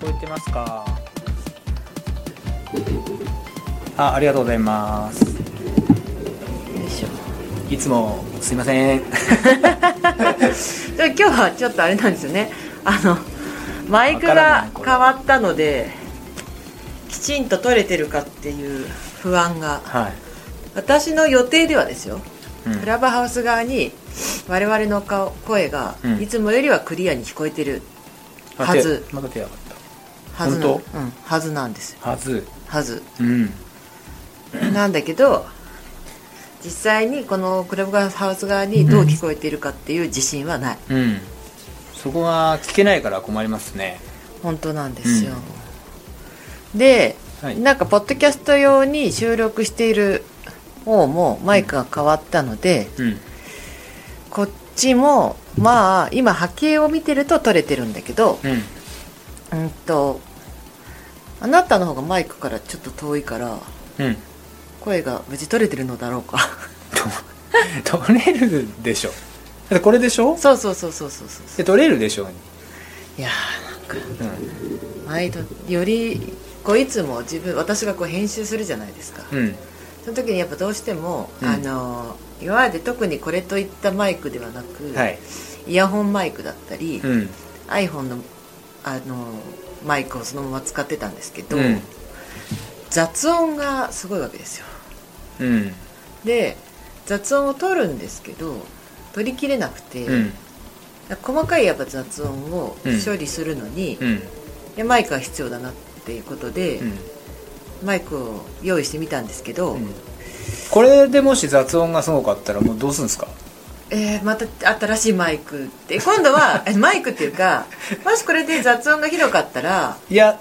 こえてますかあありがとうございますよいしょいつもすいませんで今日はちょっとあれなんですよねあのマイクが変わったのできちんと取れてるかっていう不安がはい、私の予定ではですよ、うんクラブハウス側に我々の顔声がうんいつもよりはクリアに聞こえてるあはず手まだ手上がっはずな本うん、はずなんですよたはずはずうんなんだけど実際にこのクラブハウス側にどう聞こえているかっていう自信はない、うんそこは聞けないから困りますね本当なんですよ、で、はいなんかポッドキャスト用に収録している方もマイクが変わったので、うんこっちもまあ今波形を見てると撮れてるんだけどうんうんとあなたの方がマイクからちょっと遠いからうん 声が無事撮れてるのだろうかと取れるでしょだってこれでしょそうそうそうそうそうそうで取れるでしょいやーうなんか毎度よりこういつも自分私がこう編集するじゃないですか、んうんその時にやっぱどうしても、うんあの今まで特にこれといったマイクではなく、はいイヤホンマイクだったり、うん iPhone のあのマイクをそのまま使ってたんですけど、うん雑音がすごいわけですようんで雑音を取るんですけど取りきれなくて、うん細かいやっぱ雑音を処理するのに、うんでマイクが必要だなっていうことで、うんマイクを用意してみたんですけど、うんこれでもし雑音がすごかったらもうどうするんですかえーまた新しいマイクって今度はえマイクっていうかもしこれで雑音がひどかったらいや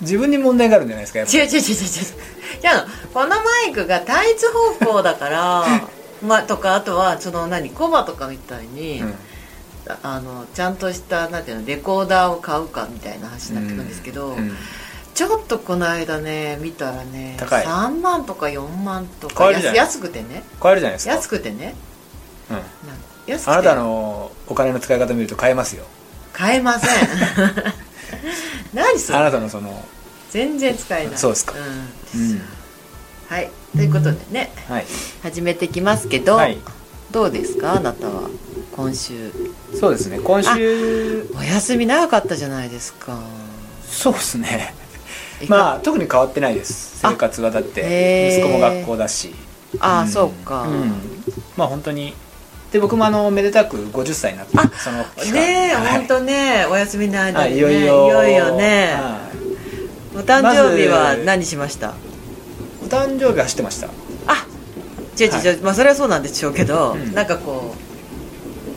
自分に問題があるんじゃないですかやっぱ違う違う違う違う違うじゃあこのマイクが単一方向だから まあとかあとはその何コマとかみたいに、うんああのちゃんとしたなんていうのレコーダーを買うかみたいな話になってくるんですけど、うんちょっとこの間ね見たらね高い3万とか4万と買かえるじゃな安い安くてね買えるじゃないですか安くてねうんなん安くてあなたのお金の使い方見ると買えますよ買えません 何そあれなたのその全然使えないそうですかんうんはいということでねはい始めてきますけど、はいどうですかあなたは今週そうですね今週お休み長かったじゃないですかそうですねまあ特に変わってないですあ生活はだっへてー息子も学校だしああ、んそうか、んまあ本当にで僕もあのめでたく50歳になってあその期間ねえ、はい本当ねお休みの間はいに、いね、よいよいよいよね、はいお誕生日は何しました、お誕生日走ってましたあ違う違う違う、まあそれはそうなんでしょうけど、うんなんかこ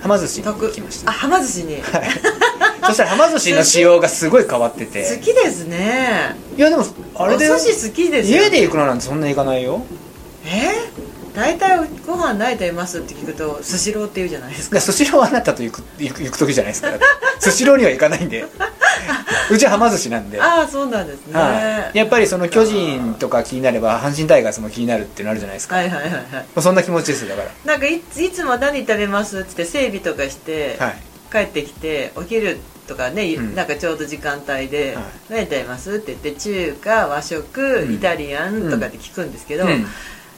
はま寿司うに行きましたあはま寿司に、そしたらはま寿司の仕様がすごい変わって好てきですねいやでもあれでお寿司好きですよ家で行くのなんてそんな行かないよえー、大体ご飯何食べますって聞くとスシローって言うじゃないですかでスシローはあなたと行く行く行く時じゃないですか スシローには行かないんでうちははま寿司なん で、はああそうなんですね、い、やっぱりその巨人とか気になれば阪神タイガースも気になるってなるじゃないですかはいはいはいはいもうそんな気持ちですよだかなんかいついつも何食べますっつって整備とかして、らはい帰ってきてお昼とかね、うんなんかちょうど時間帯ではい「何食べます?」って言って中華和食、うんイタリアンとかって聞くんですけど、うん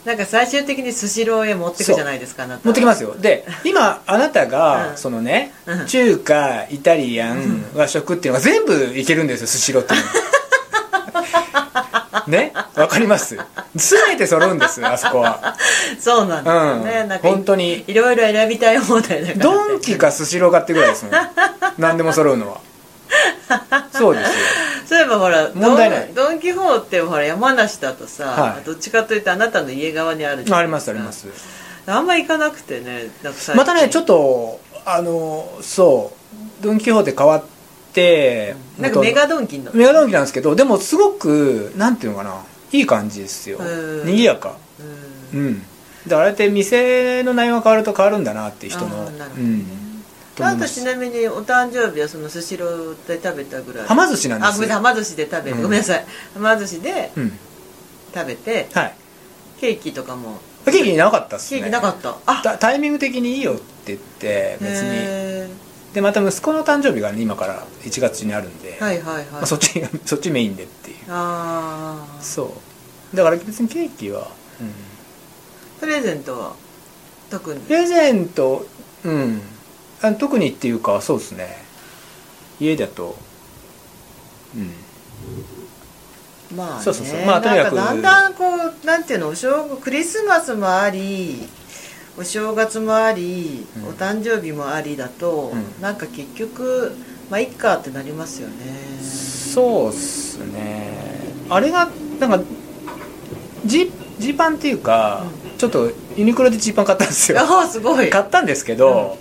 なんか最終的にスシローへ持ってくじゃないですかあなた持ってきますよで今あなたうがんそのね、うん中華イタリアン和食っていうのが全部いけるんですよスシローっていうの はねわかります全て揃うんですあそこはそうなんですよね、うんなんかい本当にいろいろ選びたい放題だからドンキかスシローかってぐらいですもん何でも揃うのはそうですよそういえばほら問題ないドンドン・キホーテもほら山梨だとさ、はいどっちかというとあなたの家側にあるじゃあないりでますすかありますあんま行かなくてねなんか最近またねちょっとあのそうドン・キホーテ変わってなんかメガドンキのメガドンキなんですけどでもすごくなんていうのかないい感じですようん賑やかうんうんだからあれって店の内容が変わると変わるんだなっていう人あのーなるほうどねんと思あいんまたちすなみにお誕生日はそのスシローで食べたぐらいはま寿司なんあごめんですなさいはよま寿司で食べる、うんごめんなさいはま寿司でうん食べてはいケーキとかもケーキなかったっすケねーキなかったあたタイミング的にいいよって言って別にへーでまた息子の誕生日がね今から1月にあるんで、はいはいはい、まあ、そっち そっちメインでっていうああそうだから別にケーキは、うん、プレゼントは特にプレゼントうんあ特にっていうかそうですね家だとうんまあ、ね、そうそうそうまあとにかくなんだんだんこうなんていうのお正月クリスマスもありお正月もあり、うんお誕生日もありだと、うんなんか結局まあいっかってなりますよねそうっすねあれがなんかジジーパンっていうか、ちょっとユニクロでジーパン買ったんですよああすごい買ったんですけど、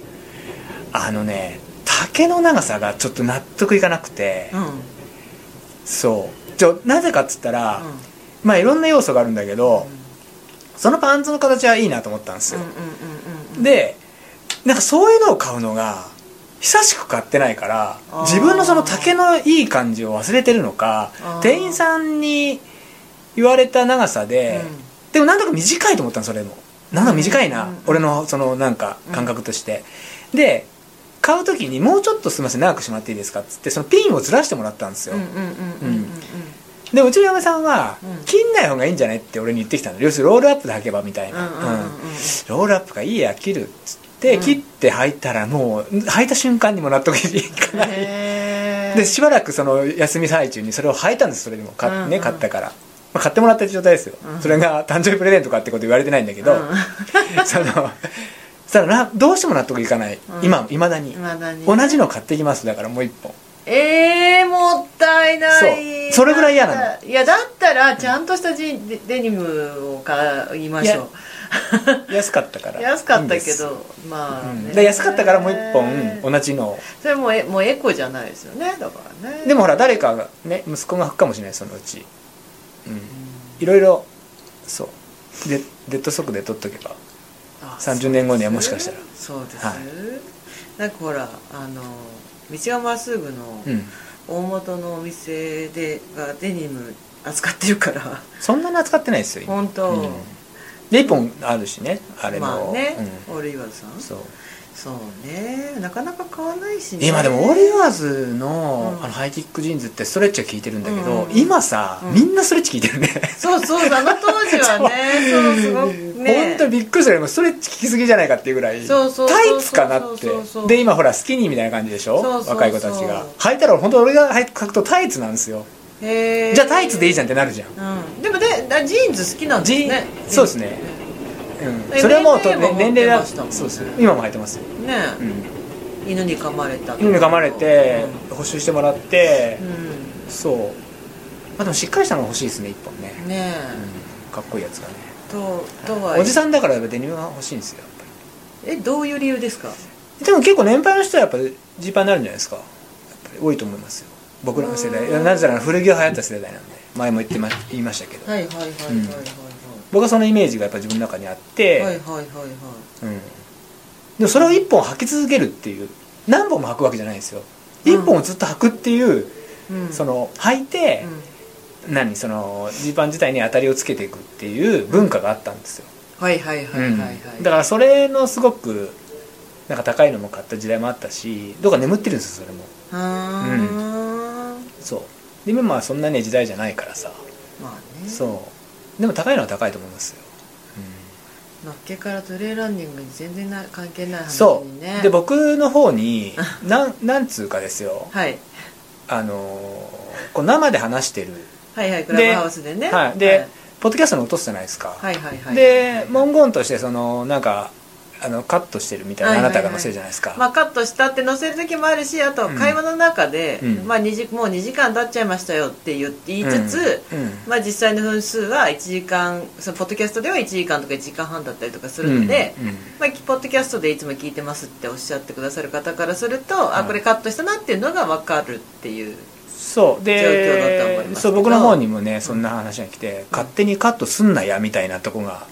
あのね丈の長さがちょっと納得いかなくて、うん、うんそうちょなぜかっつったら、まあいろんな要素があるんだけど、そのパンツの形はいいなと思ったんですうんようん、うんうんでなんかそういうのを買うのが久しく買ってないからあー自分のその丈のいい感じを忘れてるのかあー店員さんに言われた長さで、でもなんだか短いと思ったのそれもなんだか短いな、うんうんうん俺のそのなんか感覚として、で買う時にもうちょっとすみません長くしまっていいですかっつってそのピンをずらしてもらったんですよ、うんうんうんうんうんうんでもうちの嫁さんは、うん切んない方がいいんじゃないって俺に言ってきたの要するにロールアップで履けばみたいな、うんうんうんうんロールアップがいいや切るっつって、うん切って履いたらもう 履いた瞬間にも納得いか ない、へーでしばらくその休み最中にそれを履いたんですそれでも買,、うんうね、ん買ったから、まあ、買ってもらった状態ですよ、うんそれが誕生日プレゼントかってこと言われてないんだけど、うん そのそのなどうしても納得いかない、うん今いまだに未だに同じの買ってきますだからもう一本えー、もったいないそうそれぐらい嫌なのいやだったらちゃんとしたジンデデニムを買いましょ安かったからう安かったいいんけですどまあ、うんねで安かったからもう一本同じのをそれもうえもうエコじゃないですよねだからねでもほら誰かがね息子が履くかもしれないそのうちうんいろいろそうでデッドストックで取っとけばあ30年後にはもしかしたらそうです、はいなんかほらあの道がまっすぐのうん大元のお店でがデニム扱ってるからそんなに扱ってないですよ今本当、うんで一本あるしねあれのまあね、うオールイワーズさんんそうそうねなかなか買わないしね今でもオールイワーズの,、うんあのハイキックジーンズってストレッチは効いてるんだけど、うん今さ、うんみんなストレッチ効いてるねそうそうあの当時は ねそうすごくね本当にびっくりするよもうストレッチ効きすぎじゃないかっていうぐらいそうそうそうタイツかなっそうそうそうてで今ほらスキニーみたいな感じでしょそうそうそう若い子たちが履いたら本当俺が履くとタイツなんですよへーじゃあタイツでいいじゃんってなるじゃん、うん、でもでだジーンズ好きなんですねジーンそうですねうん、えそれはもうと NNA も持って年齢がましたそうんもねです今も履いてますよ、ねうん、犬に噛まれたとか犬に噛まれて補修してもらってう、ん、そうまあでもしっかりしたのが欲しいですね一本ねうん、ねえ、うん、かっこいいやつがねととはおじさんだからやっぱデニムが欲しいんですよやっぱりえどういう理由ですかでも結構年配の人はやっぱジーパンになるんじゃないですかやっぱり多いと思いますよ僕らの世代うんなぜなら古着が流行った世代なんで前も言って、ま、言いましたけど、はいはいはいはいはい僕はそのイメージがやっぱ自分の中にあっはいて、はいはいはいはいうん、でもそれを一本履き続けるっていう何本も履くわけじゃないんですよ一本をずっと履くっていう、うんその履いて、うん何そのジーパン自体に当たりをつけていくっていう文化があったんですよ、はいはいはいはいはいうんだからそれのすごくなんか高いのも買った時代もあったしどっか眠ってるんですよそれもうーんそうで今まあそんなね時代じゃないからさまあねそうでも高いのは高いと思いますよ、のっけからトレイランニングに全然な関係ないうん話そにねうで僕の方 になんなんつうかですよはい、あのーこう生で話してる、はいはいクラブハウスでねはい、で、ポッドキャストの落とすじゃないですか、はい、はいはいはいで文言としてそのなんかあのカットしてるみたいな、はいはいあはいなたがのせいじゃないですか、まあ、カットしたって載せる時もあるしあとうん会話の中で、うんまあ、2時もう2時間経っちゃいましたよって言って言いつつ、うんうんまあ、実際の分数は1時間そのポッドキャストでは1時間とか1時間半だったりとかするので、うんうんまあ、ポッドキャストでいつも聞いてますっておっしゃってくださる方からすると、あうんこれカットしたなっていうのが分かるっていうそう状況だと思でいますけどそう僕の方にもねそんな話が来て、勝手にカットすんなやみたいなとこが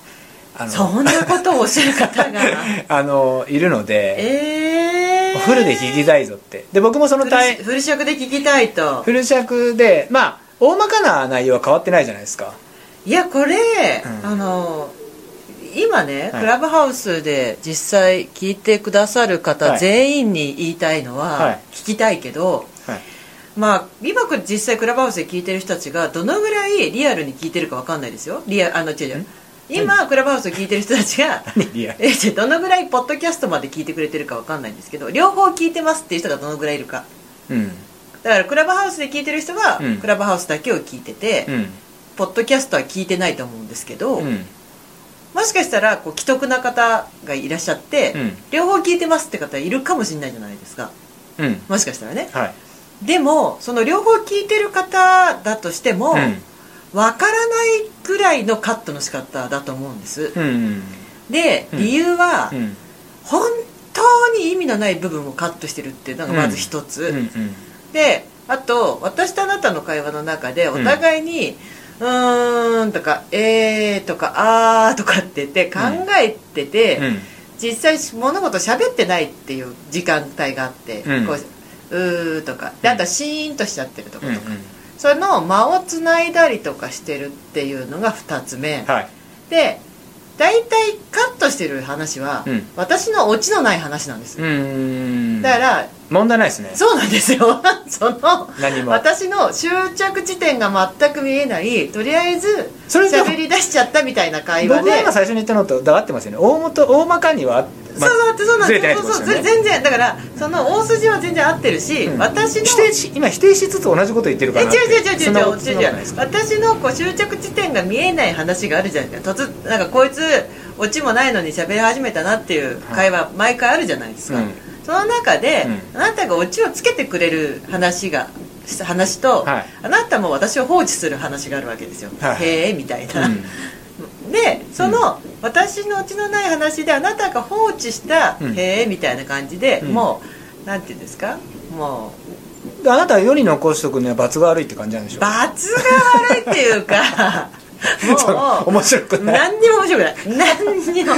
あのそんなことをおっしゃる方が あのいるので、ええー、フルで聞きたいぞってで僕もそのフル対しフル尺で聞きたいとフル尺でまあ大まかな内容は変わってないじゃないですかいやこれ、うんあの今ね、はいクラブハウスで実際聞いてくださるは方い全員に言いたいのは、はい聞きたいけど、はい まあ、今実際クラブハウスで聞いてる人たちがどのぐらいリアルに聞いてるかわかんないですよリアあの違う違う今クラブハウスで聞いてる人た ちが何リアルえ違うどのぐらいポッドキャストまで聞いてくれてるかわかんないんですけど両方聞いてますっていう人がどのぐらいいるかうんだからクラブハウスで聞いてる人は、うんクラブハウスだけを聞いてて、うんポッドキャストは聞いてないと思うんですけど、うんもしかしたらこう既得な方がいらっしゃって、うん両方聞いてますって方いるかもしれないじゃないですかうんもしかしたらねはいでもその両方聞いてる方だとしても、わからないぐらいのカットの仕方だと思うんです、うんうんでうん理由は、うん本当に意味のない部分をカットしてるっていうのがまず一つ、うんうんであと私とあなたの会話の中でお互いに「うーん」とか「えー」とか「あー」とかって言って考えてて、うん実際物事喋ってないっていう時間帯があって、うんこう「うー」とかであとはシーンとしちゃってるとこうろんとか、その間をつないだりとかしてるっていうのが2つ目、はいで大体カットしてる話は、うん私のオチのない話なんです、うんだから問題ないですねそうなんですよ その何も私の終着地点が全く見えないとりあえずそれでも喋り出しちゃったみたいな会話僕でが今最初に言ったのと合ってますよね大元大まかにはそうまだってそうなんずでれてないってすそこうとそうですそようね全然だからその大筋は全然合ってるし、うん私の否定し今否定しつつ同じこと言ってるかえ違なってう違う違う違そんなこうとそ違んうなこと違うないですか私のこう終着地点が見えない話があるじゃないですか突なんかこいつオチもないのに喋り始めたなっていう会話毎回あるじゃないですか、うんその中で、うあなたがオチをつけてくれる話が話と、はいあなたも私を放置する話があるわけですよ、はいへえみたいな、うんでその、私のオチのない話であなたが放置した、うんへえみたいな感じで、うんもうなんていうんですかもうあなたは世に残しておくには罰が悪いって感じなんでしょ罰が悪いっていうかそうもう面白くない何にも面白くない何にも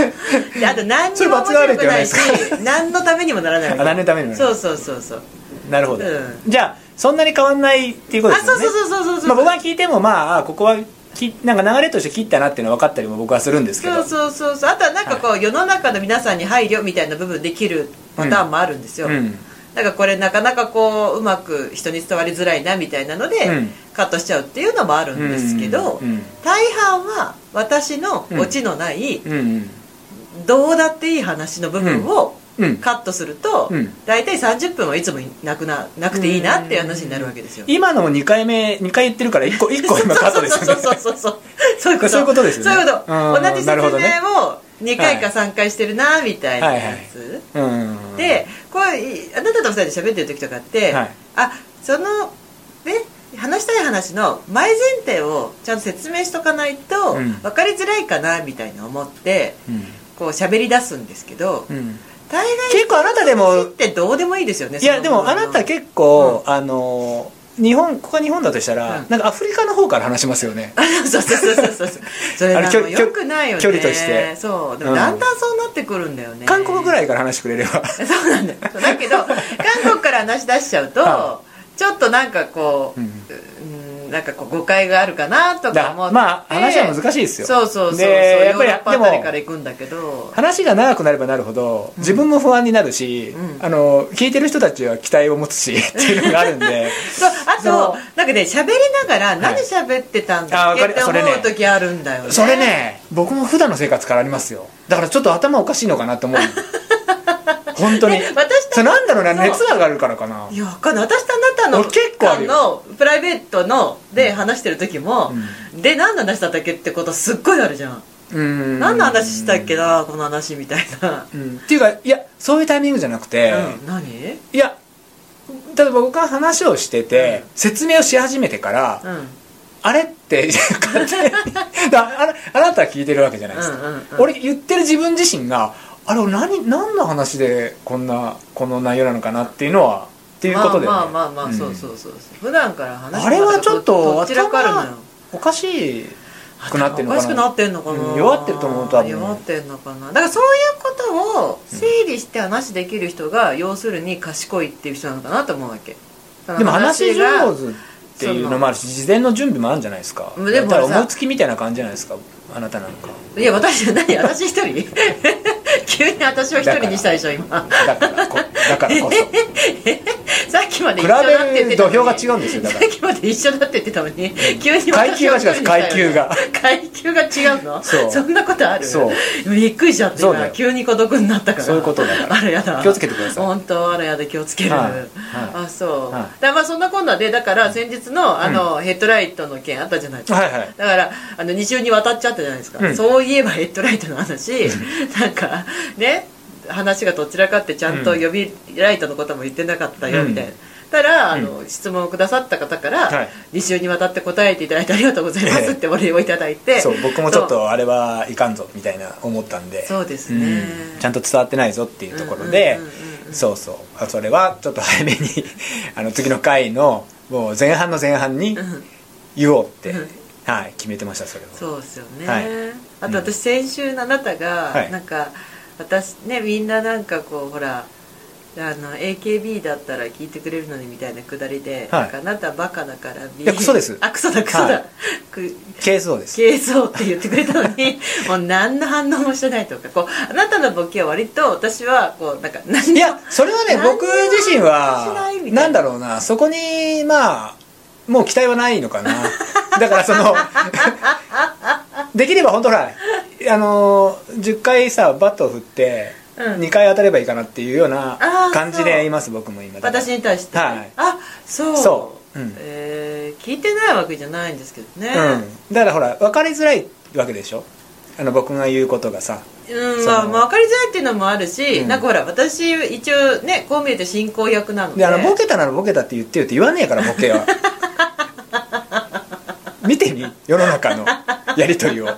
であと何にも面白くないしそれ罰が悪いって言わないです何のためにもならないあ何のためにもならそなうそうそうそうなるほど、うんじゃあそんなに変わんないっていうことあですよそうねそうそうそうそうまあ、そう僕が聞いてもまああここはきなんか流れとして切ったなっていうのは分かったりも僕はするんですけどそうそうそうそうあとはなんかこう、世の中の皆さんに配慮みたいな部分できるパターンもあるんですよ、うんなんかこれなかなかこううまく人に伝わりづらいなみたいなので、うんカットしちゃうっていうのもあるんですけど、うんうん大半は私のオチのない、うんうんどうだっていい話の部分をうんカットすると、うん大体30分はいつもなくななくていいなっていう話になるわけですよ。今のも2回目2回言ってるから1個 一個今カットですよねそうそうそうそうそういうことそういうことですよねそういうことうん同じ説なる明ほどねを2回か3回してるなみたいなやつ、うんでこういあなたと2人で喋ってる時とかって、はいあそのね話したい話の前前提をちゃんと説明しとかないとうん分かりづらいかなみたいな思って、うんこう喋り出すんですけど、うん大概結構あなたでも人ってどうでもいいですよねいやでもあなた結構、あの日本ここが日本だとしたら、うんなんかアフリカの方から話しますよね構 そうそうそうそうそうそれあなれんか距離よくないよね距離としてそうでうもんだんだんそうなってくるんだよね、韓国ぐらいいから話してくれれ ばそうなんだよだけど韓国から話し出しちゃうと、はちょっとなんかこう、ううんんなんかこう誤解があるかなとかだ思ってまあ話は難しいですよそうそうそうそうでややっっぱぱりりヨーロッパあたでもりから行くんだけど話が長くなればなるほど自分も不安になるし、うんあの聞いてる人たちは期待を持つしっていうのがあるん でそうあそとのなんかね喋りながら何喋ってたんだっけはいあわかるってそ思れねう時あるんだよねそれね僕も普段の生活からありますよだからちょっと頭おかしいのかなと 思う本当にね私そとれなんだろうなそう熱が上がるからかないやわかんない私とあなたの俺結構あるよのプライベートので話してる時も、うで何の話だったっけってことすっごいあるじゃん、うん何の話したっけなこの話みたいな、うんっていうかいやそういうタイミングじゃなくて、うん何いや例えば僕が話をしてて、説明をし始めてから、うんあれって勝手 にだあらあなたは聞いてるわけじゃないですか、うんうんうん俺言ってる自分自身があれ俺何何の話でこんなこの内容なのかなっていうのはっていうことで、ねまあまあまあまあ、んそうそうそうそう普段から話あれはちょっとどちらかあるのよおかしくなってるおのかかしなくなってんのかな、うん弱ってると思う多分弱ってんのかなだからそういうことを整理して話できる人が、要するに賢いっていう人なのかなと思うわけでも話し上が手っていうのもあるし事前の準備もあるんじゃないですかでもだからさ思いつきみたいな感じじゃないですかあなたなんかいや私じゃない私一人 急に私を一人にしたでしょ今だからこ だから こそさっきまで一緒だっ比べて言ってるた土のに俵が違うんですよださからっきまで一緒だって言ってたのに急に階級が違うんです私を一人にしたよね階級が違うのそうそんなことあるそびっくりしちゃってそうだ今よ急に孤独になったからそういうことだからあらやだ気をつけてください本当あらやだ気をつける、はいはいあそう、はいだまあそんなこんなでだから先日のあの、ヘッドライトの件あったじゃないですか、はいはいだからあの2週にわたっちゃったじゃないですか、うんそういえばヘッドライトの話なんかね話がどちらかってちゃんとうん予備ライトのことも言ってなかったようんみたいな、たらあの、質問をくださった方から、はい2週にわたって答えていただいてありがとうございますってお礼をいただいてそう僕もちょっそうとあれはいかんぞみたいな思ったんでそうですねうんちゃんと伝わってないぞっていうところでうんうんうんそうそうあそれはちょっと早めに あの次の回のもう前半の前半にうん言おうってうんはい決めてましたそれはそうですよね、はいあと私先週のあなたが、はいなんか私ねみんななんかこうほらあの AKB だったら聞いてくれるのにみたいなくだりで、はいなんかあなたはバカだから B いやクソですあクソだクソだ、はいくケースをです軽装って言ってくれたのに もう何の反応もしてないとかこうあなたのボケは割と私はこうなんか何いもやそれはね何も僕自身しはないみたいななんだろうなそこにまあもう期待はないのか なだからそのできれば本当ほらあの10回さバットを振ってうん2回当たればいいかなっていうようなあー感じそうでいます僕も今だから私に対して、はいあそうそううんえー聞いてないわけじゃないんですけどね、うん、だからほら分かりづらいわけでしょあの僕が言うことがさうんそのまあ、まあ分かりづらいっていうのもあるし、うんなんかほら私一応ねこう見えて進行役なのでであのボケたならボケたって言ってよって言わねえからボケ は見てみ世の中のやり取りを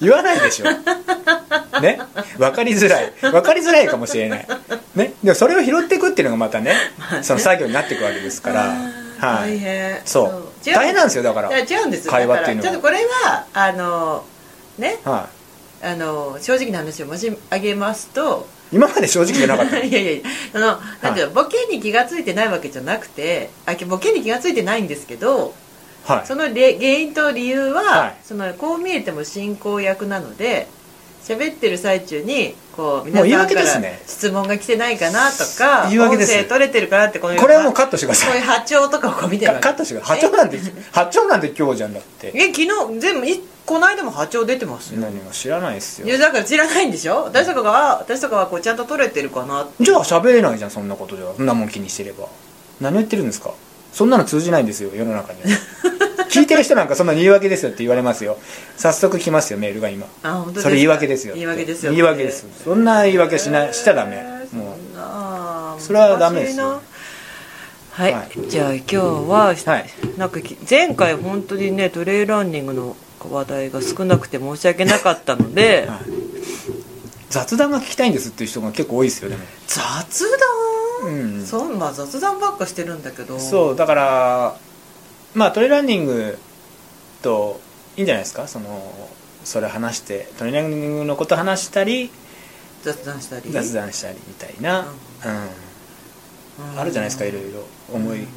言わないでしょね分かりづらい分かりづらいかもしれないねでもそれを拾っていくっていうのがまたねその作業になっていくわけですからは大い変そう違う大変なんですよだからいや違うんです会話っていうのだはからちょっとこれはあのねはあの正直な話を申し上げますとい今まで正直じゃなかった いやいやいやそのなんていうのボケに気が付いてないわけじゃなくてあボケに気が付いてないんですけどはいそのれ原因と理由は、はいそのこう見えても進行役なので喋ってる最中にこう皆もう言いさん訳かですねら質問が来てないかなとか言い訳です音声取れてるかなってこのこれはもうカットしてくだこうさいいう波長とかをこう見てるかわけカットしてください波長なんて波長なんて今日じゃんだってえ昨日全部いこの間も波長出てますよ、何も知らないっすいよやだから知らないんでしょ私とかがあ私とかはこうちゃんと取れてるかなってじゃあ喋れないじゃんそんなことではそんなもん気にしてれば何を言ってるんですかそんなの通じないんですよ世の 中には聞いてる人なんかそんなの言い訳ですよって言われますよ早速来ますよメールが今あ本当ですかそれ言い訳ですよって言い訳ですよ言い訳ですそんな言い訳しないしちゃダメもうあーそれはダメですよ難しいなはい、はじゃあ今日は、はいなんかき前回本当にねトレイランニングの話題が少なくて申し訳なかったの で、はい雑談が聞きたいんですっていう人が結構多いですよでも雑談、うんそうまあ雑談ばっかしてるんだけどそうだからまあトレランニングといいんじゃないですかそのそれ話してトレランニングのこと話したり雑談したり雑談したりみたいな、うんあるじゃないですかいろいろ思い、うん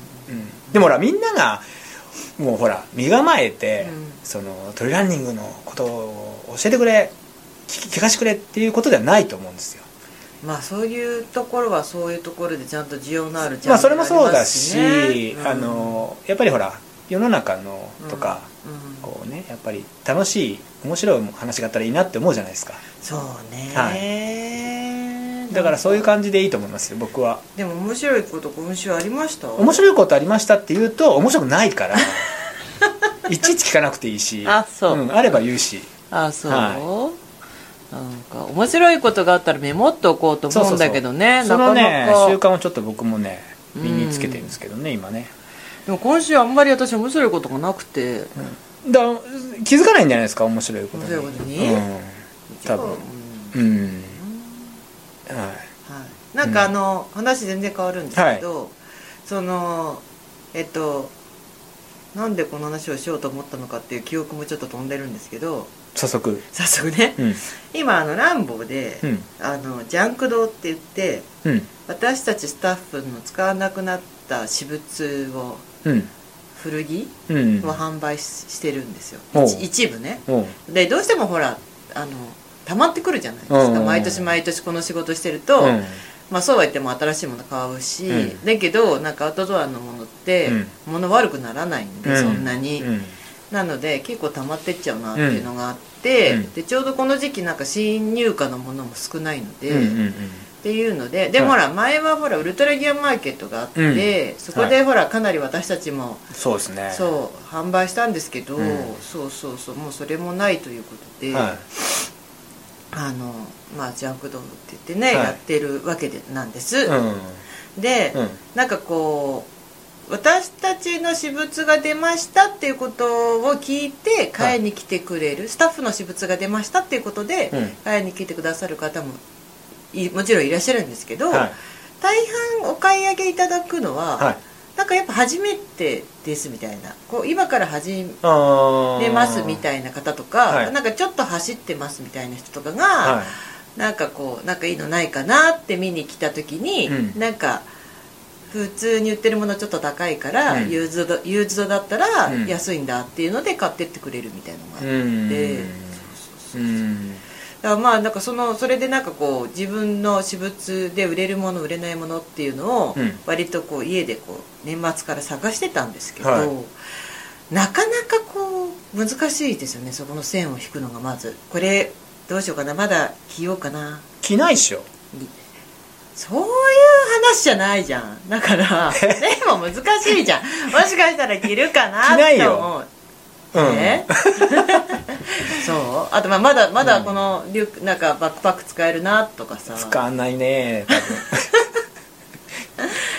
でもほらみんながもうほら身構えて、うんそのトレランニングのことを教えてくれ聞き聞かしてくれっていうことではないと思うんですよまあそういうところはそういうところでちゃんと需要のあるチまャあンネそれルもがそうりまだすし、ねあのやっぱりほら世の中のとか、、うんうんこうねやっぱり楽しい面白い話があったらいいなって思うじゃないですかそうね、はだからそういう感じでいいと思いますよ僕はでも面白いこと今週ありました面白いことありましたって言うと面白くない からいちいち聞かなくていいしあそうんあれば言うしあそう、はなんか面白いことがあったらメモっておこうとそう思そううんだけどねそのねなか習なか慣をちょっと僕もね身につけてるんですけどね、今ねでも今週あんまり私面白いことがなくて、だ気づかないんじゃないですか面白いことに面白いことにうん、多分うんうん、はいはい、なんかあの、話全然変わるんですけど、そのえっとなんでこの話をしようと思ったのかっていう記憶もちょっと飛んでるんですけど早速早速ねうん今あの「ランボーで」うんあのジャンク堂って言ってうん私たちスタッフの使わなくなった私物をうん古着うんは販売ししてるんですよおう一一部ねうんでどうしてもほらあの溜まってくるじゃないですか、うんうんうん毎年毎年この仕事してると、うんまあ、そうは言っても新しいもの買うし、うんだけどなんかアウトドアのものって、うん物悪くならないんで、うんそんなに、うんなので結構溜まってっちゃうなっていうのがあって、うんでちょうどこの時期なんか新入荷のものも少ないので、うんうんうんっていうのででもほら前はほらウルトラギアマーケットがあって、そこでほらかなり私たちもそうですねそう販売したんですけど、うんそうそうそうもうそれもないということで、はあのまあジャンクドールって言ってね、はいやってるわけでなんです、いうんで、うんなんかこう私たちの私物が出ましたっていうことを聞いて買いに来てくれる、スタッフの私物が出ましたっていうことで、うん買いに来てくださる方もいもちろんいらっしゃるんですけど、はい大半お買い上げいただくのは、はいなんかやっぱ初めてですみたいなこう今から始あめますみいたいな方とか、はいなんかちょっと走ってますみたいな人とかが、はなんかこうなんかいいのないかなって見に来た時に、うんなんか普通に売ってるものちょっと高いから、うんユーズドユーズドだったらうん安いんだっていうので買ってってくれるみたいなのがあっいて、うんそうそうそうう、んだからまあなんかそのそれでなんかこう自分の私物で売れるもの売れないものっていうのをうん割とこう家でこう年末から探してたんですけど、はいなかなかこう難しいですよねそこの線を引くのがまずこれどうしようかなまだ着ようかな着ないっしょそういう話じゃないじゃんだから でも難しいじゃんもしかしたら着るかな着ないとよ思ううん ねそうあとまあまだまだこのリュックなんかバックパック使えるなとかさ使わないね多分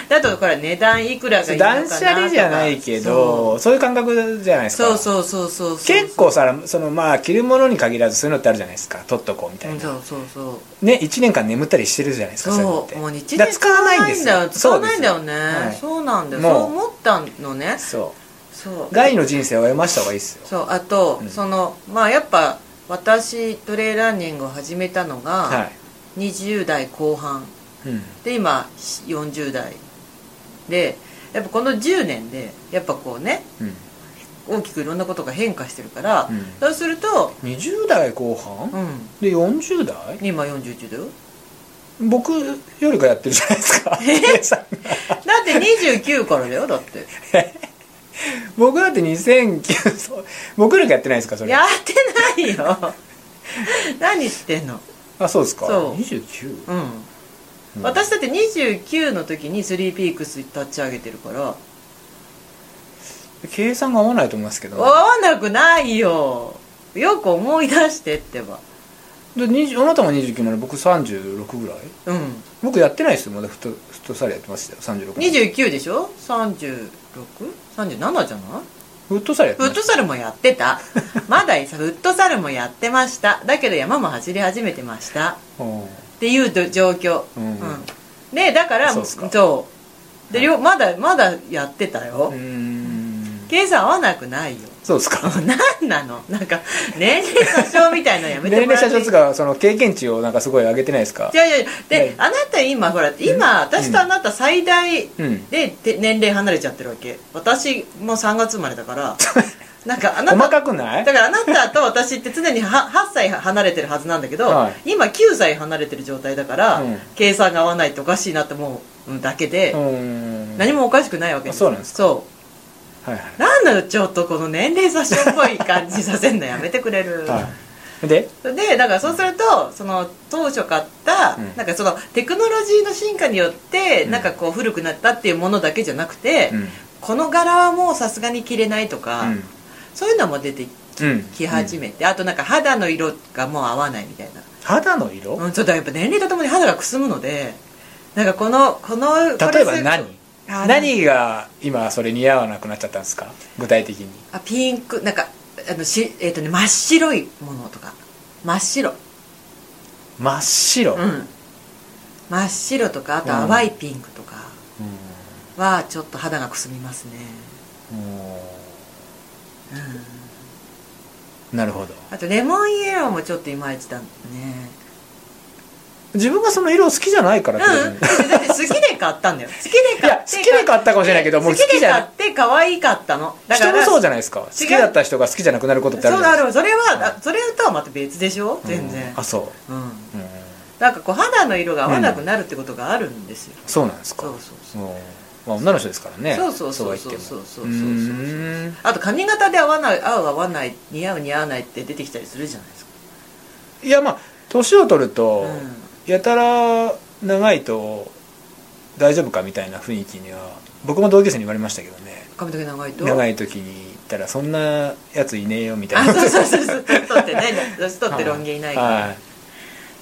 だとこれ値段いくらがいいのかな断とか捨離じゃないけどそういう感覚じゃないですかそうそうそうそうそうそう結構さそのまあ着るものに限らずそういうのってあるじゃないですか取っとこうみたういんなそうそうそうね1年間眠ったりしてるじゃないですかいのっそてうもう日だ常から使わないんですよ使わないんだよね、はいそうなんだよもうそう思ったのねそそうう外の人生を読ました方がいいですよそうあと、うんそのまあやっぱ私トレイランニングを始めたのはが20代後半い、うん、で今40代でやっぱこの10年でやっぱこうねうん大きくいろんなことが変化してるから、うんそうすると、 20代後半、うん、で40代今41だよ 僕よりかやってるじゃないですか 皆さんだって29からだよだって僕だって2009そう 僕よりかやってないですかそれやってないよ 何言ってんのあそうですかそう29、うんうん私だって29の時にスリーピークス立ち上げてるから計算が合わないと思いますけど合わなくないよよく思い出してってばで20あなたが29なら僕36ぐらいうん僕やってないですよまだフットフットサルやってましたよ36年29でしょ 36?37 じゃないフットサルやってフましッたトサルもやってたまだフットサルもやってましただけど山も走り始めてましたうんっていうど状況、うんでだからそうっすかそうで、両まだまだやってたよ、うーん計算合わなくないよ そうですか何なのなんか年齢詐称みたいなのやめて年もら齢ってい者い一つがその経験値をなんかすごい上げてないですかいやいやいやで、ねあなた今ほら今私とあなた最大うんで、て年齢離れちゃってるわけ私も3月生まれだから なんかあな細たかくないだからあなたと私って常には8歳離れてるはずなんだけど、はい今9歳離れてる状態だから、うん計算が合わないっておかしいなって思うだけで、うーん何もおかしくないわけあそうなんですそはいはうなんだよちょっとこの年齢差しっぽい感じさせんのやめてくれる、いはいででだからそうするとその当初買った、うんなんかそのテクノロジーの進化によって、うんなんかこう古くなったっていうものだけじゃなくて、うんこの柄はもうさすがに着れないとか、そういうのも出てうんき始めて、あとなんか肌の色がもう合わないみたいな、肌の色うん、ちょっとやっぱ年齢とともに肌がくすむのでなんかこのこのこれ例えば何あ何が今それ似合わなくなっちゃったんですか具体的にあピンクなんかあのし、えーとね、真っ白いものとか真っ白真っ白うん、真っ白とかあと淡いピンクとかはちょっと肌がくすみますね、うんうん、なるほどあとレモンイエローもちょっといまいちだね自分がその色好きじゃないから別うん、にだって好きで買ったんだよ好きでい買やって好きで買ったかもしれないけどもう好好ききじでゃ買ないって可愛かったのだか人らもそうじゃじゃないですか好きだった人が好きじゃなくなることってあるそうじゃなだいですろうそれはあそれとはまた別でしょ全然かあそうん、う、うん、なんかこう肌の色が合わなくなるってことがあるんですよ、そうなんですかそうそうそううんまあ女の人ですからねそうそうそそはうそう言うってそもうそううそうそうーんあと髪型で合わない合う合わない似合う似合わないって出てきたりするじゃないですか、いやまあ年を取ると、うんやたら長いと大丈夫かみたいな雰囲気には僕も同級生に言われましたけどね髪の毛長いと長いい時に行ったらそんなやついねえよみたあいなそうそうそうそう年取ってね 年取ってロン毛いないから、は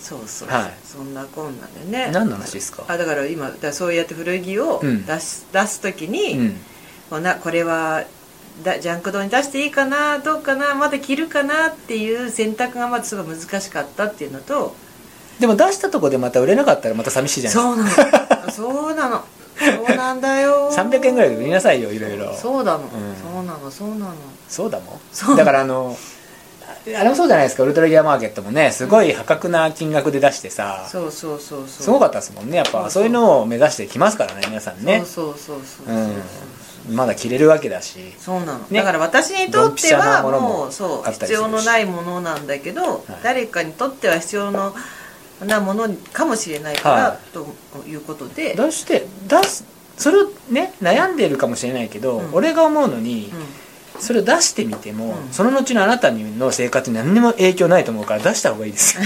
そうそうそう、はいそんなこんなでねい、何の話ですかあだから今だからそうやって古着をうん出す,、出す時に、うんこうなこれはだジャンク堂に出していいかなどうかなまだ着るかなっていう選択がまずすごい難しかったっていうのとでも出したとこでまた売れなかったらまた寂しいじゃないですそ うなのそうなのそうなんだよか300円ぐらいで売りなさいよいろいろそうだの、んそうなのそうなのそうだもんそうだからあのああれもそうじゃないですかウルトラギアマーケットもねすごい破格な金額で出してさ、そうそうそうそうすごかったですもんねやっぱそうそそうういうのを目指してきますからね皆さんねそうそうそうそうそう、うんまだ着れるわけだしそうなの、ねだから私にとっドンピてシャはなものももうそあうったりするし必要のないものなんだけど、い誰かにとっては必要のなものかもしれないから、はということで、どうして出すそれをね悩んでるかもしれないけど、うん俺が思うのに、うんそれを出してみても、うんその後のあなたの生活に何にも影響ないと思うから出した方がいいですよ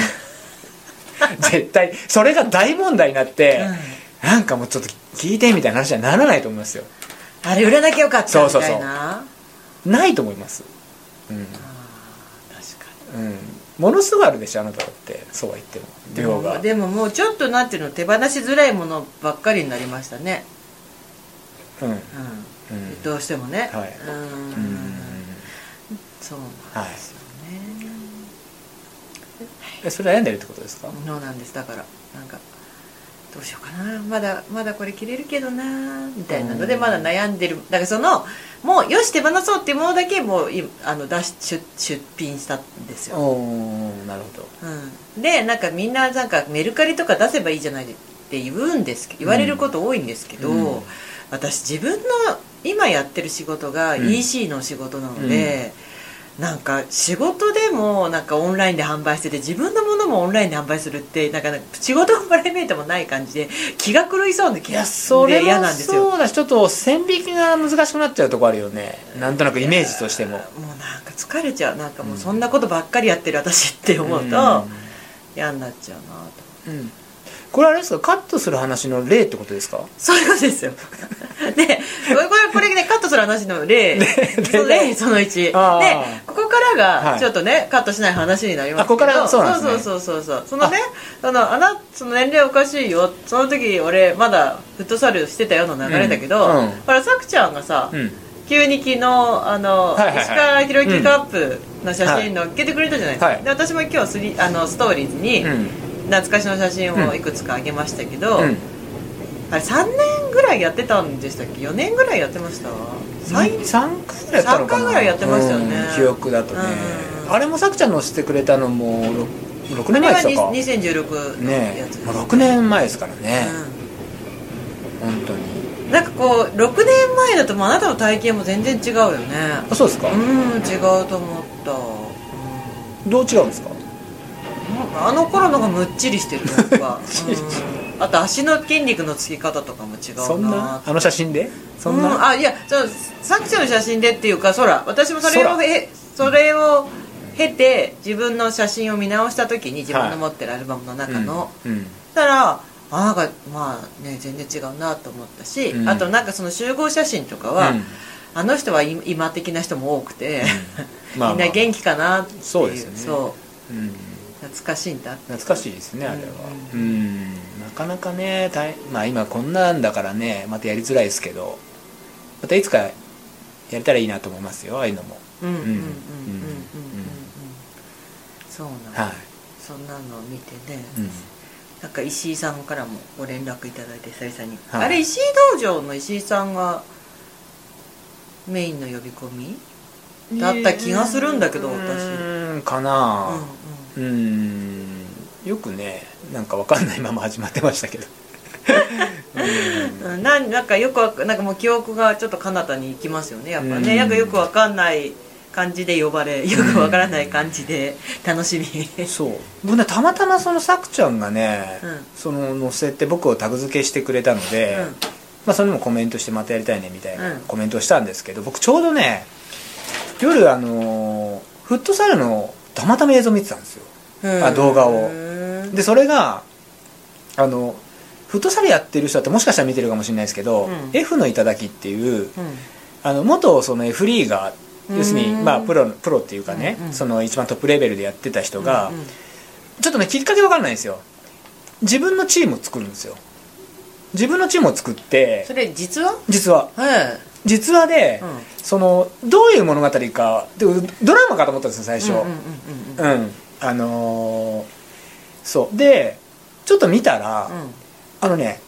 絶対それが大問題になって、なんかもうちょっと聞いてみたいな話にはならないと思いますよあれ売らなきゃよかったそうみそうそうたいなないと思いますうんうんものすごいあるでしょあなただってそうは言っても量確かがにでももうちょっとなんていうの手放しづらいものばっかりになりましたね、うんうんうんどうしてもね、はいううんんそうなんですよね、えそれ悩んでるってことですかそうなんですだからなんかどうしようかなまだまだこれ着れるけどなみたいなのでうんまだ悩んでるだからそのもうよし手放そうっていうものだけもういあの出し出出品したんですよ、おーなるほどうん、でなんかみんななんかメルカリとか出せばいいじゃないって言うんですけ言われること多いんですけど、うん私自分の今やってる仕事がうん EC の仕事なので、なんか仕事でもなんかオンラインで販売してて自分のものもオンラインで販売するってなんかなんか仕事もプライベートもない感じで気が狂いそうな気いがやすそれでも嫌なんですよもそうだしちょっと線引きが難しくなっちゃうとこあるよねなんとなくイメージとしてもうなんか疲れちゃうなんかもうそんなことばっかりやってる私って思うと嫌になっちゃうなとうん、うんこれあれですかカットする話の例ってことですかそういうことですよでこれこれねカットする話の例その例その1であーここからはがいちょっとね、カットしない話になりますけどあここからそうなんですねそうそうそうそうそのねそのあなその年齢おかしいよその時俺まだフットサルしてたよの流れだけど、うんうんほらさくちゃんがさ、うん急に昨日あの、はいはいはい石川博之カップの写真載っけてくれたじゃないですか、はいで私も今日スリあのストーリーズに、うん懐かしの写真をいくつかあげましたけど、うんあれ3年ぐらいやってたんでしたっけ4年ぐらいやってました三3 3回ぐらいやったのかな三回ぐらいやってましたよねうん記憶だとねうんあれもさくちゃんのしてくれたのも 6, 6年前でしたかね2016のやつえもう6年前ですからね、本当にうんなんかこう6年前だともうあなたの体型も全然違うよねあそうですか、うん違うと思った、うどう違うんですかんなんかあの頃のがむっちりしてるなん かちりうんあと足の筋肉のつき方とかも違うなそんなあの写真でそんな、うんあいやちょ作者の写真でっていうかそら私もそれをそらへそれを経て自分の写真を見直した時に自分の持ってるアルバムの中の、うんうんそしたらあなんかまあね全然違うなと思ったし、うんあとなんかその集合写真とかは、うんあの人は今今的な人も多くて、 まあまあみんな元気かなっていうそうですよねそううん懐かしいんだ懐かしいですねあれはううん、なかなかね大まあ今こんなんだからねまたやりづらいですけどまたいつかやれたらいいなと思いますよああいうのもうんうんうんうんうんうんうんそうなはのそんなのを見てね、い、うん、なんか石井さんからもご連絡いただいて久々に、はいあれ石井道場の石井さんがメインの呼び込みだった気がするんだけどう私ーんかうんなうんうーんよくねなんかわかんないまま始まってました けどうんうんなんなんかよくわかなんかもう記憶がちょっと彼方に行きますよねやっぱうんねなんかよくわかんない感じで呼ばれよくわからない感じで楽しみそう僕ねたまたまそのさくちゃんがね、うんその載せて僕をタグ付けしてくれたので、うんまあ、それもコメントしてまたやりたいねみたいなうんコメントをしたんですけど僕ちょうどね夜あのーフットサルのたまたま映像見てたんですよ あ動画をうんでそれがあのフットサルやってる人だってもしかしたら見てるかもしれないですけど、うん F の頂っていううんあの元その F リーガー要するにうんまあプロプロっていうかね、うんうんその一番トップレベルでやってた人が、うんうんちょっとねきっかけわかんないんですよ自分のチームを作るんですよ自分のチームを作ってそれ実は実ははい実話で、うんそのどういう物語かでドラマかと思ったんですよ最初うんうんうんうんうんあのーそうでちょっと見たら、あのね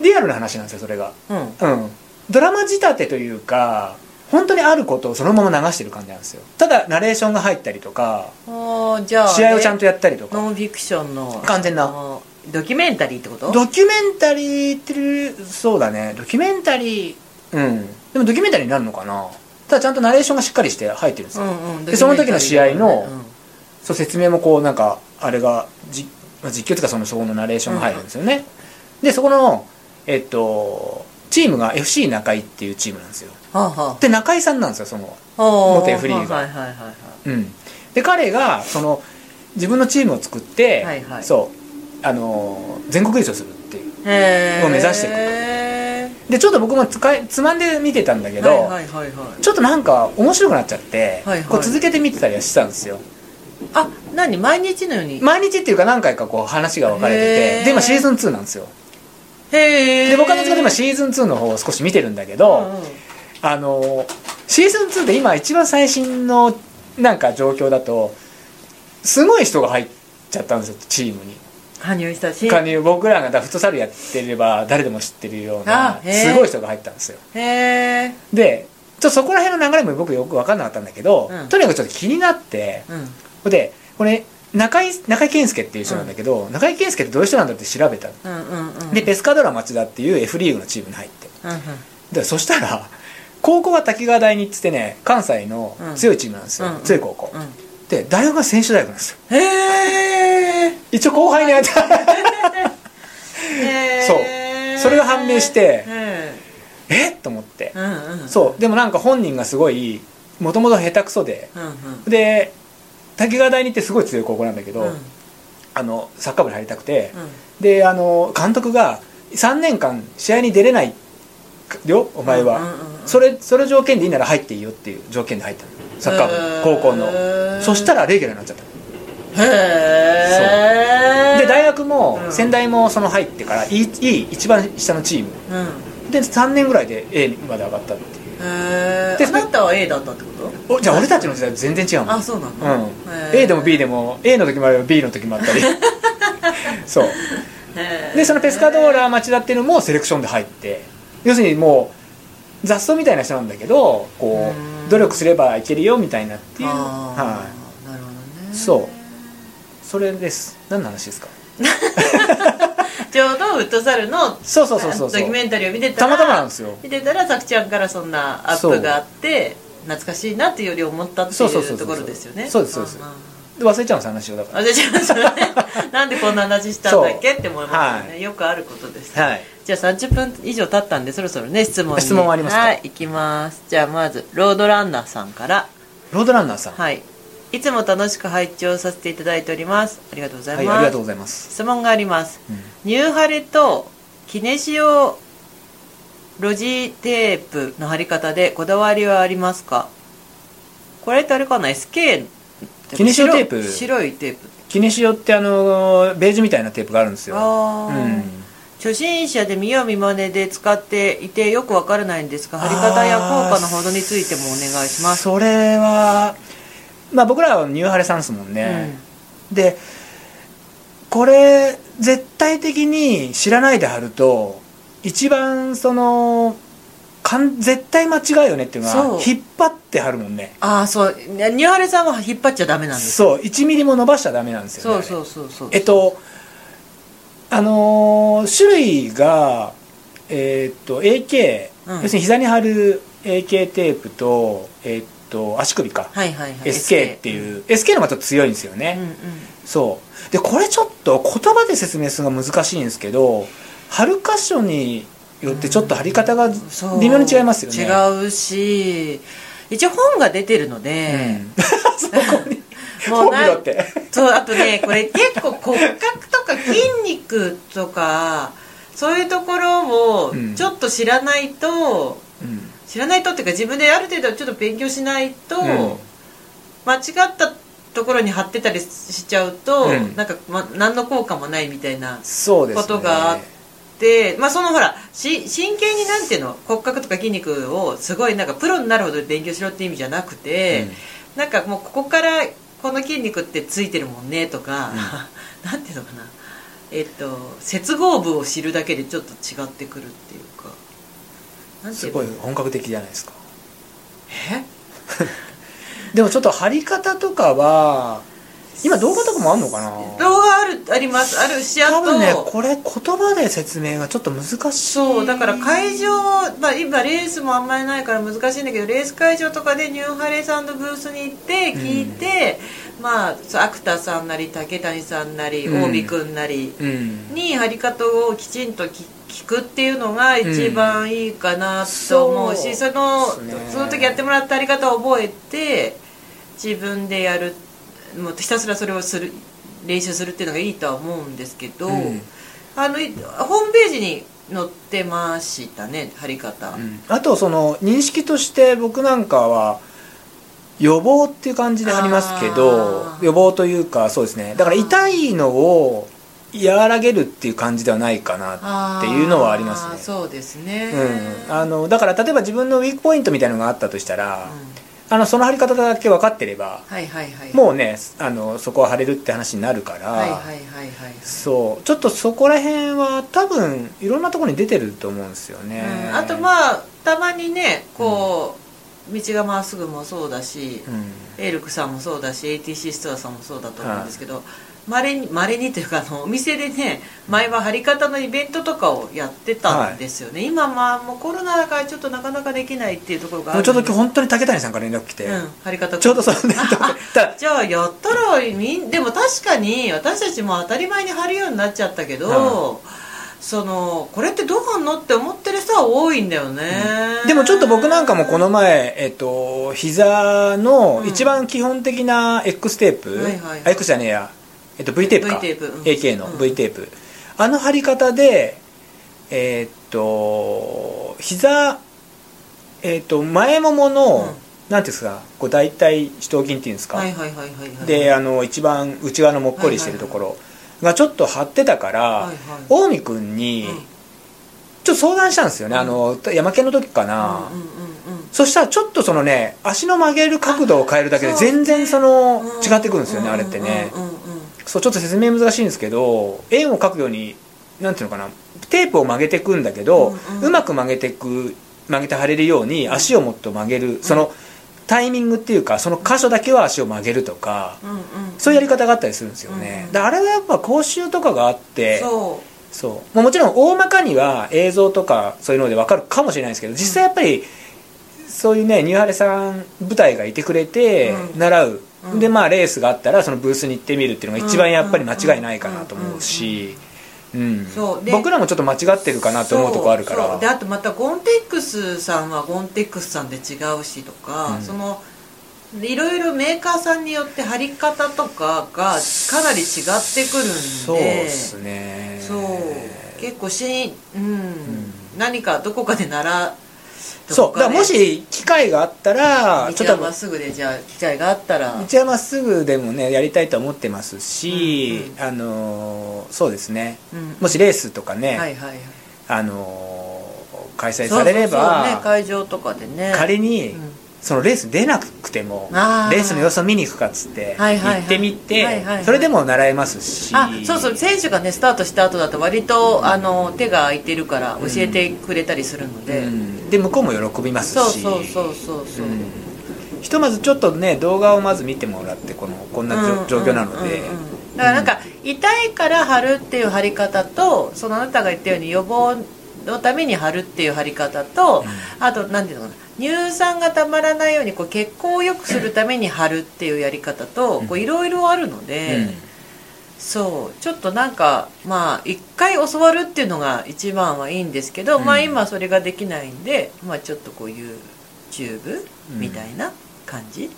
リアルな話なんですよそれがうんうんうんドラマ仕立てというか本当にあることをそのまま流してる感じなんですよただナレーションが入ったりとかあーじゃあ試合をちゃんとややったりとかノンフィクションの完全なあのドキュメンタリーってことドキュメンタリーってるそうだねドキュメンタリーうんでもドキュメンタリーになるのかなただちゃんとナレーションがしっかりして入ってるんですうよ、んうんでその時の試合のうんそう説明もこうなんかあれがじまあ実況とかそのそこのナレーションが入るんですよね、でそこのえっとチームが FC 中井っていうチームなんですよはあはあで中井さんなんですよその元フリーがはいはいはいはいうんで彼がその自分のチームを作って、はいはいそうあの全国優勝するっていうへーを目指していくへでちょっと僕もつかいつまんで見てたんだけーど、はいはいはいはいちょっとなんか面白くなっちゃって、はいはいこう続けて見てたりはしてたんですよあ何毎日のように毎日っていうか何回かこう話が分かれてへてーで今シーズン2なんですよへえで僕はどっちかというと今シーズン2の方を少し見てるんだけど、あのシーズン2で今一番最新のなんか状況だとすごい人が入っちゃったんですよチームに加入したし他に僕らがだフットサルやってれば誰でも知ってるようなあへーすごい人が入ったんですよへえでちょっとそこら辺の流れも僕よく分かんなかったんだけど、うんとにかくちょっと気になってうんでこれ中井中井健介っていう人なんだけど、中井健介ってどういう人なんだって調べたのうんうんうんでペスカドラ町田っていう F リーグのチームに入ってうんうんでそしたら高校が滝川大にっつってね関西の強いチームなんですよ、うん強い高校、うんで大学が専修大学なんですよへー一応後輩にあたるへーそうそれが判明してへ えっと思ってー、うんうんそうでもなんか本人がすごいもともと下手くそでうんうんで滝川大にってすごい強い高校なんだけど、うんうんあのサッカー部に入りたくて、であの監督が3年間試合に出れないよお前は、うんうんうんそれそれ条件でいいなら入っていいよっていう条件で入ったのサッカー部にへー高校のそしたらレギュラーになっちゃったへえで大学もうん先代もその入ってからいいいい一番下のチームうんで3年ぐらいで A まで上がったっていうへでえあなたは A だったってことおじゃあ俺たちの時代全然違うもんあそうなうの、んへー A でも B でも A の時もあれば B の時もあ ったりそうへーでそのペスカドーラ町田っていうのもセレクションで入って要するにもう雑草みたいな人なんだけどこううん努力すればいけるよみたいなっていう、あはい、ーなるほどねそうそれです何の話ですかちょうどフットサルのそうそうそうそうそうドキュメンタリーを見てたたらまたまなんですよ見てたらさくちゃんからそんなアップがあって懐かしいなっていうより思ったってそうそうそうそいううところですよねそうですそうですんんで忘れちゃうんです話をだかあじゃあそれね なんでこんな話したんだっけって思いますよね、はよくあることですらはいじゃあ30分以上経ったんでそろそろね質問に質問ありますかはい行きますじゃあまずロードランナーさんからロードランナーさん、はいいつも楽しく拝聴させていただいておりますありがとうございはます、い、ありがとうございます。質問がありますうんニューハレとキネシオロジテープの貼り方でこだわりはありますかこれってあれかな SK キネシオテープ白白いテープキネシオってあのベージュみたいなテープがあるんですよ。うああ、ん、初心者で見よう見まねで使っていてよくわからないんですが貼り方や効果のほどについてもお願いしますそれはまあ僕らはニューハレさんですもんね。でこれ絶対的に知らないで貼ると一番そのかん絶対間違いよねっていうのそはう引っ張っってはるもんねああそうニュアレさんは引っ張っちゃダメなんですそう1ミリも伸ばしちゃダメなんですよそねうそうそうそうえっとあのー種類がえーっと AK、う要んするに膝に貼る AK テープとえーっと足首か、はいはいはい SK っていう、SK の方がちょっと強いんですよね、うんうんそうでこれちょっと言葉で説明するのが難しいんですけど貼る箇所によってちょっと貼り方がそう微妙に違いますよね、違うし一応本が出てるので、うんそこにもうな本見ろってそうあとねこれ結構骨格とか筋肉とかそういうところをうんちょっと知らないと、うん知らないとっていうか自分である程度ちょっと勉強しないと、間違ったところに貼ってたりしちゃうと、うんなんか、ま、何の効果もないみたいなそうですねことがあっで、まあ、そのほらし真剣になんていうの骨格とか筋肉をすごいなんかプロになるほど勉強しろって意味じゃなくて、なんかもうここからこの筋肉ってついてるもんねとか、 なんていうのかなえっと接合部を知るだけでちょっと違ってくるっていうかなうんんてすいうごのい本格的じゃないですかえでもちょっと貼り方とかは今動画とかもあんのかな動画あるありますあるしあ多と分ねこれ言葉で説明がちょっと難しいそうだから会場、まあ、今レースもあんまりないから難しいんだけどレース会場とかでニューハレさんのブースに行って聞いて、まあそうアクタさんなり竹谷さんなりうん大見君なりうんに張り方をきちんと聞聞くっていうのが一番いいかなと思うし、うんそのそうですねその時やってもらった張り方を覚えて自分でやるもうひたすらそれをする練習するっていうのがいいとは思うんですけど。うんあのいホームページに載ってましたね貼り方、あとその認識として僕なんかは予防っていう感じでありますけどあー予防というかそうですねだから痛いのを和らげるっていう感じではないかな、あーっていうのはありますねそうですね、うん、あのだから例えば自分のウィークポイントみたいなのがあったとしたうら、んあのその貼り方だけ分かってればはいはいはいもうねあのそこは貼れるって話になるから、はいはいはいはいそうちょっとそこら辺は多分いろんなところに出てると思うんですよね、うんあとまあたまにねこう、道がまっすぐもそうだし、うんエルクさんもそうだし ATC ストアさんもそうだと思うんですけどまれにまれにというかあのお店でね前は張り方のイベントとかをやってたんですよね、今まあもうコロナだからちょっとなかなかできないっていうところがあもるうんちょっとで今日本当に竹谷さんから連絡来て、うん、張り方ちょうどそ のねただじゃあやったらみんでも確かに私たちも当たり前に貼るようになっちゃったけど、そのこれってどう貼んのって思ってる人は多いんだよね、でもちょっと僕なんかもこの前、えっと、膝の一番基本的な X テープ、はいはいはいあ X じゃねえや、えっと、V テープか V テープうん AK のうん V テープ、あの貼り方でえっと膝えっと前ももの、うんなんていうんですかこう大体四頭筋っていうんですか、はいはいはいはいはいであの一番内側のもっこりしてるところがちょっと張ってたから、はいは近江君にうんちょっと相談したんですよね、うんあの山県の時かな、うんうんうんうんそしたらちょっとそのね足の曲げる角度を変えるだけであそうね全然そのうん違ってくるんですよねあれってねうんうんうんうんそうちょっと説明難しいんですけど円を描くようになんていうのかなテープを曲げていくんだけどうんうんうまく曲げてく曲げて貼れるように足をもっと曲げるそのタイミングっていうかその箇所だけは足を曲げるとかうんうんそういうやり方があったりするんですよねうんだからあれはやっぱ講習とかがあってそそうまあもちろん大まかには映像とかそういうので分かるかもしれないですけど実際やっぱりそういうねニューハレさん舞台がいてくれてうん習う、うんでまあレースがあったらそのブースに行ってみるっていうのが一番やっぱり間違いないかなと思うしうんそうで僕らもちょっと間違ってるかなと思うとこあるかそうそうでらあとまたゴンテックスさんはゴンテックスさんで違うしとか、うんそのいろいろメーカーさんによって貼り方とかがかなり違ってくるんでそうですねそう結構し、うんん何かどこかで習そうだからもちし機会があったらちょっょっとまっすぐでじゃあ機会があったら道はまっすぐでもねやりたいと思ってますし、うんうあのーそうですねうんもしレースとかね、はいはいはいあのー開催されればそうそうそうね、会場とかでね仮に、うんそのレース出なくてもあーレースの様子を見に行くかっつって、はいはいはい行ってみて、はいはいはいそれでも習えますしあそうそう選手がねスタートした後だと割とあの手が空いてるから教えてくれたりするのうで、んで向こうも喜びますそうしそうそうそうそう、うんひとまずちょっとね動画をまず見てもらってこのこんなじょ状況なので、うんうんうんうんだからなんか痛いから貼るっていう貼り方とそのあなたが言ったように予防のために貼るっていう貼り方と、あと何ていうのかな乳酸がたまらないようにこう血行を良くするために貼るっていうやり方とこういろいろあるので、うんそうちょっとなんかまあ一回教わるっていうのが一番はいいんですけど、うんまあ今それができないんで、まあ、ちょっとこういうチューブみたいな感じ、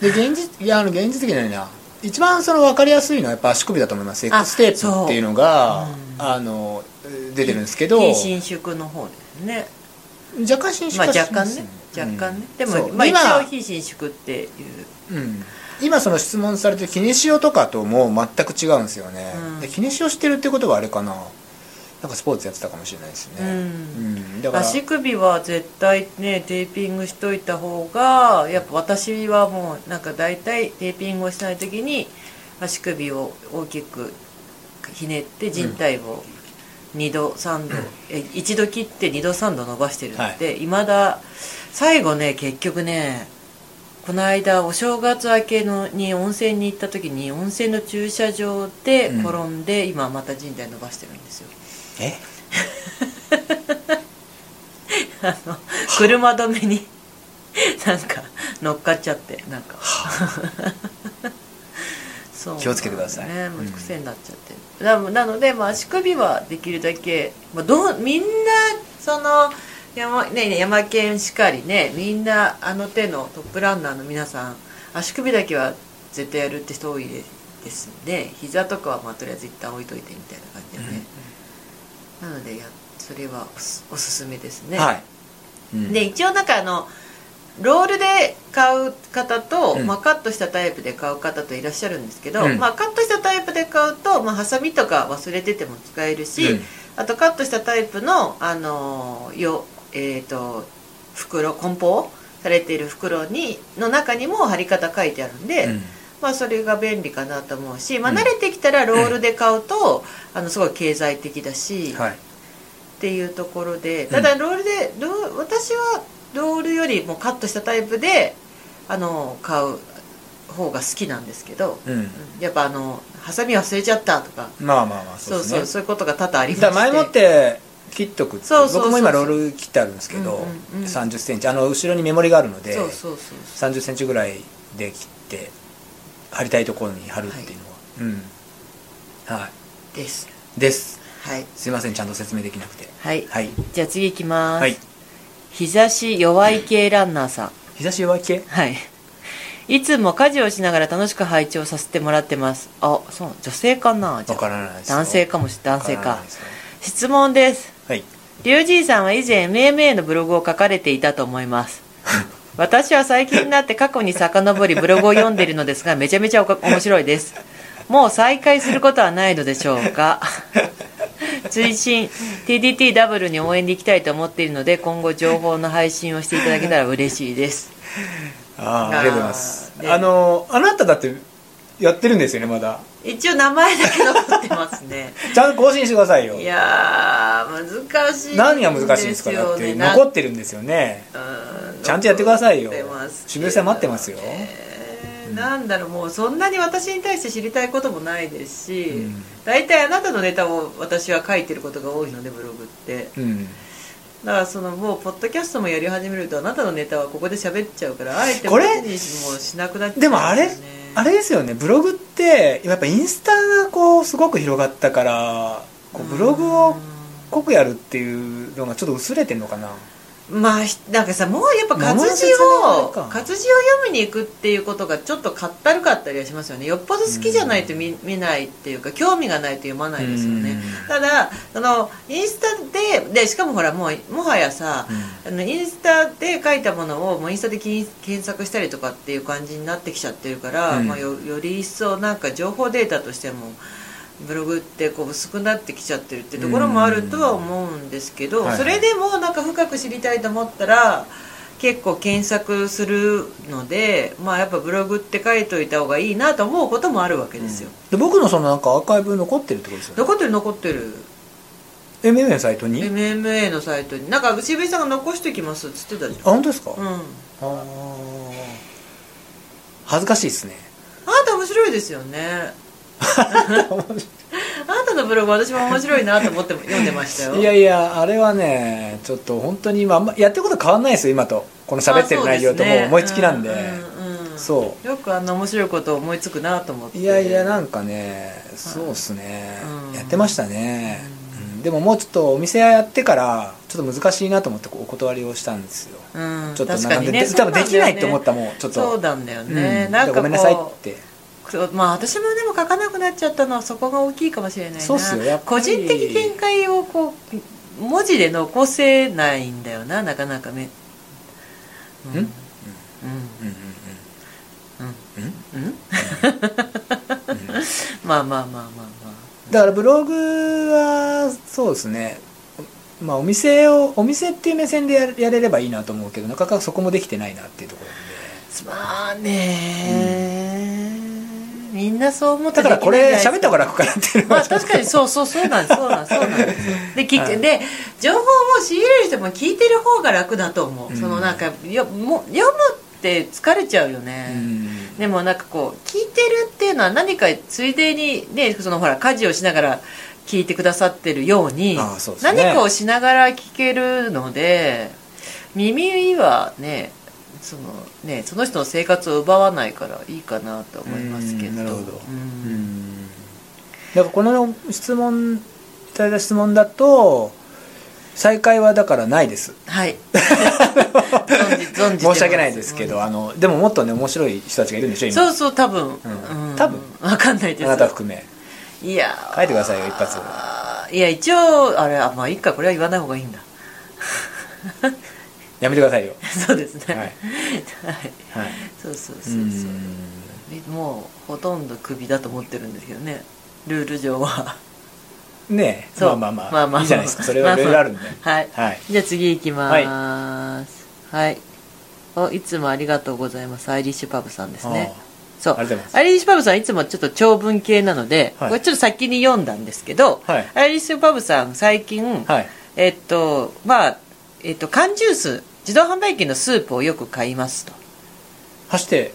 で現実いやあの現実的じゃないな一番その分かりやすいのはやっぱ足首だと思いますエあクステープっていうのがそううんあの出てるんですけど非若伸縮の方ですね干伸まあ縮はし若ま干すね若干ね、でそも、うまあ、一今応非伸縮っていううん今その質問されてるキネシオとかともう全く違うんですよね、うんでキネシオしてるってことはあれかななんかスポーツやってたかもしれないですね、うんうんだから足首は絶対ねテーピングしといた方がやっぱ私はもうなんか大体テーピングをしない時に足首を大きくひねって人体を2度3度、え1度切って2度3度伸ばしてるので、いまだ最後ね結局ねこの間お正月明けのに温泉に行った時に温泉の駐車場で転んで、今また人体伸ばしてるんですよえあの 車止めになんか乗っかっちゃってなんか そう気をつけてくださいねもううん癖になっちゃって、ななので、まあ、足首はできるだけ、まあ、どうみんなその山,、ね、山県しかりねみんなあの手のトップランナーの皆さん足首だけは絶対やるって人多いですんで膝とかはまあとりあえず一旦置いといてみたいな感じでね、なのでやそれはおすおすすめですねはい、うんで一応なんかあのロールで買う方と、うんまあ、カットしたタイプで買う方といらっしゃるんですけど、うんまあ、カットしたタイプで買うと、まあ、ハサミとか忘れてても使えるし、うんあとカットしたタイプの、あのーよえー、と袋梱包されている袋にの中にも貼り方書いてあるんで、うんまあ、それが便利かなと思うし、まあ、うん慣れてきたらロールで買うと、あのすごい経済的だし。はいっていうところでんただロールで、ロー私はロールよりもカットしたタイプであの買う方が好きなんですけど、うんうんやっぱあのハサミ忘れちゃったとかまあまあまあそそううですそうねそういうことが多々ありましてだから前もって切っとくってそうそうそうそう僕も今ロール切ってあるんですけど、うんうんうん3 0センチあの後ろに目盛りがあるのでそうそうそうそ3 0センチぐらいで切って貼りたいところに貼るっていうのは、うんはうですいですはい、すいませんちゃんと説明できなくてはいはいじゃあ次いきます、はい日差し弱い系ランナーさん日差し弱い系はい。いつも家事をしながら楽しく拝聴させてもらってます。あ、そう、女性かなじゃわあからないですよ男性かもしれない。男性わらなかいで。すよ質問です。はいリュウジーさんは以前 MMA のブログを書かれていたと思 います。私は最近になって過去に遡りブログを読んでいるのですがめちゃめちゃおか面白いです。もう再開することはないのでしょう か追伸 TDTW に応援で行きたいと思っているので今後情報の配信をしていただけたら嬉しいです。あーありがとうございますあーであのあなただってやってるんですよねまだ一応名前だけ残ってますねちゃんと更新してくださ いよいやー難しいん何が難しいんですかだっよてね残ってるんですよねうんちゃんとやってくださいよ残ってます渋谷さん待ってますよえーなんだろうもうそんなに私に対して知りたいこともないですしうん大体、あなたのネタを私は書いてることが多いのでブログってうんだからそのもうポッドキャストもやり始めるとあなたのネタはここで喋っちゃうからあえてこれ文字にしもうしなくなっちゃうでもあれ、あれですよねブログってやっぱインスタがこうすごく広がったからこうブログを濃くやるっていうのがちょっと薄れてんのかなまあひなんかさもうやっぱ活字もうを説明があるか活字を読みに行くっていうことがちょっとかったるかったりはしますよねよっぽど好きじゃないと見,、見ないっていうか興味がないと読まないですよねうんただそのインスタででしかもほらもうもはやさ、あのインスタで書いたものをもうインスタで検検索したりとかっていう感じになってきちゃってるから、うんまあ、よより一層なんか情報データとしてもブログってこう薄くなってきちゃってるってところもあるとは思うんですけど、うんはいそれでもなんか深く知りたいと思ったら結構検索するので、まあ、やっぱブログって書いといた方がいいなと思うこともあるわけですよ。で僕のそのなんかアーカイブ残ってるってことですよね残ってる残ってる MMA のサイトにあ MMA のサイトになんか渋井さんが残してきますっつってたじゃん本当ですか、うあんあー恥ずかしいですねあなた面白いですよ ねあなたのブログ私も面白いなと思っても読んでましたよいやいやあれはねちょっと本当に今あんまやってること変わんないですよ今とこの喋ってる内容ともう思いつきなんであそうですねうんうんうんそよくあんな面白いことを思いつくなと思っていやいやななんかねそうっすね、うんやってましたね、うんでももうちょっとお店やってからちょっと難しいなと思ってお断りをしたんですよ、うんちょっと確なかんで、にねで多分できないと思ったもんもんちょっとそうなんだよね、うんなんかこごうめんなさいってそうまあ私もでも書かなくなっちゃったのはそこが大きいかもしれないなそうっすよやっぱ個り人的見解をこう文字で残せないんだよななかなかねんうんうんうんうんうんうん、 うん、うんうんまあまあまあまあまだからブログはそうですねまあお店をお店っていう目線でややれればいいなと思うけどなかなかそこもできてないなっていうところなあまあね、みんなそう思っんてでだからこれ喋った方がら楽かなっていうのまはあ 確かにそうそうそうなんですそうなんですそうなんですで聞はいいで情報を仕入れる人も聞いてる方が楽だと思うう、んそのなんかよも読むって疲れちゃうよね、うんでもなんかこう聞いてるっていうのは何かついでにねそのほら家事をしながら聞いてくださってるようにああそうですね何かをしながら聞けるので耳はねそのねその人の生活を奪わないからいいかなと思いますけどうんなるほどうんうんだからこの質問いただいた質問だと再開はだからないですはい 存じ存じてま申すし訳ないですけどあのでももっとね面白い人たちがいるんでしょそう今そう多分、うんうん多分わかんないですあなた含めいやー書いてくださいよ一発いや一応あれあまあいいかこれは言わない方がいいんだ やめてくださいよそうですねはいはいはいそうそうそううそう、んもうほとんどクビだと思ってるんですけどねルール 上はねえそまうあまあまあいいじゃないですかそれはまいろいろあるんで、まあはい、はいじゃあ次行きますはい、おいつもありがとうございますアイリッシュパブさんですねそうありがとうございますアイリッシュパブさんいつもちょっと長文系なので、はいこれちょっと先に読んだんですけど、はいアイリッシュパブさん最近、あはいえっとまあえっと缶ジュース自動販売機のスープをよく買いますと走って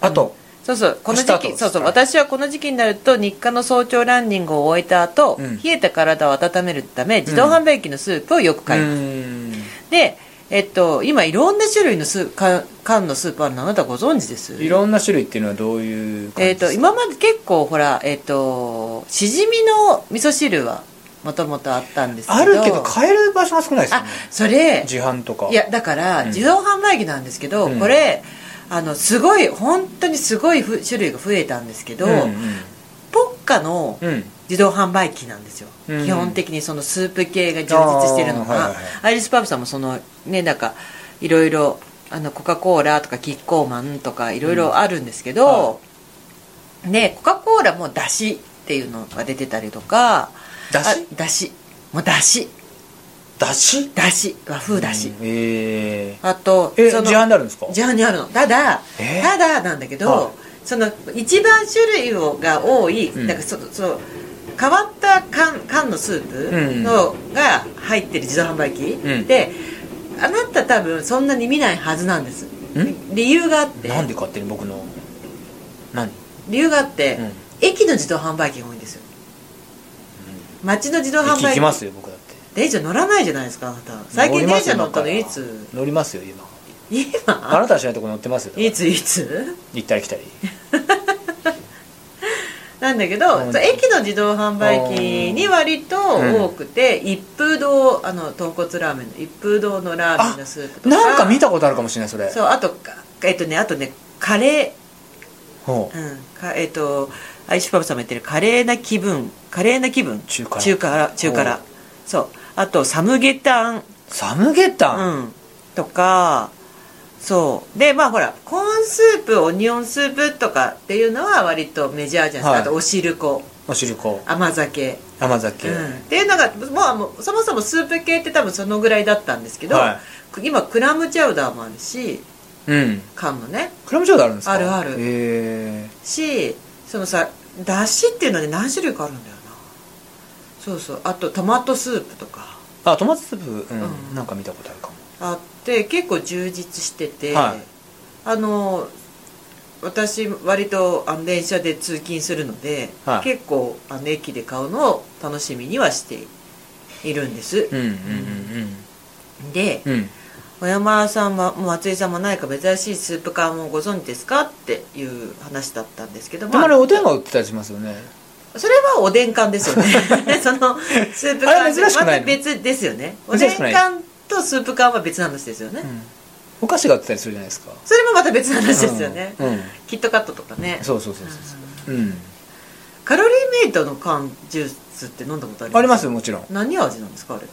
あと、そうそうこの時明日後で期すそうそうはい私はこの時期になると日課の早朝ランニングを終えた後、うん冷えた体を温めるため自動販売機のスープをよく買います、うんでえっと今いろんな種類のスー缶缶のスープあるのあなたご存知ですいろんな種類っていうのはどういう感じえでっすかと今まで結構ほらえっとしじみの味噌汁はもともとあったんですけどあるけど買える場所が少ないですよあねそれ自販とかいやだからうん自動販売機なんですけど、うんこれあのすごい本当にすごいふ種類が増えたんですけど、うんポッカのうん、うん自動販売機なんですよ、うん基本的にそのスープ系が充実してるのが、あーはいはいはいアイリス・パブさんもそのねなんかいろいろあのコカ・コーラとかキッコーマンとかいろいろあるんですけど、ねコカ・コーラもだしっていうのが出てたりとかだしあだしもうだしだしだし和風だし、うんえあとー、えその自販であるんですかジャーにあるのただ、えーただなんだけど、はいその一番種類をが多い、うんなんかそのその変わった缶缶のスープの、が入ってる自動販売機、うんであなた多分そんなに見ないはずなんですん理由があってなんで勝手に僕の何理由があって、うん駅の自動販売機が多いんですよ街の自動販駅行売き機ますよ僕だって電車乗らないじゃないですかあなた最近乗りま電すよ車乗ったの今いからつ乗りますよ今あ今なたは知らないとこ乗ってますよいついつ行ったり来たりなんだけど、うんそう駅の自動販売機に割と多くて、一風堂あの豚骨ラーメンの一風堂のラーメンのスープとかなんか見たことあるかもしれないそれそうあとかえっとねあとねカレほうー、うんかえっとアイシュパブさんも言ってるカレーな気分カレーな気分中辛中辛中お辛うそうあとサムゲタンサムゲタン、うん、とかそうでまあほらコーンスープオニオンスープとかっていうのは割とメジャーじゃないですか、はいあとお汁粉おしるこ甘酒甘酒、うんっていうのがもうもうそもそもスープ系って多分そのぐらいだったんですけど、は今クラムチャウダーもあるしうん缶もねクラムチャウダーあるんですかあるあるへえしそのさだしっていうので何種類かあるんだよなそうそうあとトマトスープとかあトマトスープ、うんうんなんか見たことあるかもあって結構充実してて、はいあの私割とあの電車で通勤するので、はい結構あの駅で買うのを楽しみにはしているんです、うんうんでうんうんうん小山さんも松井さんも何か珍しいスープ缶をご存知ですかっていう話だったんですけどたまにおでんが売ってたりしますよねそれはおでん缶ですよ ねそのスープあ缶れ珍しくないのまた別ですよねおで珍んしくない缶とスープ缶は別の話ですよね、うんお菓子が売ってたりするじゃないですかそれもまた別の話ですよね、うんうんキットカットとかねそうそうそうそうそううんカロリーメイトの缶ジュースって飲んだことありますありますよもちろん何味なんですかあれ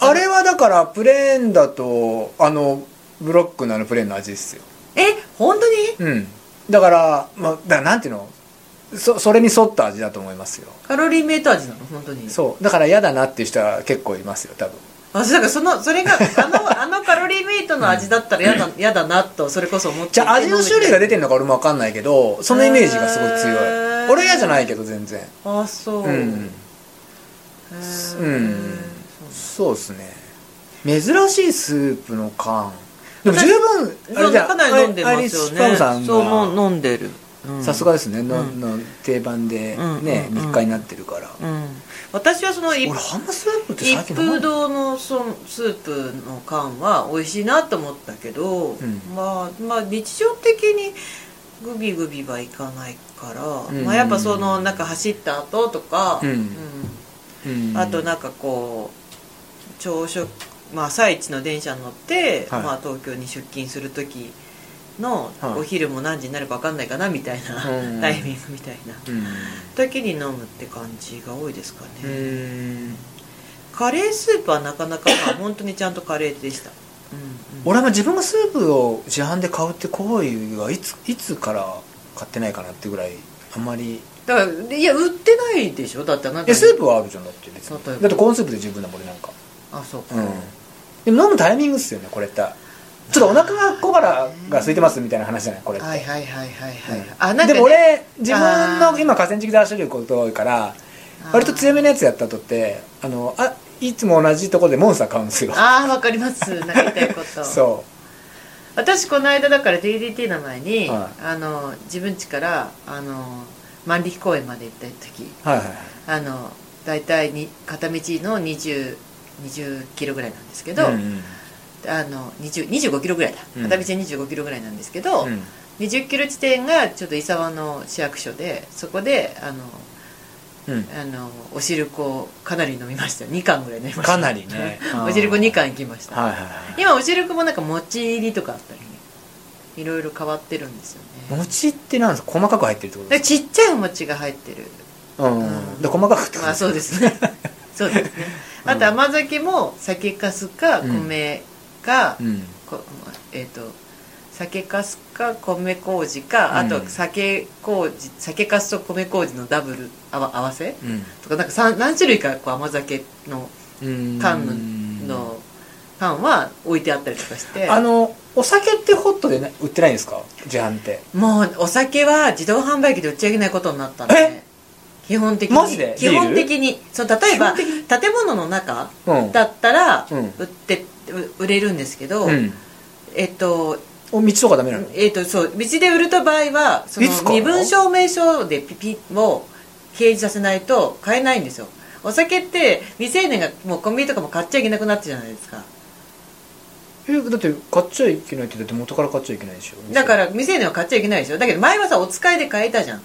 あれはだからプレーンだとあのブロックのあのプレーンの味ですよえ本当にうんだからまあだからなんていうのそそれに沿った味だと思いますよカロリーメイト味なの本当にそうだから嫌だなっていう人は結構いますよ多分私なんかそのそれがあ のあのカロリーメイトの味だったら嫌だ,、やだなとそれこそ思ってじゃあ味の種類が出ててるのか俺も分かんないけどそのイメージがすごい強いへー俺嫌じゃないけど全然あそううへんーうんそうですね珍しいスープの缶でも十分あれじゃんかなり飲んでますよねアイリス・ファムさんがそうもう飲んでるうんさすがですね、のうんの定番でうんね、うんうん日課になってるから、うん私はその一俺ハムスープって一最近飲まな風い堂のそのスープの缶は美味しいなと思ったけど、んまあまあ日常的にグビグビはいかないから、んまあ、やっぱそのなんか走った後とか、うんうんあとなんかこう朝食、まあ、朝一の電車に乗って、はいまあ、東京に出勤する時のはいお昼も何時になるか分かんないかなみたいな、うん タイミングみたいなうん時に飲むって感じが多いですかね。うんカレースープはなかなか、 まあ、本当にちゃんとカレーでした、うんうん俺も自分がスープを市販で買うって行為はいついつから買ってないかなってぐらいあんまりだからいや売ってないでしょだってあなたえスープはあるじゃんだって別例えばにだってコーンスープで十分だもん俺なんかあそうか、うんでも飲むタイミングっすよねこれってちょっとお腹が小腹が空いてますみたいな話じゃないこれって、はいはいはいはいはい、うんあなんか、ね、でも俺自分あのー今河川敷で走ることが多いから割と強めのやつやったとってあのあいつも同じところでモンスター買うんですよあーあーわかりますなんか言いたい ことそ私この間だから DDT の前に、はいあの自分家からあの万力公園まで行った時うはいはいはいあの大体に片道の20 20キロぐらいなんですけど、うんうんあの20 25キロぐらいだうん片道25キロぐらいなんですけど、うん20キロ地点がちょっと伊沢の市役所でそこであのうんあのお汁粉をかなり飲みました2缶ぐらい飲みましたかなりねあー お汁粉2缶いきました、はいはいはい今お汁粉もなんかもち入りとかあったりねいろいろ変わってるんですよね餅ってなんですか細かく入ってるってことでですちっちゃいお餅が入ってるかうん、うんで細かくってことまあそうで すねそうですねあと甘酒も酒かすか米か、うんこえっ、と酒かすか米麹かあうとん酒麹酒かすと米麹のダブルあわ合わせうんとかなんかさん何種類かこう甘酒のうん缶の缶は置いてあったりとかしてあのお酒ってホットでね売ってないんですか自販ってもうお酒は自動販売機で売っちゃいけないことになったんでえ基本的にマジで基本的にそう例えば建物の中うんだったらうん売って、う売れるんですけど、うんえっとお道とかダメなのえー、とそう道で売ると場合はそのいつから身分証明書でピピを掲示させないと買えないんですよお酒って未成年がもうコンビニとかも買っちゃいけなくなったじゃないですかえだって買っちゃいけないってだって元から買っちゃいけないでしょだから未成年は買っちゃいけないでしょだけど前はさお使いで買えたじゃんい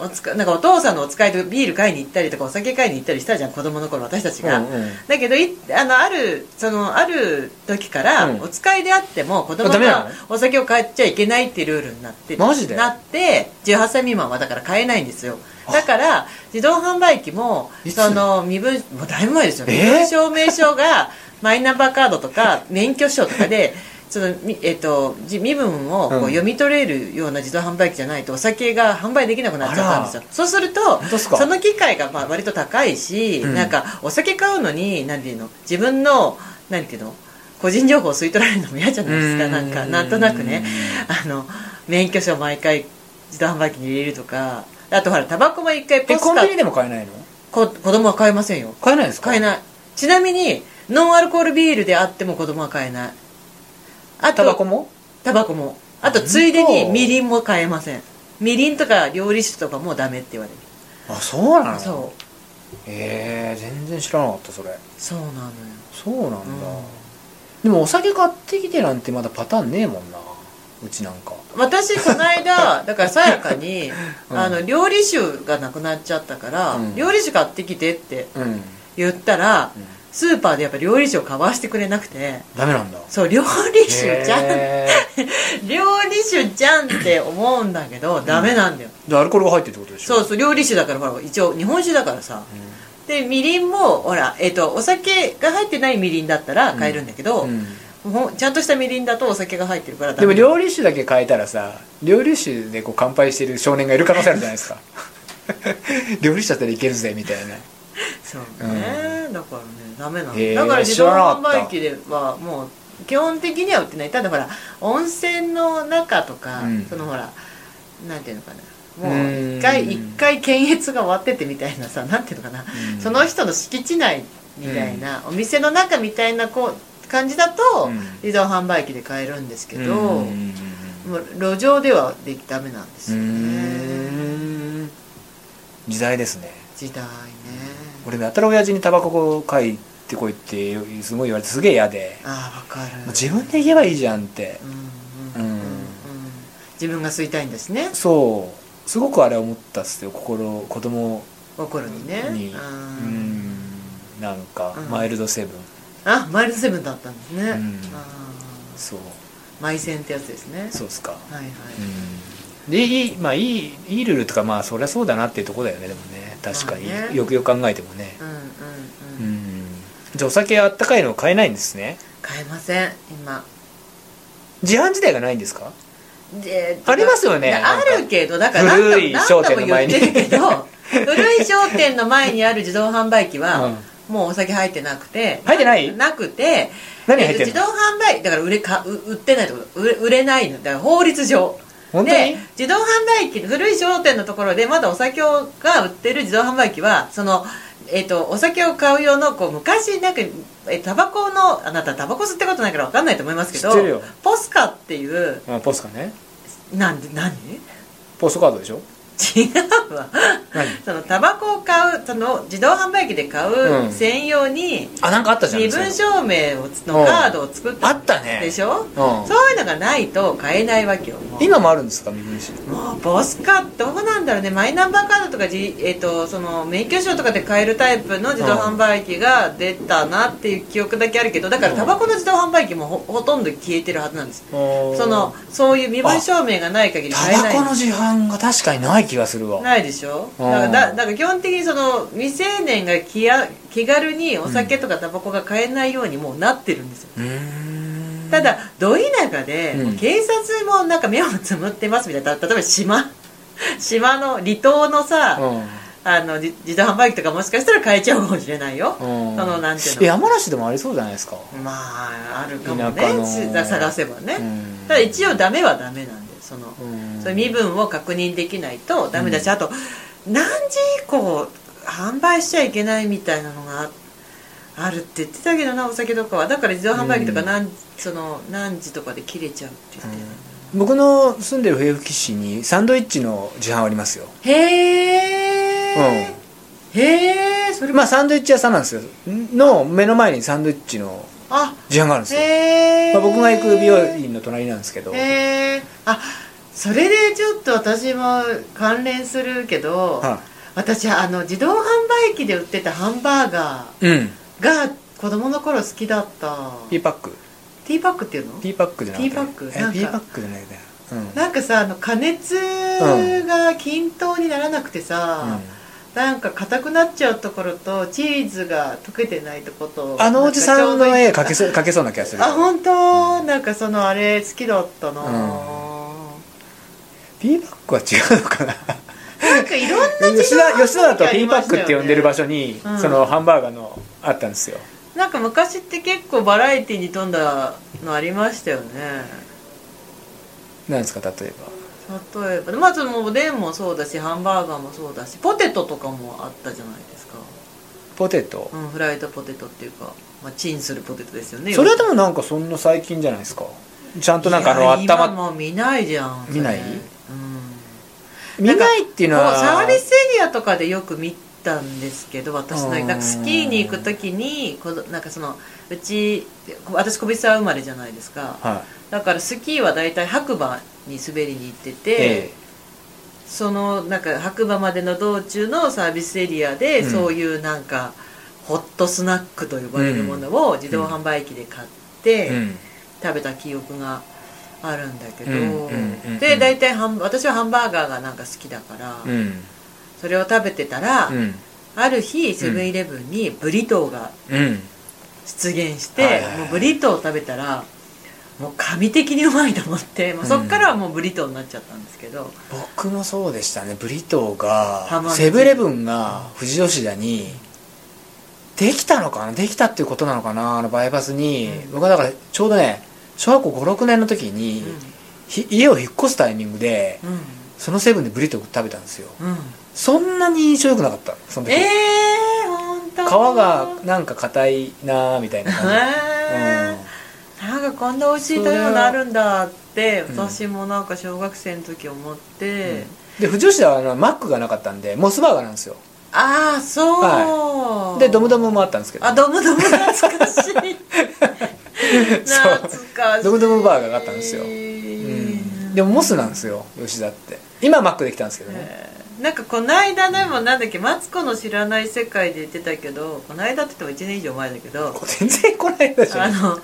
おつかなんかお父さんのお使いでビール買いに行ったりとかお酒買いに行ったりしたじゃん子供の頃私たちが、うんうんだけどいあのあるそのある時から、うんお使いであっても子供あダメながのお酒を買っちゃいけないっていうルールになってマジでなって18歳未満はだから買えないんですよだから自動販売機もいつその身分もうだいぶ前ですよえー身分証明書がマイナンバーカードと か免許証とかでそのみえっとじ身分をこううん読み取れるような自動販売機じゃないとお酒が販売できなくなっちゃったんですよあそうすると当っすかその機会がまあ割と高いし、うんなんかお酒買うのに何ていうの自分の何ていうの個人情報を吸い取られるのも嫌じゃないですかうんなんかなんとなくねあの免許証毎回自動販売機に入れるとかあとほらタバコも一回ポえスコンカビニでも買えないのこ子供は買えませんよ買えないんですか買えないちなみにノンアルコールビールであっても子供は買えないあとタバコもタバコもあとついでにみりんも買えませんみりんとか料理酒とかもダメって言われるあそうなのそうえー、全然知らなかったそれそうなのよそうなんだ、うんでもお酒買ってきてなんてまだパターンねえもんなうちなんか私こ の間だからさやかに、うんあの料理酒がなくなっちゃったから、うん料理酒買ってきてってうん、うん、言ったらスーパーでやっぱ料理酒を買わしてくれなくてダメなんだそう料理酒じゃんへ 料理酒じゃんって思うんだけどダメなんだよ、ーでアルコールが入ってるってことでしょそうそう料理酒だからほら一応日本酒だからさでみりんもほら、えっとお酒が入ってないみりんだったら買えるんだけど、うん、うんほんちゃんとしたみりんだとお酒が入ってるからダでもメ料理酒だけ変えたらさ料理酒でこう乾杯してる少年がいる可能性あるじゃないです か料理酒だったらいけるぜみたいなそうね、だからねダメなへのーだから自動知らなか販った売機ではもう基本的には売ってないただほら温泉の中とか、うんそのほらなんていうのかなうもうーん一回一回検閲が終わっててみたいなさなんていうのかな、うんその人の敷地内みたいな、お店の中みたいなこう感じだと、うん自動販売機で買えるんですけど、うんもう路上ではできダメなんでうすよねーん時代ですね時代ね俺ねやたら親父にタバコを書いてこいってすごい言われてすげえ嫌でああわかるもう自分で言えばいいじゃんってうんうんうんうんうん自分が吸いたいんですねそうすごくあれ思ったっすよ心子供心にねにううんんなんかうんマイルドセブンあマイルドセブンだったんですね、うんあーそうマイセンってやつですねそうっすかはいはうい、んでいいまあいいいいルールとかまあそりゃそうだなっていうとこだよねでもね確かに、まあねよくよく考えてもねうん、うんううんんじゃあお酒あったかいの買えないんですね買えません今自販自体がないんですかでありますよねいやなんかあるけどだから古い何度商も店の何度も前言っにてるけど 古い商店の前にある自動販売機は、うんもうお酒入ってなくて入ってないなくて何入ってんのえと自動販売だから売れかう売ってないってこと売れ売れないのだから法律上本当にで自動販売機古い商店のところでまだお酒をが売ってる自動販売機はその、えっとお酒を買う用のこう昔なんかえタバコのあなたタバコ吸ってことないから分かんないと思いますけど知ってるよポスカっていうあポスカねなんで何ポストカードでしょ違うわ何そのタバコを買うその自動販売機で買ううん専用に、あなんかあったじゃん身分そういう証明をつのカードを作っのあたったねでしうょ、んそういうのがないと買えないわけよもう今もあるんですか身分証もうボスカどこなんだろうねマイナンバーカードとかじ、えっとその免許証とかで買えるタイプの自動販売機が出たなっていう記憶だけあるけどだからタバコの自動販売機もほほとんど消えてるはずなんですそのそういう身分証明がない限り買えタなバいコの自販が確かにない気がするわないでしょだうんからだだから基本的にその未成年が気や気軽にお酒とかタバコが買えないようにもうなってるんですようーんただど田舎で、うん警察もなんか目をつむってますみたいなた例えば島 島の離島のさ、うんあのじ自動販売機とかもしかしたら買えちゃうかもしれないよ、うんそのなんていうのえ山梨でもありそうじゃないですかまああるかも田舎ねのし探せばね、うんただ一応ダメはダメなんでその、うんその身分を確認できないとダメだし、あと何時以降販売しちゃいけないみたいなのがああるって言ってたけどなお酒とかはだから自動販売機とか何,、その何時とかで切れちゃうって言って僕の住んでる笛吹市にサンドイッチの自販ありますよた、へえ、へえそれまあサンドイッチ屋さんなんですよの目の前にサンドイッチのあ自販があるんですよ、へえ、まあ、僕が行く美容院の隣なんですけどへえあそれでちょっと私も関連するけど、は私あの自動販売機で売ってたハンバーガーいうんが子供の頃好きだったティーパックティーパックっていうのティーパックじゃなくてティーパックえなんかティーパックじゃないんだようんなんかさあの加熱が均等にならなくてさ、なんか硬くなっちゃうところとチーズが溶けてないとことうんあのおじさんの絵描かけそう描けそうな気がするあ本当なんかそのあれ好きだったな、うんティーパックは違うのかななんかいろんな吉自動販売機ありましたよ田ね吉田だとティーパックって呼んでる場所に、うんそのハンバーガーのあったんですよなんか昔って結構バラエティに富んだのありましたよねなんですか例え例えばまずもうおでんもそうだしハンバーガーもそうだしポテトとかもあったじゃないですかばポテトうん、フライドポテトっていうか、まあ、チンするポテトですよねそれはでもなんかそんな最近じゃないですかちゃんとなんかあの温いや今まっもう見ないじゃんそれ見ないうん見ないっていうのこうサはービスエリアとかでよく見たんですけど私うなんんかスキーに行く時にこのなんかそのうち私小別沢生まれじゃないですかはだからスキーは大体白馬に滑りに行っててい、えそのなんか白馬までの道中のサービスエリアで、うんそういうなんかホットスナックと呼ばれるものを自動販売機で買って、えうん食べた記憶があるんだけど、うんうんうんで大体ハン私はハンバーガーがなんか好きだから、うんそれを食べてたら、うんある日セブンイレブンにブリトーがうん出現しはいて、はいはいもうブリトーを食べたらもう神的にうまいと思って、まあ、そっからはもうブリトーになっちゃったんですけど、僕もそうでしたねブリトーハマがるセブンイレブンが富士吉田にできたのかなできたっていうことなのかなあのバイパスに、うん僕はだからちょうどね小学校56年の時に、ひ家を引っ越すタイミングでうんそのセブンでブリトー食べたんですようん、うんそんなに印象良くなかったその時、ええー、本当皮がなんか硬いなーみたいな感じ、えーなんかこんな美味しい食べ物あるんだってそれはうん私もなんか小学生の時思って、うんで富士吉田はあのマックがなかったんでモスバーガーなんですよああそう、でドムドムもあったんですけどあドムドム懐 かしい懐かしいドムドムバーガーがあったんですようんでもモスなんですよ吉田って今マックできたんですけどね、えーなんかこの間でもなんだっけ「マツコの知らない世界」で言ってたけどこの間って言っても1年以上前だけどこう全然来ないでしょあの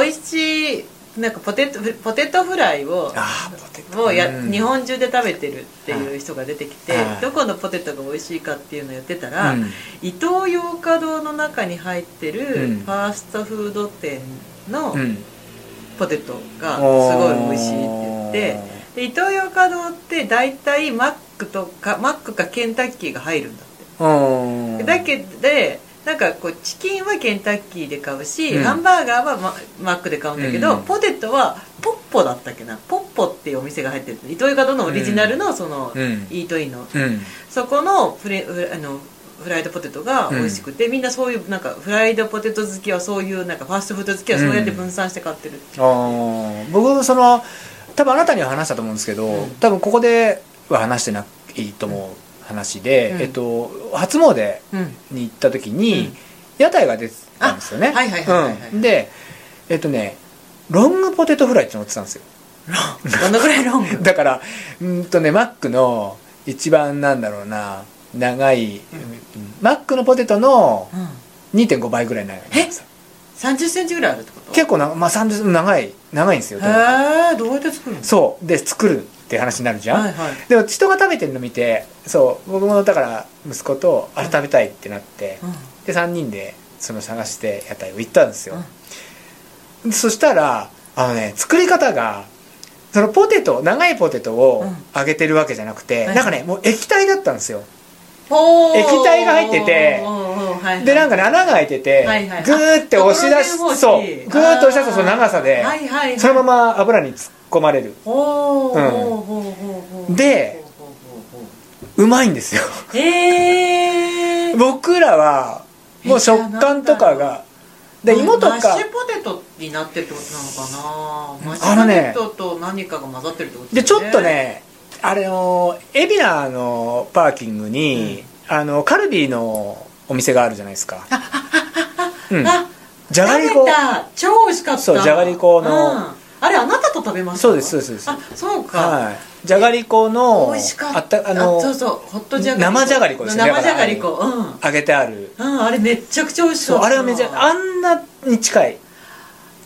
美味しいなんかポテトポテトフライをあーポテトもうや、うん日本中で食べてるっていう人が出てきて、はいどこのポテトが美味しいかっていうのをやってたうら、ん伊東洋華堂の中に入ってるうんファーストフード店のうんポテトがすごい美味しいって言って、で伊東洋華堂って大体マックとかマックかケンタッキーが入るんだって。おーうんだけでなんかこうチキンはケンタッキーで買うし、うんハンバーガーはママックで買うんだけど、うんポテトはポッポだったっけなポッポっていうお店が入ってる伊藤ガドのオリジナルのその、うんイートインのうんそこのフレフレあのフライドポテトが美味しくて、みんなそういうなんかフライドポテト好きはそういうなんかファーストフード好きはそうやって分散して買ってる、あー僕はその多分あなたには話したと思うんですけど、うん多分ここでは話してないと思う話で、うんえっと、初詣うんに行った時に、うん屋台が出てたんですよねあはいはいはいはいはいうんでえっとねロングポテトフライってのってたんですよ どのぐらいロングだからうーんとねマックの一番なんだろうな長い、うんマックのポテトのうん、 2.5倍ぐらい長いえ3 0ンチぐらいあるってこと結構な、まあ、30長い長いんですよでもへえどうやって作るのそうで作るって話になるじゃん、はいはいでも人が食べてるの見てそう僕もだから息子とあれ食べたいってなって、うんで3人でその探して屋台を行ったんですよ、そしたらあのね作り方がそのポテト長いポテトをうん揚げてるわけじゃなくて、はいなんかねもう液体だったんですよほー液体が入っててほーほーほーはいはいでなんかね穴が開いてて、はいはいグーって押し出しあところそうグてん方式ーッと押し出すとその長さで、はいはいはいそのまま油に突っ込まれるほうーんほーほーほーほーでほーほーほーほうまいんですよーへえ僕らはもう食感とかがで芋とマッシかュポテトになってるってことなのかなマッシあのュねポテトと何かが混ざってるってことでだちょよっとねあれの海老名のパーキングに、あのカルビーのお店があるじゃないですかうんあじゃがりこ食べた超美味しかったそうじゃがりこのうんあれあなたと食べましたそうですそうですそうですあそうかはいじゃがりこの美味しかあったあのそうそうホットじゃがりこ生じゃがりこですね生じゃがりこうん揚げてあるうん、あれめっちゃくちゃ美味しそかっうたあれはめちゃあんなに近い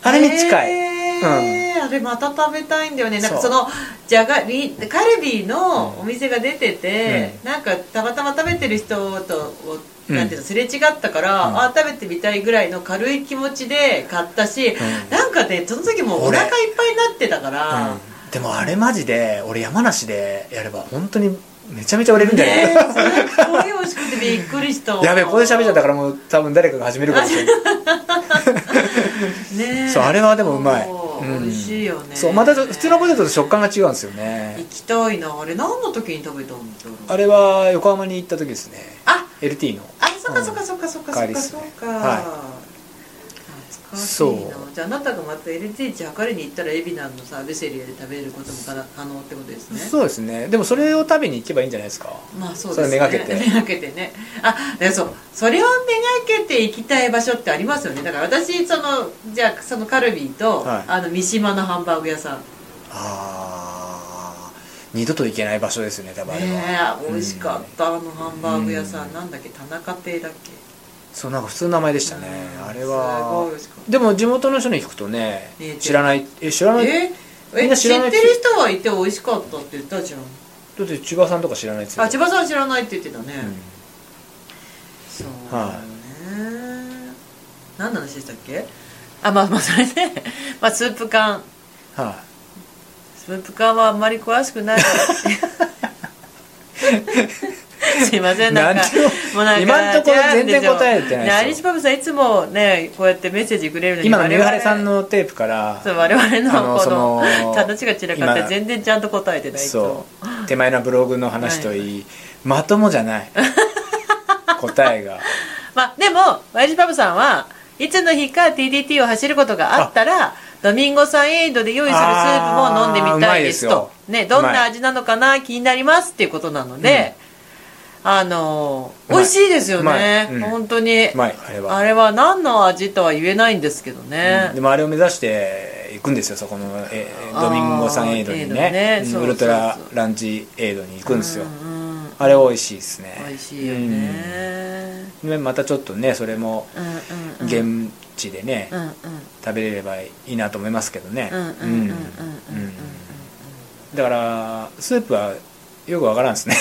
あれに近い、へーあれまた食べたいんだよねなんかそそうのじゃがりカルビーのお店が出てて、なんかたまたま食べてる人とをうんなんていうのすれ違ったから、うんあー食べてみたいぐらいの軽い気持ちで買ったし、んなんかねその時もうお腹いっぱいになってたから、うんでもあれマジで俺山梨でやれば本当にめちゃめちゃ売れるんじゃないねえすっごい美味しくてびっくりした やべえここで喋っちゃったかからもう多分誰かが始めるかもしれないら ねえそうあれはでもうまいそううん美味しいよねそうまた普通のポテトと食感が違うんですよね行きたいなあれ何の時に食べたんだろうあれは横浜に行った時ですねあ LT のあそっかそっかそっかそっかそっかそっか、は懐かしそういなじゃああなたがまた LTH 測りに行ったらエビナンのさベセリアで食べることもかな可能ってことですねそうですねでもそれを食べに行けばいいんじゃないですかまあそうですねそれめがけてめがけてねあでそうそれをめがけて行きたい場所ってありますよねだから私そのじゃあそのカルビーと、はいあの三島のハンバーグ屋さんああ二度と行けない場所ですよね多分あれねは、え美味しかっうんた、あのハンバーグ屋さん、うんなんだっけ田中亭だっけそうなんか普通の名前でしたね、うんあれすごいは美味しかっでも地元の人に聞くとね見えてる知らないえ知らたないだえみんえな知知っらないてる人はいて美味しかったって言ったじゃんって千葉さんとか知らないですよあ千葉さん知らないって言ってたね、うんそうだね、何の話でしたっけあまあまあそれで、まあ、スープ缶はい、スープ缶はあんまり詳しく ないすいませんなんかなんでも今んところ全然答えてないですよねアリシパブさんいつもねこうやってメッセージくれるのに今のメガハ我レ々さんのテープからそう我々のあのこそのの話が散らかって今全然ちゃんと答えてないとそう手前のブログの話といい、まともじゃ ない答えがまあでもワイジパブさんはいつの日か TDT を走ることがあったらドミンゴさんエイドで用意するスープも飲んでみたいですあーうまといですよね、どんな味なのかな気になりますっていうことなので、あのーうまい美味しいですよね、うまいうん本当にうまいあれはあれは何の味とは言えないんですけどね、でもあれを目指して行くんですよそこのえあードミンゴさんエイドにねエイドねうんそうそうそうウルトラランチエイドに行くんですよ、うんうんあれ美味しいですね美味しいよね、うんでまたちょっとねそれもうん、うんうん現地でね、うんうん食べれればいいなと思いますけどねうんうんうんうんうんうんうんうんだからスープはよくわからんですね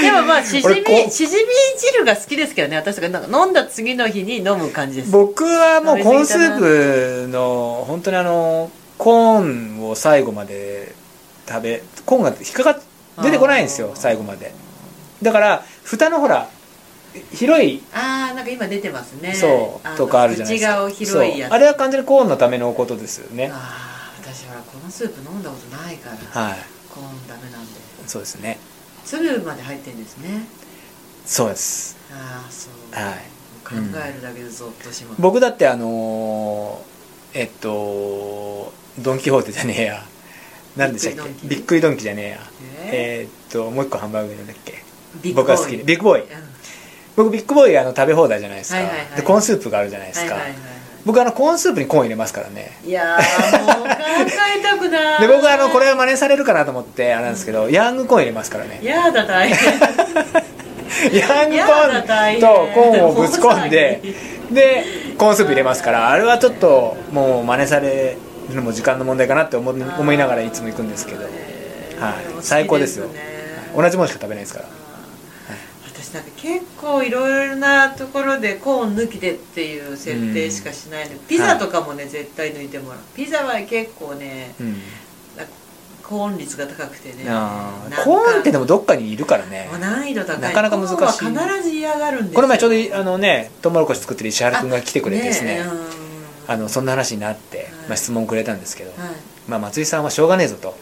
で もまあしじ俺こみうしじみ汁が好きですけどね私とかなんか飲んだ次の日に飲む感じです僕はもうコーンスープの本当にあのコーンを最後まで食べコーンが引っかかっ出てこないんですよあー最後までだから蓋のほら広いああなんか今出てますねそうのとかあるじゃないですか口が広いやつそうあれは完全にコーンのためのことですよねあー私はこのスープ飲んだことないからはいコーンダメなんでそうですね粒まで入ってんですねそうですああそう、はい考えるだけでゾッとします、僕だってあのーえっとドン・キホーテじゃねえや何でしたっけびびっっくくりドンキじゃねえやええーっともう一個ハンバーグなんだっけービッグ僕が好ボーきイでビッグボーイうん僕ビッグボーイあの食べ放題じゃないですか、はいはいはいでコーンスープがあるじゃないではすいか、はいはいは僕あのコーンスープにコーン入れますからねいいや ーもう考えたくないで僕あのこれは真似されるかなと思ってあれなんですけど、ヤングコーン入れますからねやだ大変ヤングコやだー大ン変とコーンをぶち込んででコーンスープ入れますからあれはちょっともう真似されるのも時間の問題かなって思い 思いながらいつも行くんですけど、はい、最高ですよ好きね同じものしか食べないですから私なんか結構いろいろなところでコーン抜きでっていう設定しかしないの、ピザとかもね、絶対抜いてもらうピザは結構ねうんなんかコーン率が高くてねあなんーかコーンってでもどっかにいるからねもう難易度高いなかなか難しいコーンは必ず嫌がるんですよこの前ちょうどあのねトウモロコシ作ってる石原君が来てくれてですねあねえあのそんな話になって、まあ、質問くれたんですけど、うんはいまあ、松井さんはしょうがねえぞ と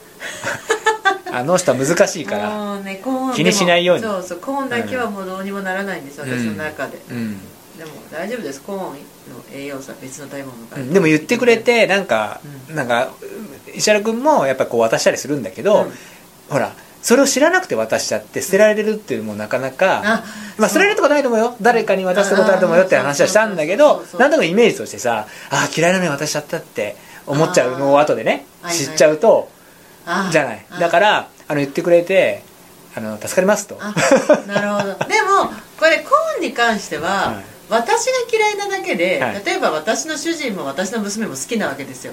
あの人は難しいから、もうねコーンでも気にしないようにそうそうコーンだけはもうどうにもならないんです、私の中で、うんでも大丈夫ですコーンの栄養素は別の食べ物かうら、んでも言ってくれてなんか、うなんか石原君もやっぱこう渡したりするんだけど、うんほらそれを知らなくて渡しちゃって捨てられるっていうのもなかなかあまあ捨てられるってことないと思うよ誰かに渡したことあると思うよって話はしたんだけそうどそうそうなんとなくイメージとしてさあー嫌いなのに渡しちゃったって思っちゃうのを後でねあーはいはい知っちゃうとあじゃないだからあの言ってくれてあの助かりますとあなるほ どでもこれコーンに関しては、はい私が嫌いなだけで、はい例えば私の主人も私の娘も好きなわけですよ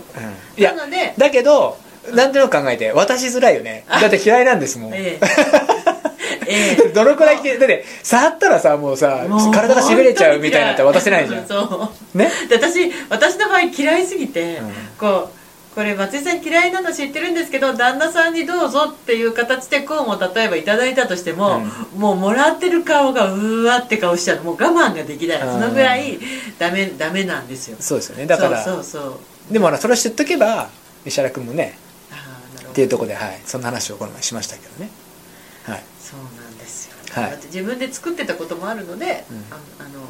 いやなので だけどなんとなく考えて渡しづらいよねだって嫌いなんですもん ええええどのくらい嫌いだって触ったらさもうさもう体がしびれちゃうみたいなって渡せないじゃんそうね で私私の場合嫌いすぎて、うんこうこれ松井さん嫌いなの知ってるんですけど旦那さんにどうぞっていう形でコーンを例えばいただいたとしても、もうもらってる顔がうーわって顔しちゃうもう我慢ができないうんそのぐらいダメダメなんですよそうですよねだからそうそうそうでもあのそれを知っとけば石原君もねああなるっほていうどところで、はい、そんな話をこの前しましたけどねはいそうなんですよはいだって自分で作ってたこともあるので、うんあのあの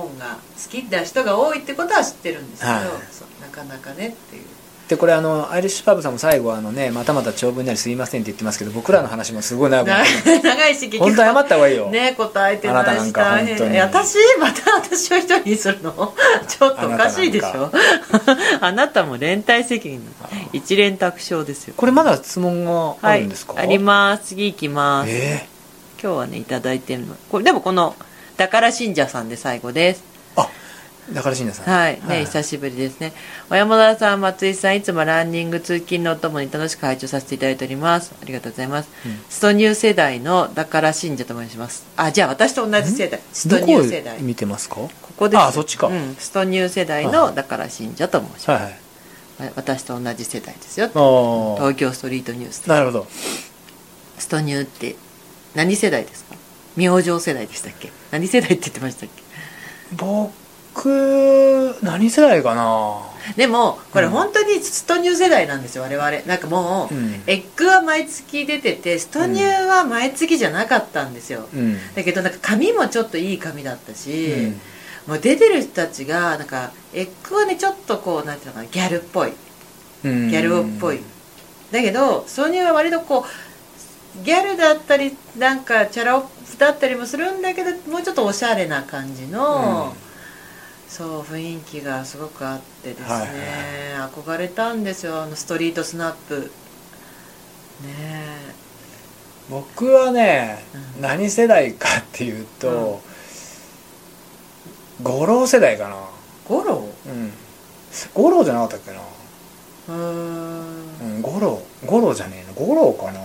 コーンが好きな人が多いってことは知ってるんですけど、はいそうなかなかねっていうでこれあのアイリッシュパブさんも最後あのねまたまた長文になりすいませんって言ってますけど僕らの話もすごい長くなってな 長いし結本当謝った方がいいよ、ね答えてなあなたいなしんか大本当変にいや私また私を一人にするの ちょっとおかしいでしょ あなたも連帯責任なの一連卓勝ですよこれまだ質問があるんですか、はい、あります次行きます、え今日はねいただいてるのこれでもこの「だから信者さん」で最後ですえあだから信也さんはいね、久しぶりですね小山田さん松井さんいつもランニング通勤のお供に楽しく拝聴させていただいておりますありがとうございます、うんストニュー世代のだから信者と申しますあじゃあ私と同じ世代ストどニこュをー世代見てますかはここですあそっちかうん、ストニュー世代はいはのいだから信者と申します、いはいわ私と同じ世代ですよあー東京ストリートニュースでなるほどストニューって何世代ですか明星世代でしたっけ何世代って言ってましたっけ僕何世代かなでもこれうん本当にストニュー世代なんですよ我々なんかもう、うんエッグは毎月出ててストニューは毎月じゃなかったんですよ、うんだけどなんか髪もちょっといい髪だったうし、んもう出てる人たちがなんかエッグはねちょっとこうなんていうのかなギャルっぽいうんギャルっぽい、だけどストニューは割とこうギャルだったりなんかチャラ男だったりもするんだけどもうちょっとおしゃれな感じの、うんそう雰囲気がすごくあってですね、はいはい憧れたんですよあのストリートスナップねえ僕はね、うん何世代かっていうと、五郎世代かな五郎うん五郎じゃなかったっけなうーんうん五郎五郎じゃねえの五郎かな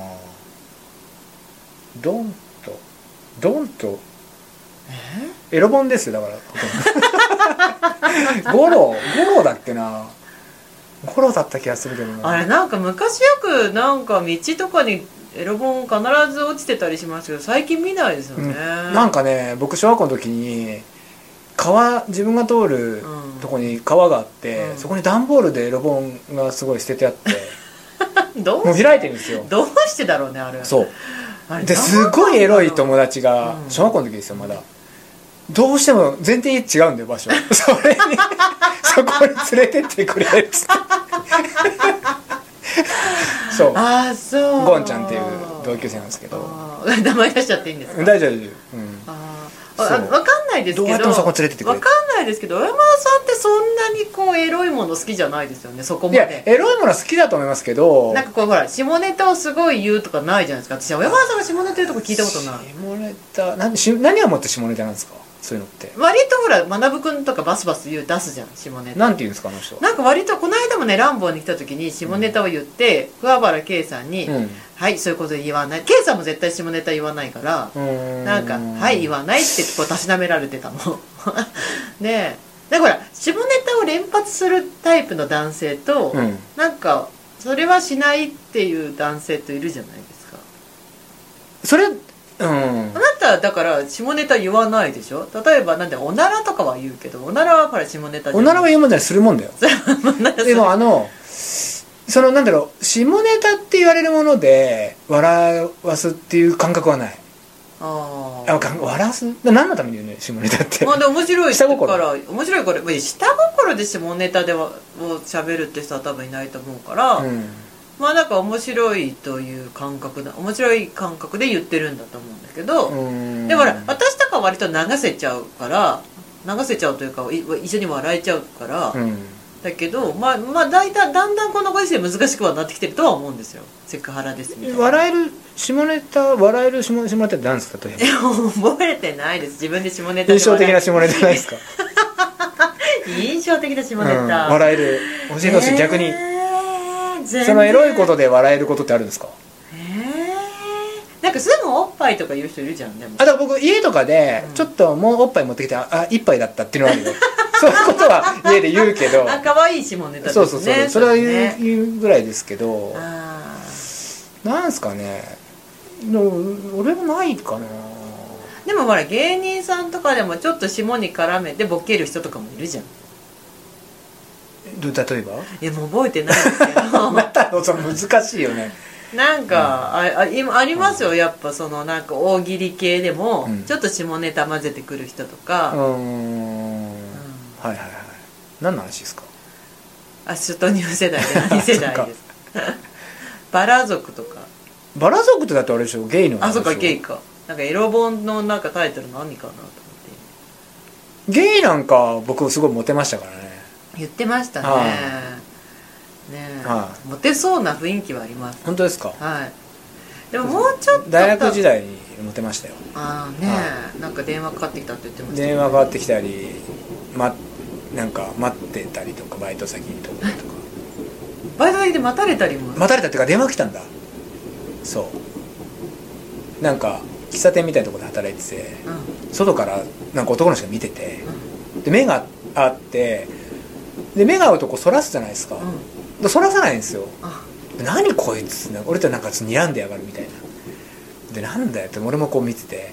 ドンとドンとエロ本ですよだから 五郎五郎だっけな五郎だった気がするけどなあれなんか昔よくなんか道とかにエロ本必ず落ちてたりしますけど最近見ないですようね、ん、なんかね僕小学校の時に川自分が通るうんとこに川があって、うんそこに段ボールでエロ本がすごい捨ててあって どうもう開いてるんですよ どうしてだろうねあれそうあれですごいエロい友達がうん小学校の時ですよまだどうしても全然違うんだよ場 所それにそこに連れてってくれっつってそうああそうゴンちゃんっていう同級生なんですけどあー 名前出しちゃっていいんですか大丈夫大丈夫、うん、あーそうあわかんないですけどどうやってもそこ連れてってくれわかんないですけど小山田さんってそんなにこうエロいもの好きじゃないですよねそこいまやでエロいものは好きだと思いますけどなんかこうほら下ネタをすごい言うとかないじゃないですか私小山田さんが下ネタ言うとこ聞いたことない下ネタなんし何をもって下ネタなんですかそういうのって割とほら学君とかバスバス言う出すじゃん下ネタなんて言うんですかあの人なんか割とこの間もねランボーに来た時に下ネタを言って、桑原圭さんに、うんはいそういうこと言わない圭さんも絶対下ネタ言わないから、なんか「はい言わわない」ってこうたしなめられてたの でだから下ネタを連発するタイプの男性と、うんなんかそれはしないっていう男性といるじゃないですかそれうんあなたはだから下ネタ言わないでしょ例えばなんでおならとかは言うけどおならはほら下ネタじゃおならは言言うもんじゃないするもんだ ようでもあのそのなんだろう下ネタって言われるもので笑わすっていう感覚はないあああかん笑わす何のために言うのよ下ネタってまあでも面白い下心から面白いからまあ下心で下ネタではを喋るって人は多分いないと思うから、うんまあなんか面白いという感覚だ面白い感覚で言ってるんだと思うんだけど、うんでもほら私とかは割と流せちゃうから流せちゃうというかい一緒に笑えちゃうから、うんだけどまあまあ大体だんだんこのご時世難しくはなってきてるとは思うんですよセクハラですみたいな笑える下ネタ笑える下下ネタって何ですかといや覚えてないです自分で下ネタで印象的な笑下ネタないですかう印象的な下ネタ、うん、笑える教えてほしい、逆にえー全然そのエロいことで笑えることってあるんですかえーなんかすぐおっぱいとか言う人いるじゃんでもあだから僕家とかでうんちょっともうおっぱい持ってきてああ一杯だったっていうのはあるよ そういうことは家で言うけどあ可愛い下ネタですそねうそうそうそれは言うね言うぐらいですけどあなんすかねでも俺もないかなーでもほら芸人さんとかでもちょっと下に絡めてボケる人とかもいるじゃんいど例えばやもう覚えてないですけど あなたのその難しいよねなんか、ああ今ありますよやっぱそのなんか大喜利系でも、うんちょっと下ネタ混ぜてくる人とか、うーんはいはいはい何の話ですかあ首都ニュー世代で何世そっ代かですかバラ族とかバラ族ってだってあれでしょゲイのあ話でそしっょかゲイかなんかエロ本のなんかタイトル何かなと思ってゲイなんか僕すごいモテましたからね言ってましたねはねえ、はモテそうな雰囲気はあります本当ですかはいでももうちょっと大学時代にモテましたよああねえなんか電話かかってきたって言ってましたね電話かかってきたり、ま、なんか待ってたりとかバイト先にとかとかバイト先で待たれたりも、待たれたっていうか電話来たんだそうなんか喫茶店みたいなところで働いててうん外からなんか男の人が見ててで目があってで目が合うとこうそらすじゃないですか、うんうんでそらさないんですよあで何こいつなんか俺となんかちょっと睨んでやがるみたいなでなんだよって俺もこう見てて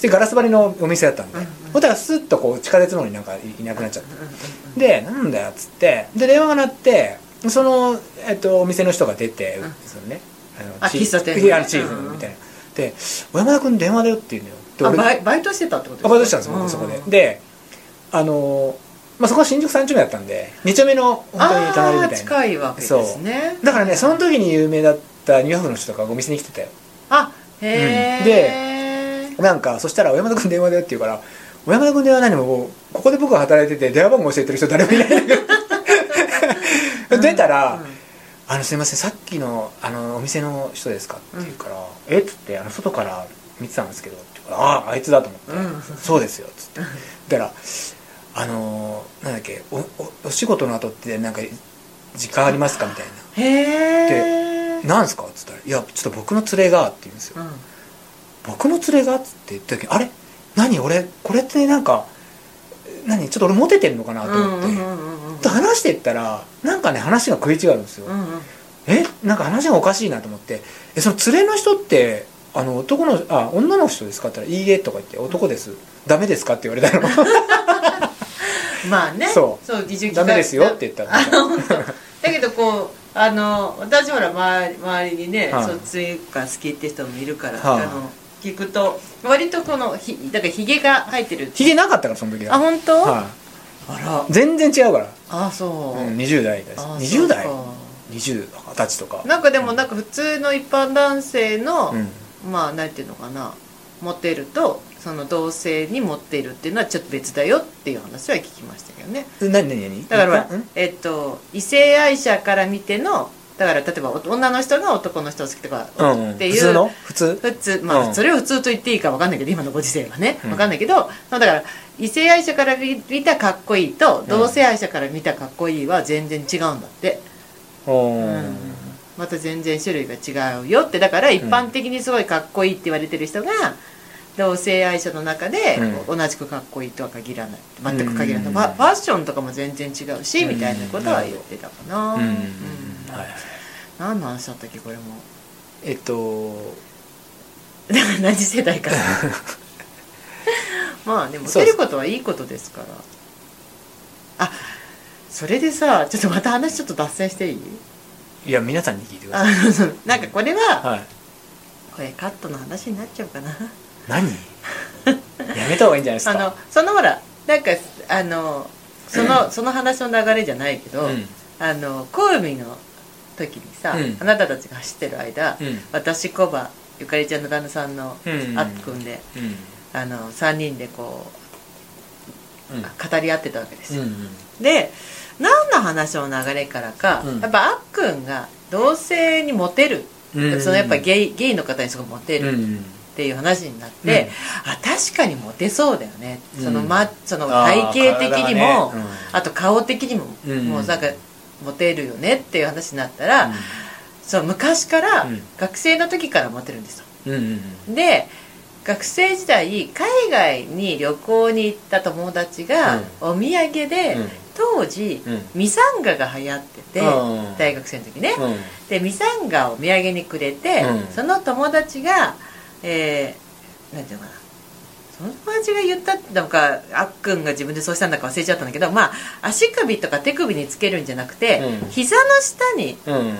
でガラス張りのお店だったんで、うんうんほんたらスッとこう地下鉄の方になんかいいなくなっちゃってうんうんうんでなんだよっつってで電話が鳴ってその、えっと、お店の人が出て、うんそのねあのあチ喫茶店のいやチーズうんうんみたいな、で「小山田君電話だよ」って言うのよであ俺バイバイトしてたってことアパートしたんですよ、僕そこでであのーまあ、そこは新宿3丁目だったんで2丁目の本当にあ隣みたいなあー近いわけですねだからねその時に有名だったニューハーフの人とかお店に来てたよあへうんえ、なんかそしたら「小山田君電話だよ」って言うから「小山田君電話何ももうここで僕が働いてて電話番号教えてる人誰もいないんだ けど出たら、あのすいませんさっきのあのお店の人ですか?」って言うから「えっ?」つってあの外から見てたんですけどって言うからあああいつだと思ってうんうん「そうですよ」つってだからあのーなんだっけおおお仕事の後ってなんか時間ありますかみたいへえな「なんすか?」っつったら「いやちょっと僕の連れが」って言うんですようん「僕の連れが?」っつって言った時あれ何俺これってなんか何ちょっと俺モテてんのかなと思って、うんうんうんうんと話してったらなんかね話が食い違うんですよ、うんうんえなんか話がおかしいなと思って「えその連れの人ってあの男のあ女の人ですか?」って言ったら「いいえ」とか言って「男です」ダメですか?」って言われたの 「まあねそうそう技術ダメですよ」って言ったらだけどこうあの私ほら周り周りにね、はいそう追加好きって人もいるから、はいあの聞くと割とこのひだからひげが生えてるひげなかったからその時はあ本当、はあらい、全然違うから、あそう、うん、20代ですあ20代そう20歳とかかなんかでもなんか普通の一般男性の、うんまあなんていうのかなモテるとその同性にモテるっていうのはちょっと別だよっていう話は聞きましたけどね何何何だからほらんえっと異性愛者から見てのだから例えばお女の人が男の人を好きとかうんうんっていう普通の普通普通まうあんそれを普通と言っていいか分かんないけど今のご時世はねうん分かんないけど、まあだから異性愛者から見たかっこいいと同性愛者から見たかっこいいは全然違うんだって、おうーんまた全然種類が違うよってだから一般的にすごいかっこいいって言われてる人が同性愛者の中でうんこう同じくかっこいいとは限らない全く限らない、うんファファッションとかも全然違うし、みたいなことは言ってたかな、うんうんはい何の話だったっけこれも えっとだから何 世代からまあでもそう出ですることはいいことですからあそれでさちょっとまた話ちょっと脱線していいいや皆さんに聞いてくだあさいのなんかこれははいこれカットの話になっちゃうかな何 やめた方がいいんじゃないですあかのそのほらなんかあのそのその話の流れじゃないけど、うんあの小海の時にさ、うんあなたたちが走ってる間、うん私コバゆかりちゃんの旦那さんのアうんップ組んで、うんあの3人でこううん語り合ってたわけですうよ、んうんで何の話の流れからか、うんやっぱあっくんが同性にモテる、うんそのやっぱゲイゲイの方にすごいモテるっていう話になって、あ確かにモテそうだよね、うんそのま、その体型的にもああ,、ー体がねと顔的にも、うんもうなんかモテるよねっていう話になったら、そう昔から、うん学生の時からモテるんですようんうんで学生時代海外に旅行に行った友達が、お土産で、うん当時、うんミサンガが流行ってて、うん大学生の時ね、うんでミサンガをお土産にくれて、うんその友達がえー、なんていうのかなその友達が言ったのかあっくんが自分でそうしたんだか忘れちゃったんだけどまあ足首とか手首につけるんじゃなくて、うん膝の下にうん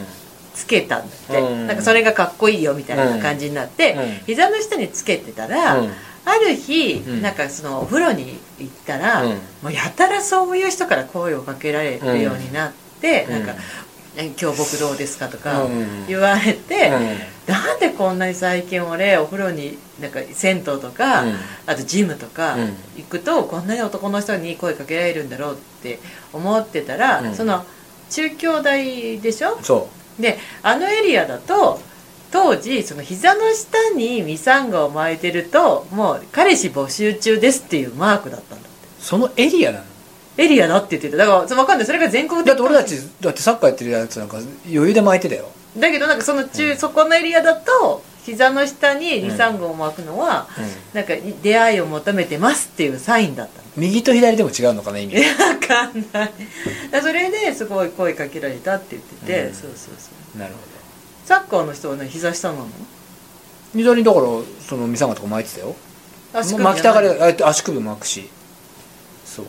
つけたんだって、うんなんかそれがかっこいいよみたいな感じになって、うん膝の下につけてたら、うんある日、んなんかそのお風呂に行ったら、うんもうやたらそういう人から声をかけられるようになって、うんなんか「え今日僕どうですか?」とかうん言われて、うんなんでこんなに最近俺お風呂になんか銭湯とか、うんあとジムとかうん行くと、こんなに男の人に声かけられるんだろうって思ってたら、うんその中京大でしょそであのエリアだと当時その膝の下にミサンガを巻いてるともう彼氏募集中ですっていうマークだったんだっうそのエリアなのてエリアだって言ってただから分かんないそれが全国的だって俺たちだってサッカーやってるやつなんか余裕で巻いてたよだけどなんかその中、うんそこのエリアだと膝の下にミサンガを巻くのは、なんか出会いを求めてますっていうサインだったの右と左でも違うのかな意味いやわかんないだそれですごい声かけられたって言ってて、うんそうそうそうなるほどサッカーの人はね膝下なの左にだからそのミサンガとか巻いてたよ足首じゃない巻きたがりあえっと足首巻くしそう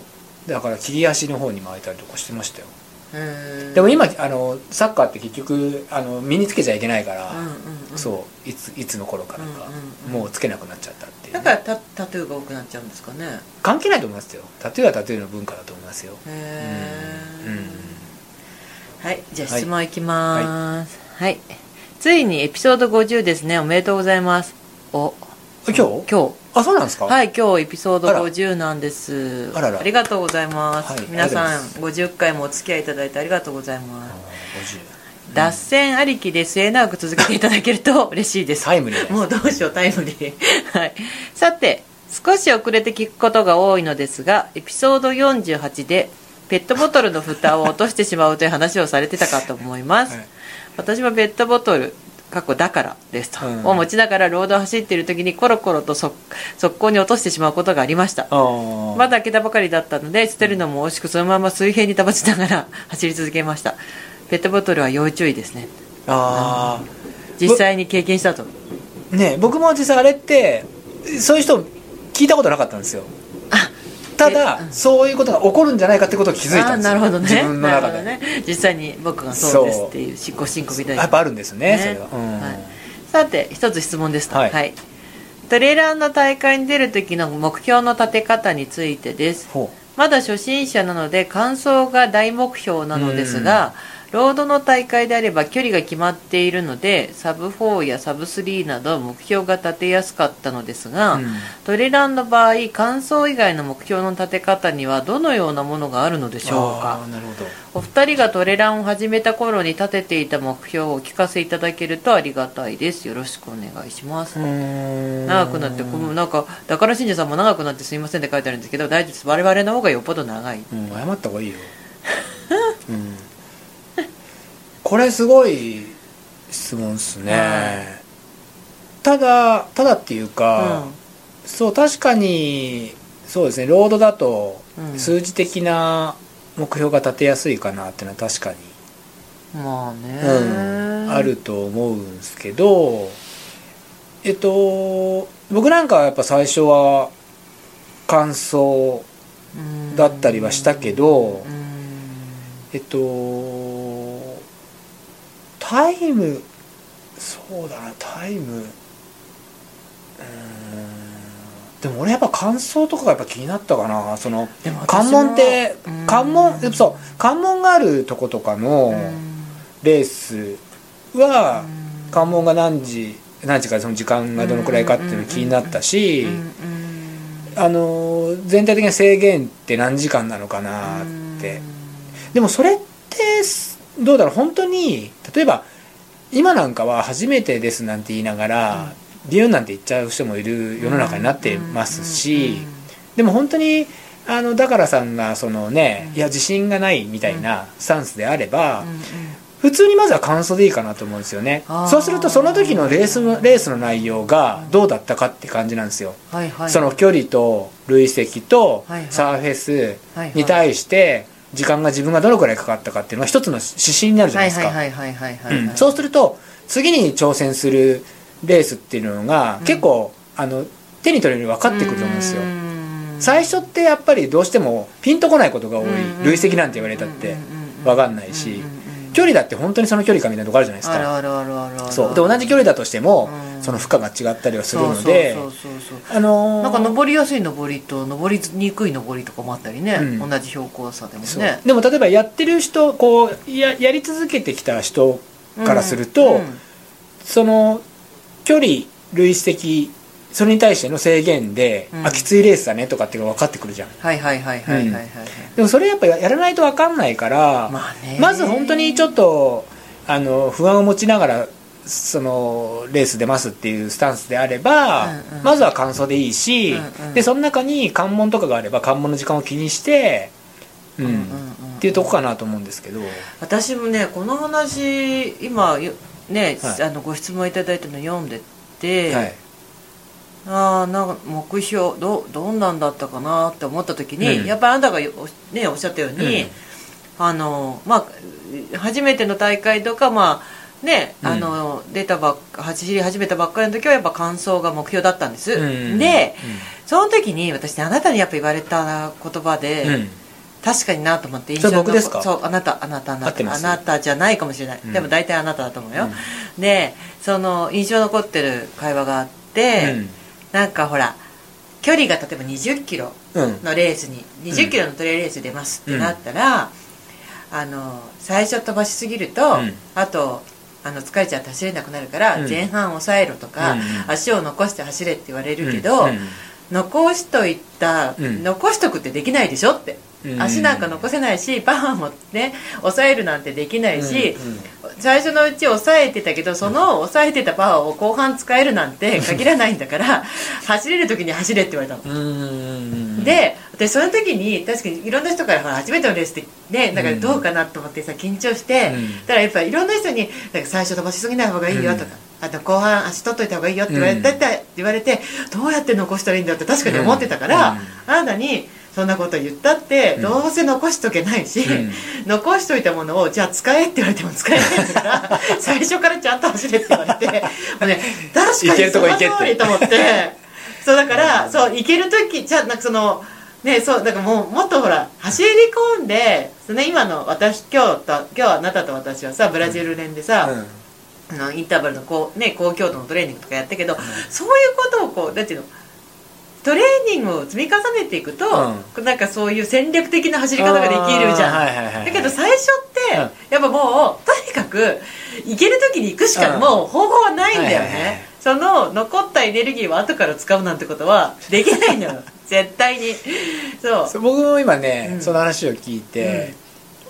だから切り足の方に巻いたりとかしてましたようーんでも今あのサッカーって結局あの身につけちゃいけないから、うんうんうん、そういついつの頃からか、うんうんうんもうつけなくなっちゃったっていうだね、からタタトゥーが多くなっちゃうんですかねへ関係ないと思いますよタトゥーはタトゥーの文化だと思いますよえ、うんうんはいじゃあはい質問いきますはい、ついにエピソード50ですねおめでとうございますお今日今日あそうなんですかはい今日エピソードあら50なんですあららりがとうございます、はい皆ありさがんとう50回もお付き合いいただいてありがとうございまあす、ー脱線ありきで末永く続けていただけると嬉しいで50すタイムリーですもうどうしようタイムリー、 はい、さて少し遅れて聞くことが多いのですがエピソード48でペットボトルの蓋を落としてしまうという話をされてたかと思います、はい私もペットボトル過去だからですと、うんを持ちながらロードを走っている時にコロコロと速速攻に落としてしまうことがありましたあーまだ開けたばかりだったので捨てるのも惜しくそのまま水平に保ちながら 走り続けましたペットボトルは要注意ですねあ実際に経験したとーね僕も実際あれってそういう人聞いたことなかったんですよただ、えうそういうことが起こるんじゃないかってことを気づいたんですよあーなるほどね自分の中で、なるほどね、実際に僕がそうですそうっていう執行申告いただいてやっぱあるんですねそれは、うんはい、さて一つ質問ですとはいトレーラーの大会に出る時の目標の立て方についてですほまだ初心者なので完走が大目標なのですが、ロードの大会であれば距離が決まっているのでサブ4やサブ3など目標が立てやすかったのですが、うんトレランの場合完走以外の目標の立て方にはどのようなものがあるのでうしょうあかーなるほどお二人がトレランを始めた頃に立てていた目標をお聞かせいただけるとありがたいですよろしくお願いします、長長くなってこのなんか「だから信者さんも長くなってすいません」って書いてあるんですけど大丈夫です我々の方がよっぽど長いうん、謝った方がいいよ、うん、これすごい質問っすね、はただただっていうか、うそう確かにそうですねロードだとうん数字的な目標が立てやすいかなっていうのは確かに、ん、まあね、うん、あると思うんですけどえっと僕なんかはやっぱ最初は感想うんだったりはしたけど、うんえっとタイムそうだなタイムうーんでも俺やっぱ感想とかがやっぱ気になったかなそのでも私関門ってうん関門そう関門があるとことかのレースはうん関門が何時何時からその時間がどのくらいかっていうの気になったしうんうんあの全体的な制限って何時間なのかなってでもそれってすどうだろう本当に例えば今なんかは初めてですなんて言いながら、ビューンなんて言っちゃう人もいる世の中になってますし、うんうんでも本当にあのだからさんがそのね、うんいや自信がないみたいなスタンスであれば、うんうん普通にまずは感想でいいかなと思うんですよねあーそうするとその時のレースのレースの内容がどうだったかって感じなんですよ、はいはいその距離と累積とはいはいサーフェスはいはいに対して時間が自分がどのくらいかかったかっていうのは一つの指針になるじゃないですはかいはいはいはういはいんはいそうすると次に挑戦するレースっていうのがうん結構、あの手に取れるように分かってくると思うんですようん最初ってやっぱりどうしてもピンとこないことが多いうん累積なんて言われたってうんうんうんうん分かんないしうんうんうん距離だって本当にその距離感みたいなとこあるじゃないですあるかあるあるあるあるそうで同じ距離だとしても、うんその負荷が違ったりはするのでそうそうそうそうあのーなんか登りやすい登りと登りにくい登りとかもあったりね、うん同じ標高差でもそうねでも例えばやってる人こうややり続けてきた人からすると、うんうんその距離累積それに対しての制限で、うんあきついレースだねとかっていうのが分かってくるじゃんはいはいはいはいはいはいはい、でもそれやっぱやらないと分かんないから、まあねまず本当にちょっとあの不安を持ちながらそのレース出ますっていうスタンスであれば、うんうんまずは完走でいいし、うんうんでその中に関門とかがあれば関門の時間を気にして、うんうんうんうんっていうとこかなと思うんですけど、私もねこの話今よね、はいあのご質問いただいたの読んでて、はいああなんか目標どどんなんだったかなって思った時に、うんやっぱりあなたがよお,、ね、おっしゃったように、うんあのまあ初めての大会とかまあね、うんあの出たばっか走り始めたばっかりの時はやっぱ完走が目標だったんです、うんで、その時に私ねあなたにやっぱ言われた言葉で、うん確かになと思って印そ象れ僕ですかそうあなたあなたあ合なってたまあすなたじゃないかもしれない、うんでも大体あなただと思うよ、でその印象残ってる会話があって、なんかほら距離が例えば2 0キロうんうんのレースに2 0キロのトレイルレース出ますってなったら、あの最初飛ばしすぎるうと、んあとあの疲れちゃって走れなくなるから、うん前半抑えろとか、うんうん足を残して走れって言われるけど、うんうん残しといった、うん残しとくってできないでしょって、うん足なんか残せないしパワーもね抑えるなんてできないし、う最初のうち抑えてたけどその抑えてたパワーを後半使えるなんて限らないんだから 走れる時に走れって言われたの。うんうんで私その時に確かにいろんな人からほら初めてのレースってねだからどうかなと思ってさ緊張して、うんだからやっぱりいろんな人に「なんか最初飛ばしすぎない方がいいよ」とうか。んあと後半足取っといた方がいいよって言われ,、うんだって言われてどうやって残したらいいんだって確かに思ってたから、うんあなたにそんなこと言ったってうんどうせ残しとけないし、うん残しといたものをじゃあ使えって言われても使えないから最初からちゃんと走れって言われてもう、ね、確かいけにるそとこの行通けってりと思って。そうだから、そう行ける時じゃあなんかそのねそうだからもうもっとほら走り込んで、その今の私今日と今日あなたと私はさブラジル連でうさ、んあのインターバルのこうね高強度のトレーニングとかやったけど、そういうことをこうなんていうのトレーニングを積み重ねていくと、なんかそういう戦略的な走り方ができるじゃん。あーはいはいはいだけど最初って、うんやっぱもうとにかく行ける時に行くしかうんもう方法はないんだよはいはいはいね、その残ったエネルギーを後から使うなんてこ とはできないのよ絶対にそうそう僕も今ね、うんその話を聞いて、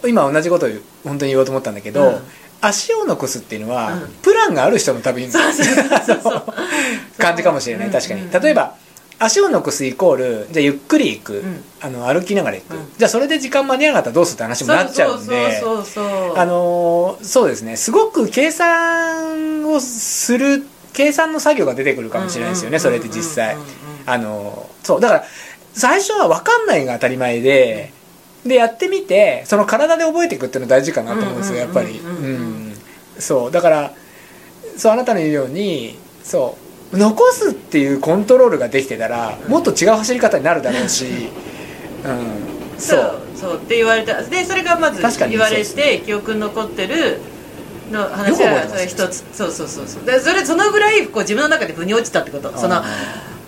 今同じことを本当に言おうと思ったんだけど、うん足を残すっていうのは、うんプランがある人のためにそうそうそうそう感じかもしれないうん確かに、うん例えば足を残すイコールじゃあゆっくり行く、うんあの歩きながら行く、うんじゃあそれで時間間に合わなかったらどうするって話もなっちゃうんでそうそうそうそうあのーそうですねすごく計算をする計算の作業が出てくるかもしれないですよね、それって実際、うんうんうんうんうんあのそうだから最初は分かんないが当たり前で、でやってみてその体で覚えていくっていうの大事かなと思うんですようやんっうんうぱんうんりうんそうだからそうあなたの言うようにそう残すっていうコントロールができてたらもっと違う走り方になるだろうし、うん、 そそううそうって言われたでそれがまず確かに言われそうて記憶に残ってるの話よく覚えがてまそすれね一つそうそうそうそうでそれそのぐらいこう自分の中で腑に落ちたってことそのあ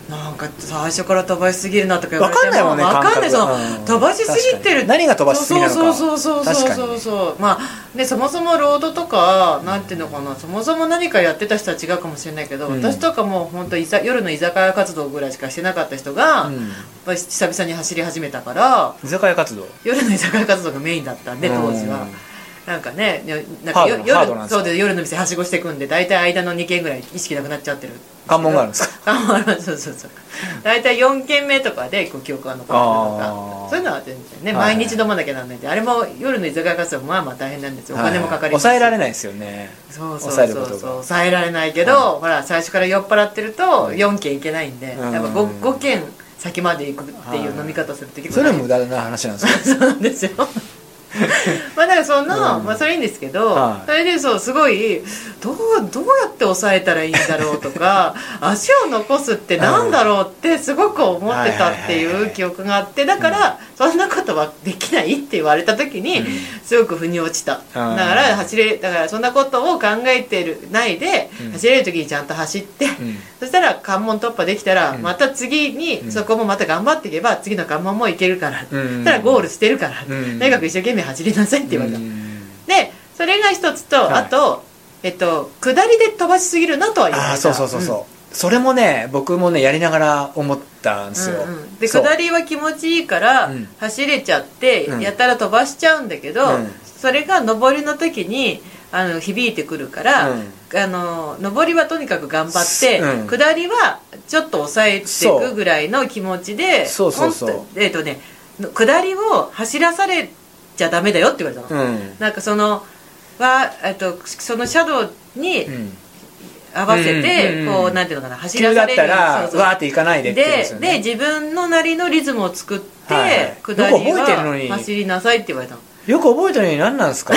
なんか最初から飛ばしすぎるなとか言われてわかんないもんねわかんな感いそ覚のうん飛ばしすぎ確てかるに何が飛ばしすぎなのかそうそうそうそうそう確そかうにそうまあでそもそもロードとかなんていうのかなそもそも何かやってた人は違うかもしれないけど、うん私とかもう本当居酒夜の居酒屋活動ぐらいしかしてなかった人が、うやっんぱり久々に走り始めたから居酒屋活動夜の居酒屋活動がメインだったんで当時はうん。なんかね、よなんかよハードなハードなんで夜すかそうで夜の店はしごしてくんで大体間の2軒ぐらい意識なくなっちゃってる関門があるんですかあまあそうそうそう大体4軒目とかでこう記憶が残ってるとあかーそういうのは全然ねはいは毎い日飲まなきゃなんないんで、あれも夜の居酒屋活動もまあまあ大変なんですよお金もかかりますし抑えられないですよねそうそうそ抑うえることそうが抑えられないけど、はほら最初から酔っ払ってると4軒行けないんで、うんやっぱ 5, 5軒先まで行くっていう飲み方すると結構それ大も変無駄な話なんですよ そうなんですよまあだからその、うんまあそれいいんですけど、はいそれでそうすごいどうどうやって抑えたらいいんだろうと か足を残すってなんだろうってすごく思ってたってはいはいはいいはうい記憶があってだから、そんなことはできないって言われた時に、うんすごく腑に落ちた、うんだから走れだからそんなことを考えてるないで、うん走れる時にちゃんと走って、うんそしたら関門突破できたら、うんまた次にんそこもまた頑張っていけば次の関門もいけるから、うんそしたらゴールしてるから、うんとにかく一生懸命走りなさいって言われた、うんでそれが一つと、はいあと、えっと、下りで飛ばしすぎるなとは言われあたあそうそうそうそう、それもね僕もねやりながら思ったんですよ、うんうんでそう下りは気持ちいいからうん走れちゃって、うんやたら飛ばしちゃうんだけど、うんそれが上りの時にあの響いてくるから、うんあの上りはとにかく頑張って、うん下りはちょっと抑えていくぐらいの気持ちでそうそうそうそうほんとえっ、とね下りを走らされちゃダメだよって言われたの、うんなんかそのはえっとそのシャドウにうん合わせて、うんこううんなんていうのかな走ら急ださっれるたらそうそうわーっていかないででってことですよでね自分のなりのリズムを作って、はい下よくり覚えてるのはに走りなさいって言われたのよく覚えたのに何なんですか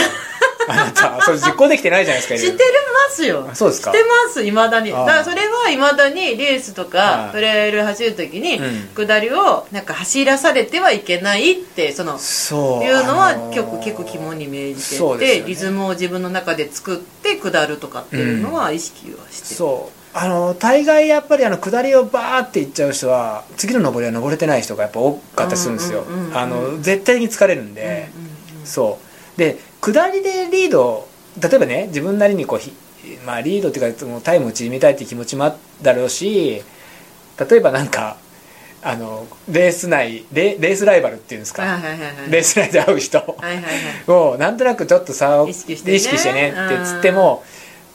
あなたそれ実行できてないじゃないですか知ってますよあそうですか知ってますいまだにだああからそれはいまだにレースとはかいトレイル走る時に、うん下りをなんか走らされてはいけないってそのそういうのはあー結構結構肝に銘じてて、そうですよねリズムを自分の中で作って下るとかっていうのは意識はしてる、そうあの大概やっぱりあの下りをバーって行っちゃう人は次の上りは登れてない人がやっぱ多かったりするんですようんうんうんうんあの絶対に疲れるんうんうんうんで、そうで下りでリード例えばね自分なりにこうひ、まあ、リードっていうかもうタイムを縮めたいっていう気持ちもあっただろうし例えばなんかあのレース内レレースライバルっていうんですはいはいかはいはいレース内で会う人はいはいはいをなんとなくちょっと差を意識してねねってつっても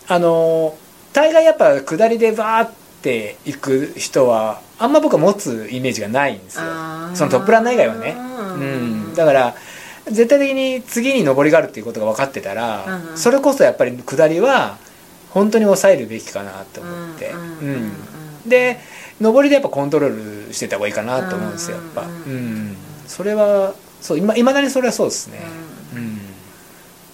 あの大概やっぱ下りでバーって行く人はあんま僕は持つイメージがないんですよあーそのトップランナー以外はねうんうんだから絶対的に次に上りがあるっていうことが分かってたらうんそれこそやっぱり下りは本当に抑えるべきかなと思ってうんで上りでやっぱコントロールしてた方がいいかなと思うんですよやっぱううんうんうんんそれはそういまだにそれはそうですねうん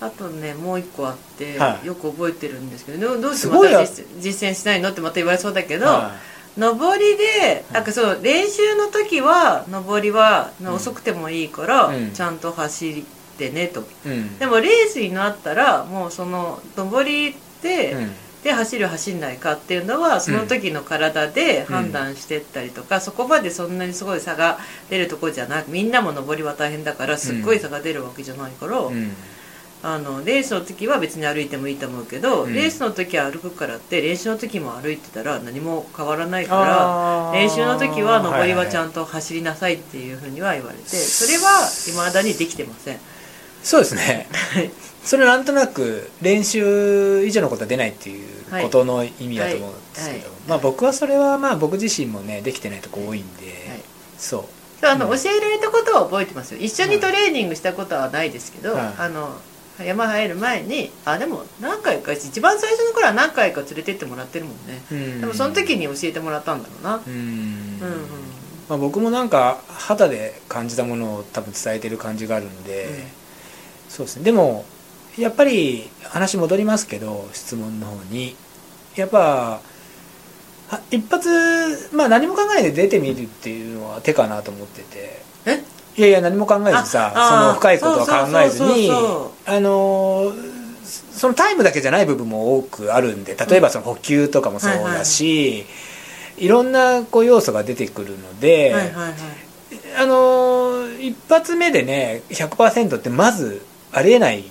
あとねもう一個あって、はいよく覚えてるんですけどどうどうしてすまごいたな実実践しないのってまた言われそうだけど、は上りでなんかそう練習の時は上りはまあうん遅くてもいいから、うんちゃんと走ってねというんでもレースになったらもうその上りで、うんで走る走んないかっていうのはその時の体で判断してったりとか、そこまでそんなにすごい差が出るところじゃないみんなも上りは大変だからすっごい差が出るわけじゃないから、うんあのレースの時は別に歩いてもいいと思うけど、うんレースの時は歩くからって練習の時も歩いてたら何も変わらないから練習の時は上りはちゃんんと走りなさいっていうふうには言われてそれは未だにできてませんそうですねいそれなんとなく練習以上のことは出ないっていうことの意味だと思うんですけはいどはいまあ僕はそれはまあ僕自身もねできてないとこ多いんではいそうあのう教んえられたことは覚えてますよ一緒にトレーニングしたことはないですけど、はいあの山入る前にあでも何回か一番最初の頃は何回か連れてってもらってるもんねうんでもその時に教えてもらったんだろうなうんうんうんまあ、僕もなんか肌で感じたものを多分伝えてる感じがあるので、うんそうですねでもやっぱり話戻りますけど質問の方にやっぱは一発、まあ、何も考えないで出てみるっていうのは手かなと思っててえいやいや何も考えずさそのああー深いことは考えずにそうそうそうそうあのーそのタイムだけじゃない部分も多くあるんで例えばその補給とかもそうだし、いろんなこう要素が出てくるので、はいはいはいあのー一発目でね100%ってまずありえない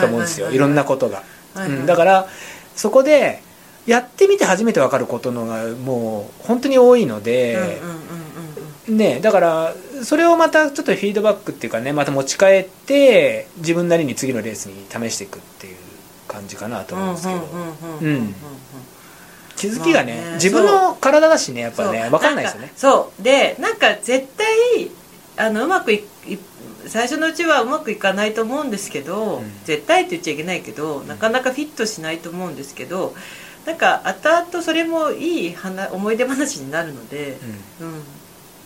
と思うんですよ、はいはいはいはいいろんなことが、はいはいうんだからそこでやってみて初めて分かることのがもう本当に多いのうんうんうんで、うんね、だからそれをまたちょっとフィードバックっていうかねまた持ち帰って自分なりに次のレースに試していくっていう感じかなと思うんですけど、うんうんうんうんうんうんうんうん気づきがね,、まあね自分の体だしねやっぱねそう分かんないですよねかそうでなんか絶対あのうまくいい最初のうちはうまくいかないと思うんですけど、うん絶対って言っちゃいけないけどなかなかフィットしないと思うんですけどなんか 後々それもいい話思い出話になるので、うんうん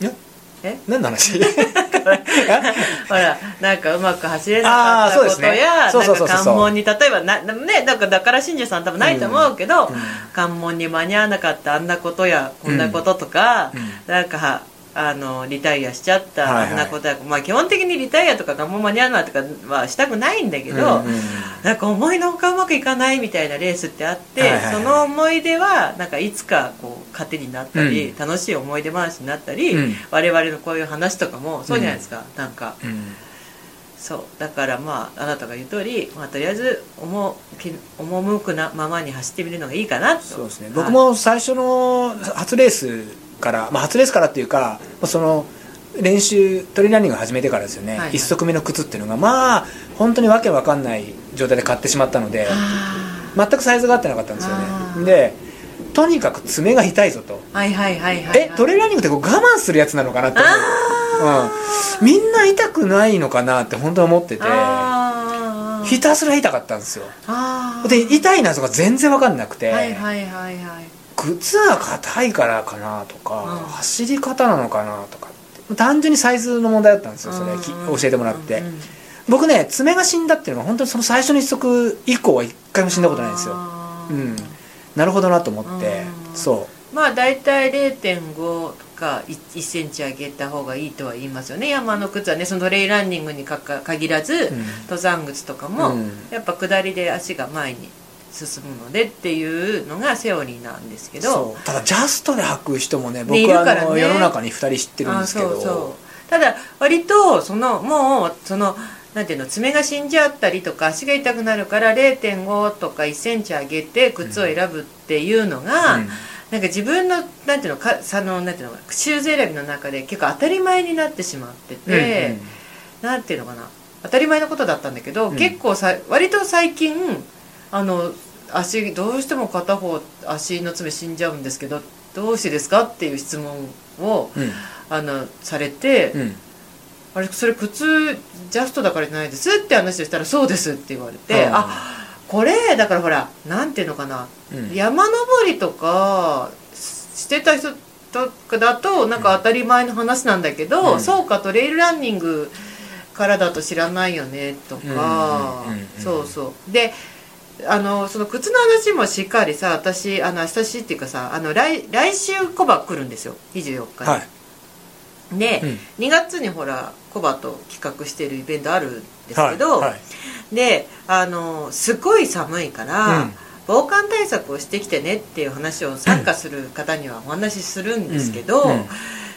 いやえ何の 話あほらなんかうまく走れなかあーったそうでこすとねや、そうなそんうそうそうか関門に例えばななねなんかだから信者さん多分ないと思うけど、うん関門に間に合わなかったあんなことやこんなこととか、うんうんなんかあのリタイアしちゃった、はいはいあんなことやまあ基本的にリタイアとか関門間に合わないとかはしたくないんだけど、うんうんうんなんか思いのほかうまくいかないみたいなレースってあって、はいはいはいその思い出はなんかいつかこう糧になったり、うん楽しい思い出話になったり、うん我々のこういう話とかもそうじゃないですか、なんかうんそうだからまああなたが言う通り、まあ、とりあえず思うき赴くなままに走ってみるのがいいかなとそうですね僕も最初の初レースから、まあ、初レースからっていうかまあその練習トレーランニングを始めてからですよね、はいはい一足目の靴っていうのがまあ本当にわけわかんない状態で買ってしまったのでは全くサイズが合ってなかったんですよあねーでとにかく爪が痛いぞと、いはいはいはいはいえトレーランニングってこう我慢するやつなのかなって思うあうん、みんな痛くないのかなって本当に思っててあひたすら痛かったんですよあーで痛いなとか全然分かんなくて、はいはいはいはい靴が硬いからかなとか、うん走り方なのかなとかって単純にサイズの問題だったんですよそれ、き教えてもらって、うんうんうん僕ね爪が死んだっていうのが本当にその最初の一足以降は一回も死んだことないんですよあうーんなるほどなと思って、うんそまあ大体0.5とか 1, センチ上げた方がいいとは言いますよね山の靴はねそのトレイランニングにかか限らず、うん登山靴とかも、うんやっぱ下りで足が前に進むのでっていうのがセオリーなんですけうどそうただジャストで履く人もね僕ねいるはかあらの、ね世の中に2人知ってるんあですけどそうそうただ割とそのもうそのなんていうの爪が死んじゃったりとか足が痛くなるから0.5とか1センチ上げて靴を選ぶっていうのが、うんなんか自分のなんていうのかそのなんていうのシューズ選びの中で結構当たり前になってしまってて、うんうんなんていうのかな当たり前のことだったんだけど、うん結構さ割と最近あの足どうしても片方足の爪死んじゃうんですけどどうしてですかっていう質問をうんあのされて、うんあれそれ靴ジャストだからじゃないですって話をしたらそうですって言われて、うんあこれだからほらなんていうのかなうん山登りとかししてた人とかだとなんか当たり前の話なんだけど、うんそうかトレイルランニングからだと知らないよねとか、うんうんうんうんそうそうであのその靴の話もしっかりさ私あの久しっていうかさあの来来週コバ来るんですよ24日に、はいで、うん2月にほらコバと企画してるイベントあるんですけど、はいはいであのすごい寒いから、うん防寒対策をしてきてねっていう話を参加する方にはお話しするんですけど、うんうん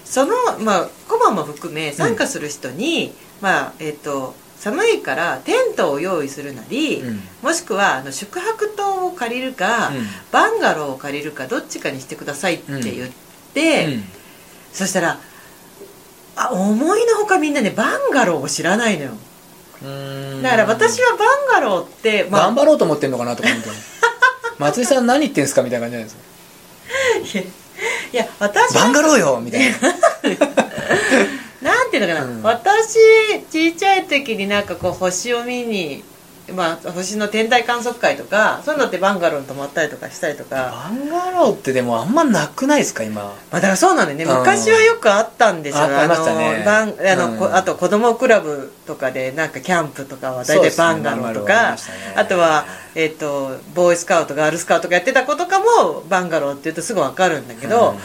その、まあ、コマも含め参加する人に、まあえっと寒いからテントを用意するなり、うんもしくはあの宿泊棟を借りるか、うんバンガローを借りるかどっちかにしてくださいって言って、うんそしたらあ思いのほかみんなねバンガローを知らないのよだから私はバンガローって、まあ、頑 張ろうと思ってんのかなとか思って松井さん何言ってんすかみたいな感じじゃないですかいや私バンはガローよみたいななんていうのかな、うん私小さい時になんかこう星を見に、まあ、星の天体観測会とかそういうのってバンガローに泊まったりとかしたりとか、バンガローってでもあんまなくないですか今まあ、だからそうなんだよねうん昔はよくあったんですよあありましたねあのバンあの、こうんあと子供クラブとかでなんかキャンプとかは大そうで体すねバンガローとバンガローありか、ましたねあとは、えっとボーイスカウトガールスカウトとかやってた子とかもバンガローって言うとすぐ分かるんだけど、うん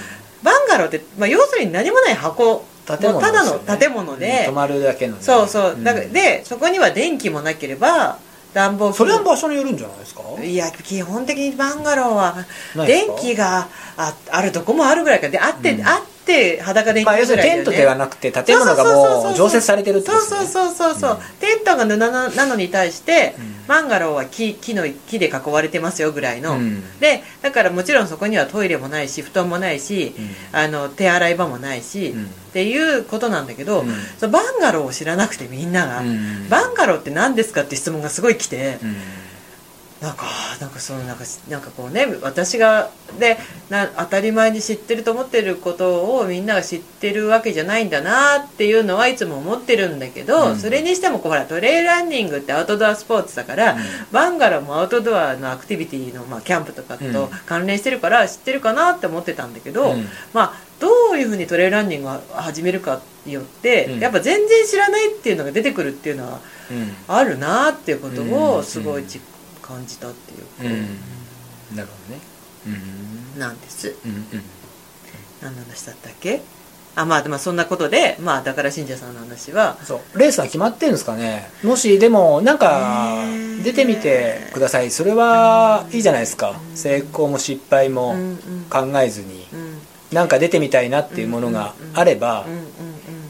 バンガローって、まあ、要するに何もない箱建物もうただの建物で、うん泊まるだけのねそうそう、だからんでそこには電気もなければ暖房機もそれは場所によるんじゃないですかいや基本的にバンガローはないです電か気がああるとこもあるぐらいからであって、うんあって裸で行まあく要すぐるらにいテントだよ、ねではなくて建物がもう常設されてるってことですねそうそうそうそうそう、うんテントが布ななのに対して、うんバンガローは木木の木で囲われてますよぐらいの、うんでだからもちろんそこにはトイレもないし布団もないし、うんあの手洗い場もないし、うんっていうことなんだけど、うんそのバンガローを知らなくてみんなが、うんバンガローって何ですかって質問がすごい来て。うんなんかなんかそのなんかなんかこうね私がでな当たり前に知ってると思ってることをみんなが知ってるわけじゃないんだなっていうのはいつも思ってるんだけど、うんそれにしてもこうほらトレイルランニングってアウトドアスポーツだから、うんバンガローもアウトドアのアクティビティのまあキャンプとかうんと関連してるから知ってるかなって思ってたんだけど、うんまあどういうふうにトレイルランニングを始めるかによって、うんやっぱ全然知らないっていうのが出てくるっていうのはあるなっていうことうをんすごい実感じたっていうか、うんなるほどねうんなんですうんうん何の話だったっけあまあでもそんなことでまあだから信者さんの話はそうレースは決まってるんですかねもしでもなんかねー出てみてくださいそれはいいじゃないですか成功も失敗うもんうん考えずにうんなんか出てみたいなっていうものがあればうんうん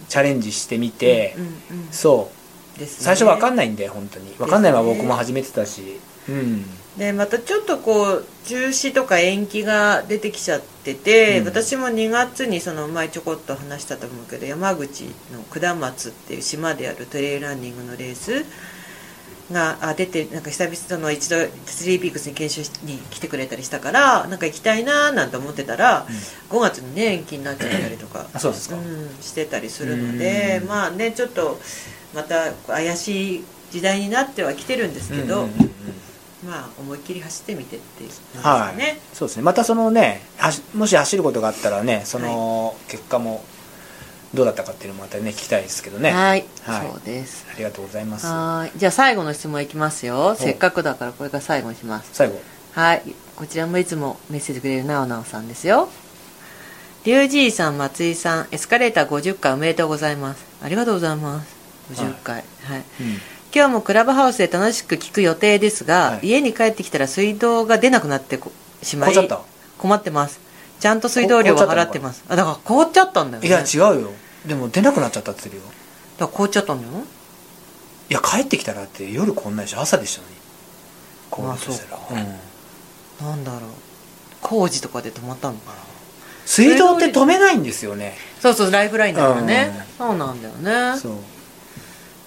チャレンジしてみてうんうんうんそうですね最初わかんないんで本当にわかんないまま僕も始めてたしうんでまたちょっとこう中止とか延期が出てきちゃってて、うん私も2月にその前ちょこっと話したと思うけど山口の下松っていう島でやるトレイルランニングのレースがあ出てなんか久々その一度3ピークスに研修しに来てくれたりしたからなんか行きたいなーなんて思ってたら、5月にね延期になっちゃったりとかあそうですかん、してたりするのでうんまあねちょっとまた怪しい時代になっては来てるんですけど。うんうんうんうんまあ思いっきり走ってみてっていう感はじい、ですね、そうですねまたそのねはしもし走ることがあったらねその結果もどうだったかっていうのもまたね聞きたいですけどねあはい、はいそうですりがとうございますはーいじゃあ最後の質問いきますよせっかくだからこれが最後にします最後はいこちらもいつもメッセージくれるなおなおさんですよリュウジーさん松井さんエスカレーター50回おめでとうございますありがとうございます50回はい、うん今日もクラブハウスで楽しく聞く予定ですが、はい家に帰ってきたら水道が出なくなってこしまい凍っちゃった困ってますちゃんと水道料を払ってますあだから凍っちゃったんだよねいや違うよでも出なくなっちゃったって言ってるよだから凍っちゃったんだよいや帰ってきたらって夜こんないし朝でしたのにこうとしたらあう、ん、なんだろう工事とかで止まったのかな水道って止めないんですよねそうそうライフラインだからねそうなんだよねそう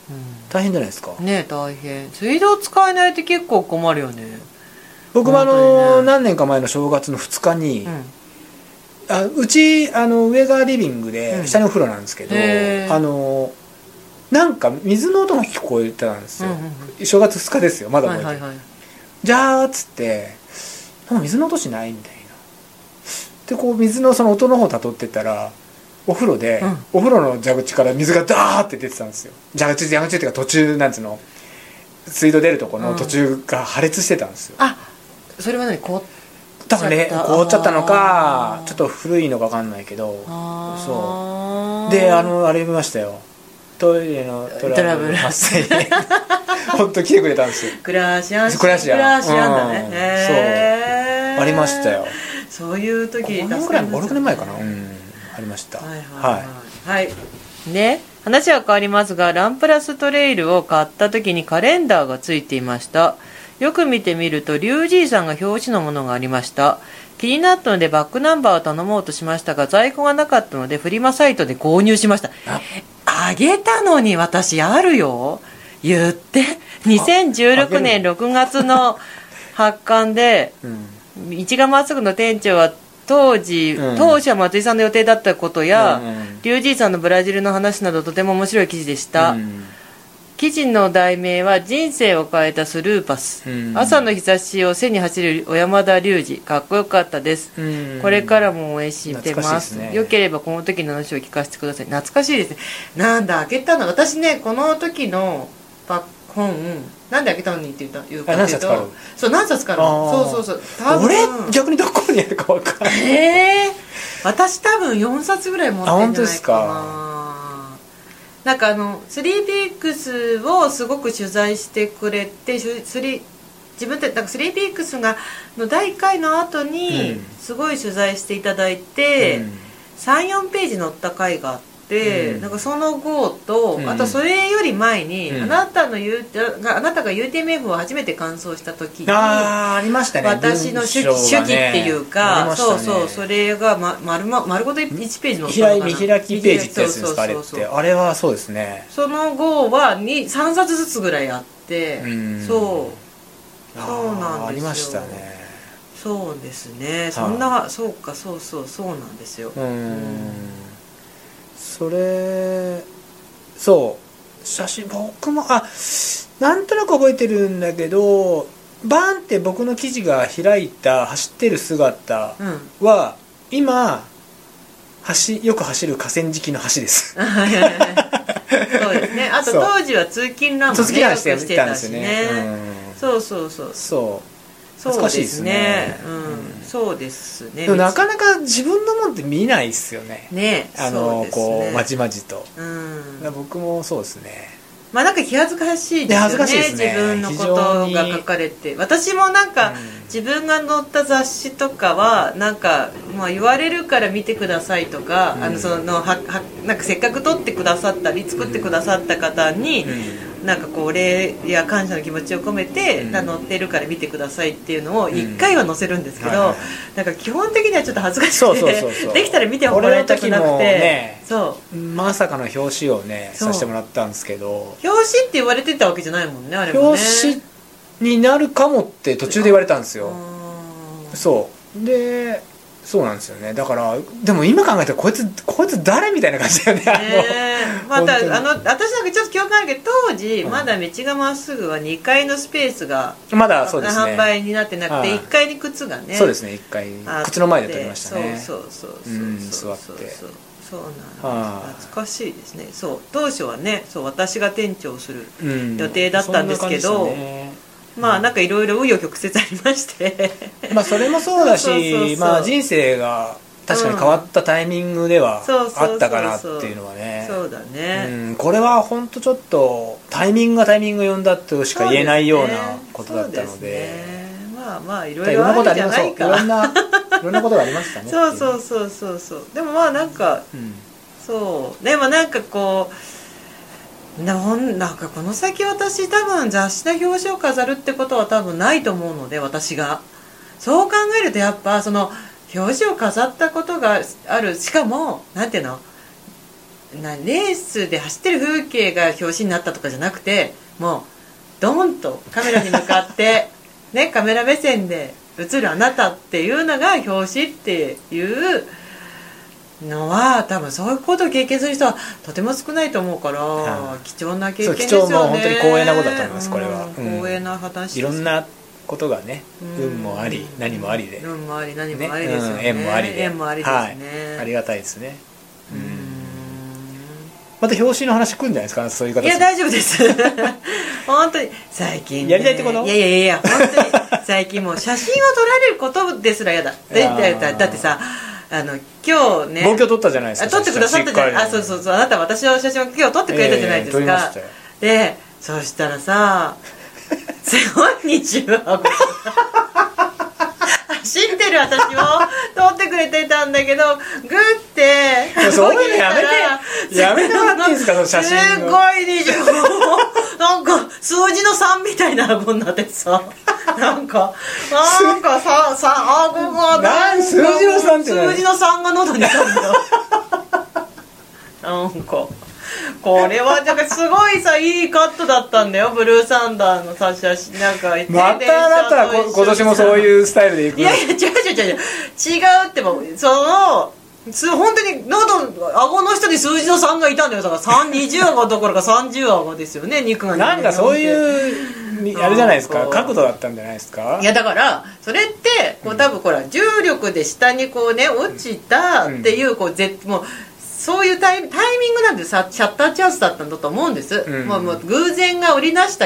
う大変じゃないですか、ん、ねえ大変水道使えないって結構困るよね僕もあ本当の、にね何年か前の正月の2日に、うんあうちあの上がリビングで、うん下のお風呂なんですけどへーあのなんか水の音が聞こえたんですよ、うんうん正月2日ですよまだは覚えいてる、はいはいじゃーっつってなんか水の音しないみたいなでこう水のその音の方をたどってったらお風呂で、うんお風呂の蛇口から水がダーって出てたんですよ蛇口蛇口っていうか途中なんつうの水道出るとこうのん途中が破裂してたんですよ、あそれは何凍っ多分ねちょっと凍っちゃったのあかーちょっと古いのか分かんないけどあそーうであのあれ見ましたよトイレのトトララブブルル発生 ほんと来てくれたんですよクラシアンクラシアンだね、うんへーありましたよそういう時5助年ぐからいりま56すよね年前かなうんありましたはいはいはい、はい、ね話は変わりますがランプラストレイルを買った時にカレンダーがついていましたよく見てみるとリュウジーさんが表紙のものがありました気になったのでバックナンバーを頼もうとしましたが在庫がなかったのでフリマサイトで購入しましたああげたのに私あるよ言って2016年6月の発刊でうん一がまっすぐの店長は当時、うん当初は松井さんの予定だったことや、うんうんリュウジーさんのブラジルの話などとても面白い記事でした、うん記事の題名は「人生を変えたスルーパス」うん朝の日差しを背に走る小山田隆二かっこよかったです、うんこれからも応援して懐かましいすですねよければこの時の話を聞かせてください懐かしいですねなんだ開けたの私ねこの時のパ本なんで開けたのにって言った言うかあって何いう冊かあるとそう何冊かあるあーそうそうそう多分俺逆にどこにあるか分かんないええ私多分4冊ぐらい持ってんじゃないかあななんかあの 3PX をすごく取材してくれてしゅスリ自分でなんか 3PX がの第1回の後うにんすごい取材していただいて、34ページ載った回があっうて、んなんかその後と、うんあとそれより前に、うんあなたの言うがあなたが UTMF を初めて完走した時にああありましたね私の手記,、文章がねっていうありか、ましたそうねそうそれが、ま、丸ま丸ごと1ページ載っ見たの開かな見開きページってやつですかあれ見開っきそうそうてそうあれはそうですねその後はに3冊ずつぐらいあってうんそうそうなあーんですよありましたねそうですねそんな、そうかそうそうそうなんですよ、うーんそれそう写真僕もあなんとなく覚えてるんだけどバンって僕の記 事が開いた走ってる姿うんは今橋よく走る河川敷の橋ですはいはいはいそうですねあとそう当時は通勤ランも、ね、通勤ランしてよくたんですよねしてたうしんそうそうそうそそ懐かうですねしいですねうんそうですうねでもなかなか自分のもんって見ないっすよねねあのそうですねこうまじまじと、うん僕もそうですねまあなんか気恥ずかしいですよねね恥ずかしいですね自分のこ非と常にが書かれて私もなんか、うん自分が載った雑誌とかはなんか、まあ、言われるから見てくださいとか,、うんあのそのははなんかせっかく撮ってくださったり作ってくださった方に、なんかこうお礼や感謝の気持ちを込めて、うんな載ってるから見てくださいっていうのんを1回は載せるんですけど、はいはいなんか基本的にはちょっと恥ずかしそうくそうそうそてうできたら見てもらいたくなく俺の時て、もねそうまさかの表紙をねそさうせてもらったんですけど表紙って言われてたわけじゃないもんねあれもね表紙になるかもって途中で言われたんですよ、うんそうでそうなんですよねだからでも今考えたらこいつこいつ誰みたいな感じだよね あねえまた本当にあの私なんかちょっと記憶あるけど当時うんまだ道がまっすぐは2階のスペースがのまだそうですね販売になってなくてはい1階に靴がねそうですね一回あって口の前で撮りましたねそうそうそううんそう座そうってそうそうなんですはい懐かしいですねそう当初はねそう私が店長をするうん予定だったんですけどそな感じでしたねまあなんかいろいろ紆余曲折ありましてまあそれもそうだし そうそうそうまあ人生が確かに変わったタイミングではそうそうそうそ うあったかなっていうのはねそうだねうん、これは本当ちょっとタイミングがタイミングを呼んだとしか言えないようなことだったのそうですでねまあまあいいろろいいろろあなこるとんありじゃまなすよいいかろんないろんなことがありましたね そうそうってそうそうそうでもまあなんかいう、うんそうでもなんかこうなんなんかこの先私多分雑誌の表紙を飾るってことは多分ないと思うので私がそう考えるとやっぱその表紙を飾ったことがあるしかもなんていうのなレースで走ってる風景が表紙になったとかじゃなくてもうドンとカメラに向かって ねカメラ目線で映るあなたっていうのが表紙っていうのは多分そういうことを経験する人はとても少ないと思うから、はい貴重な経験ですそうよ貴ね重もう本当に光栄なことだと思いますうんこれはうん光栄な話いろんなことがねうん運もあり何もありで、運もあり何ねもありですようんね縁もありで縁もありですね、はい、ありがたいですね、ううんんまた表紙の話来るんじゃないですかそういう形いや大丈夫です 本当に最近、ね、やりたいってこといやいやいや本当に最近もう写真を撮られることですら嫌だだいやーだだってさあの今日ね望郷取ったじゃないですあか撮ってくださったじゃないあそうそうそうあなたは私の写真を今日撮ってくれたじゃないですええ撮りまかしたよ、でそしたらさすごい28号 走ってる私を撮ってくれてたんだけどグッていやそういうのやめて やめてもらっていいですかその写真のすごい25なんか数字の3みたいな顎になってさなんかなんかささあ顎がなん数字の3って何数字の3が喉にあるんだよなんかこれはなんかすごいさいいカットだったんだよブルーサンダーのさ写真なんかまたあなたはこ今年もそうういうスタイルでいくいやいや違う違う違う違う違うってばそのす本当に喉顎の下に数字の3がいたんだよだから320顎どころか30顎ですよね肉がなんかそういうみあれじゃないですなかんか角度だったんじゃないですかいやだからそれってこう多分ほら重力で下にこうね落ちたっていうこうぜもうそういうタイタイミングなんでさシャッターチャンスだったんだと思うんです、うんもうもう偶然が織りなした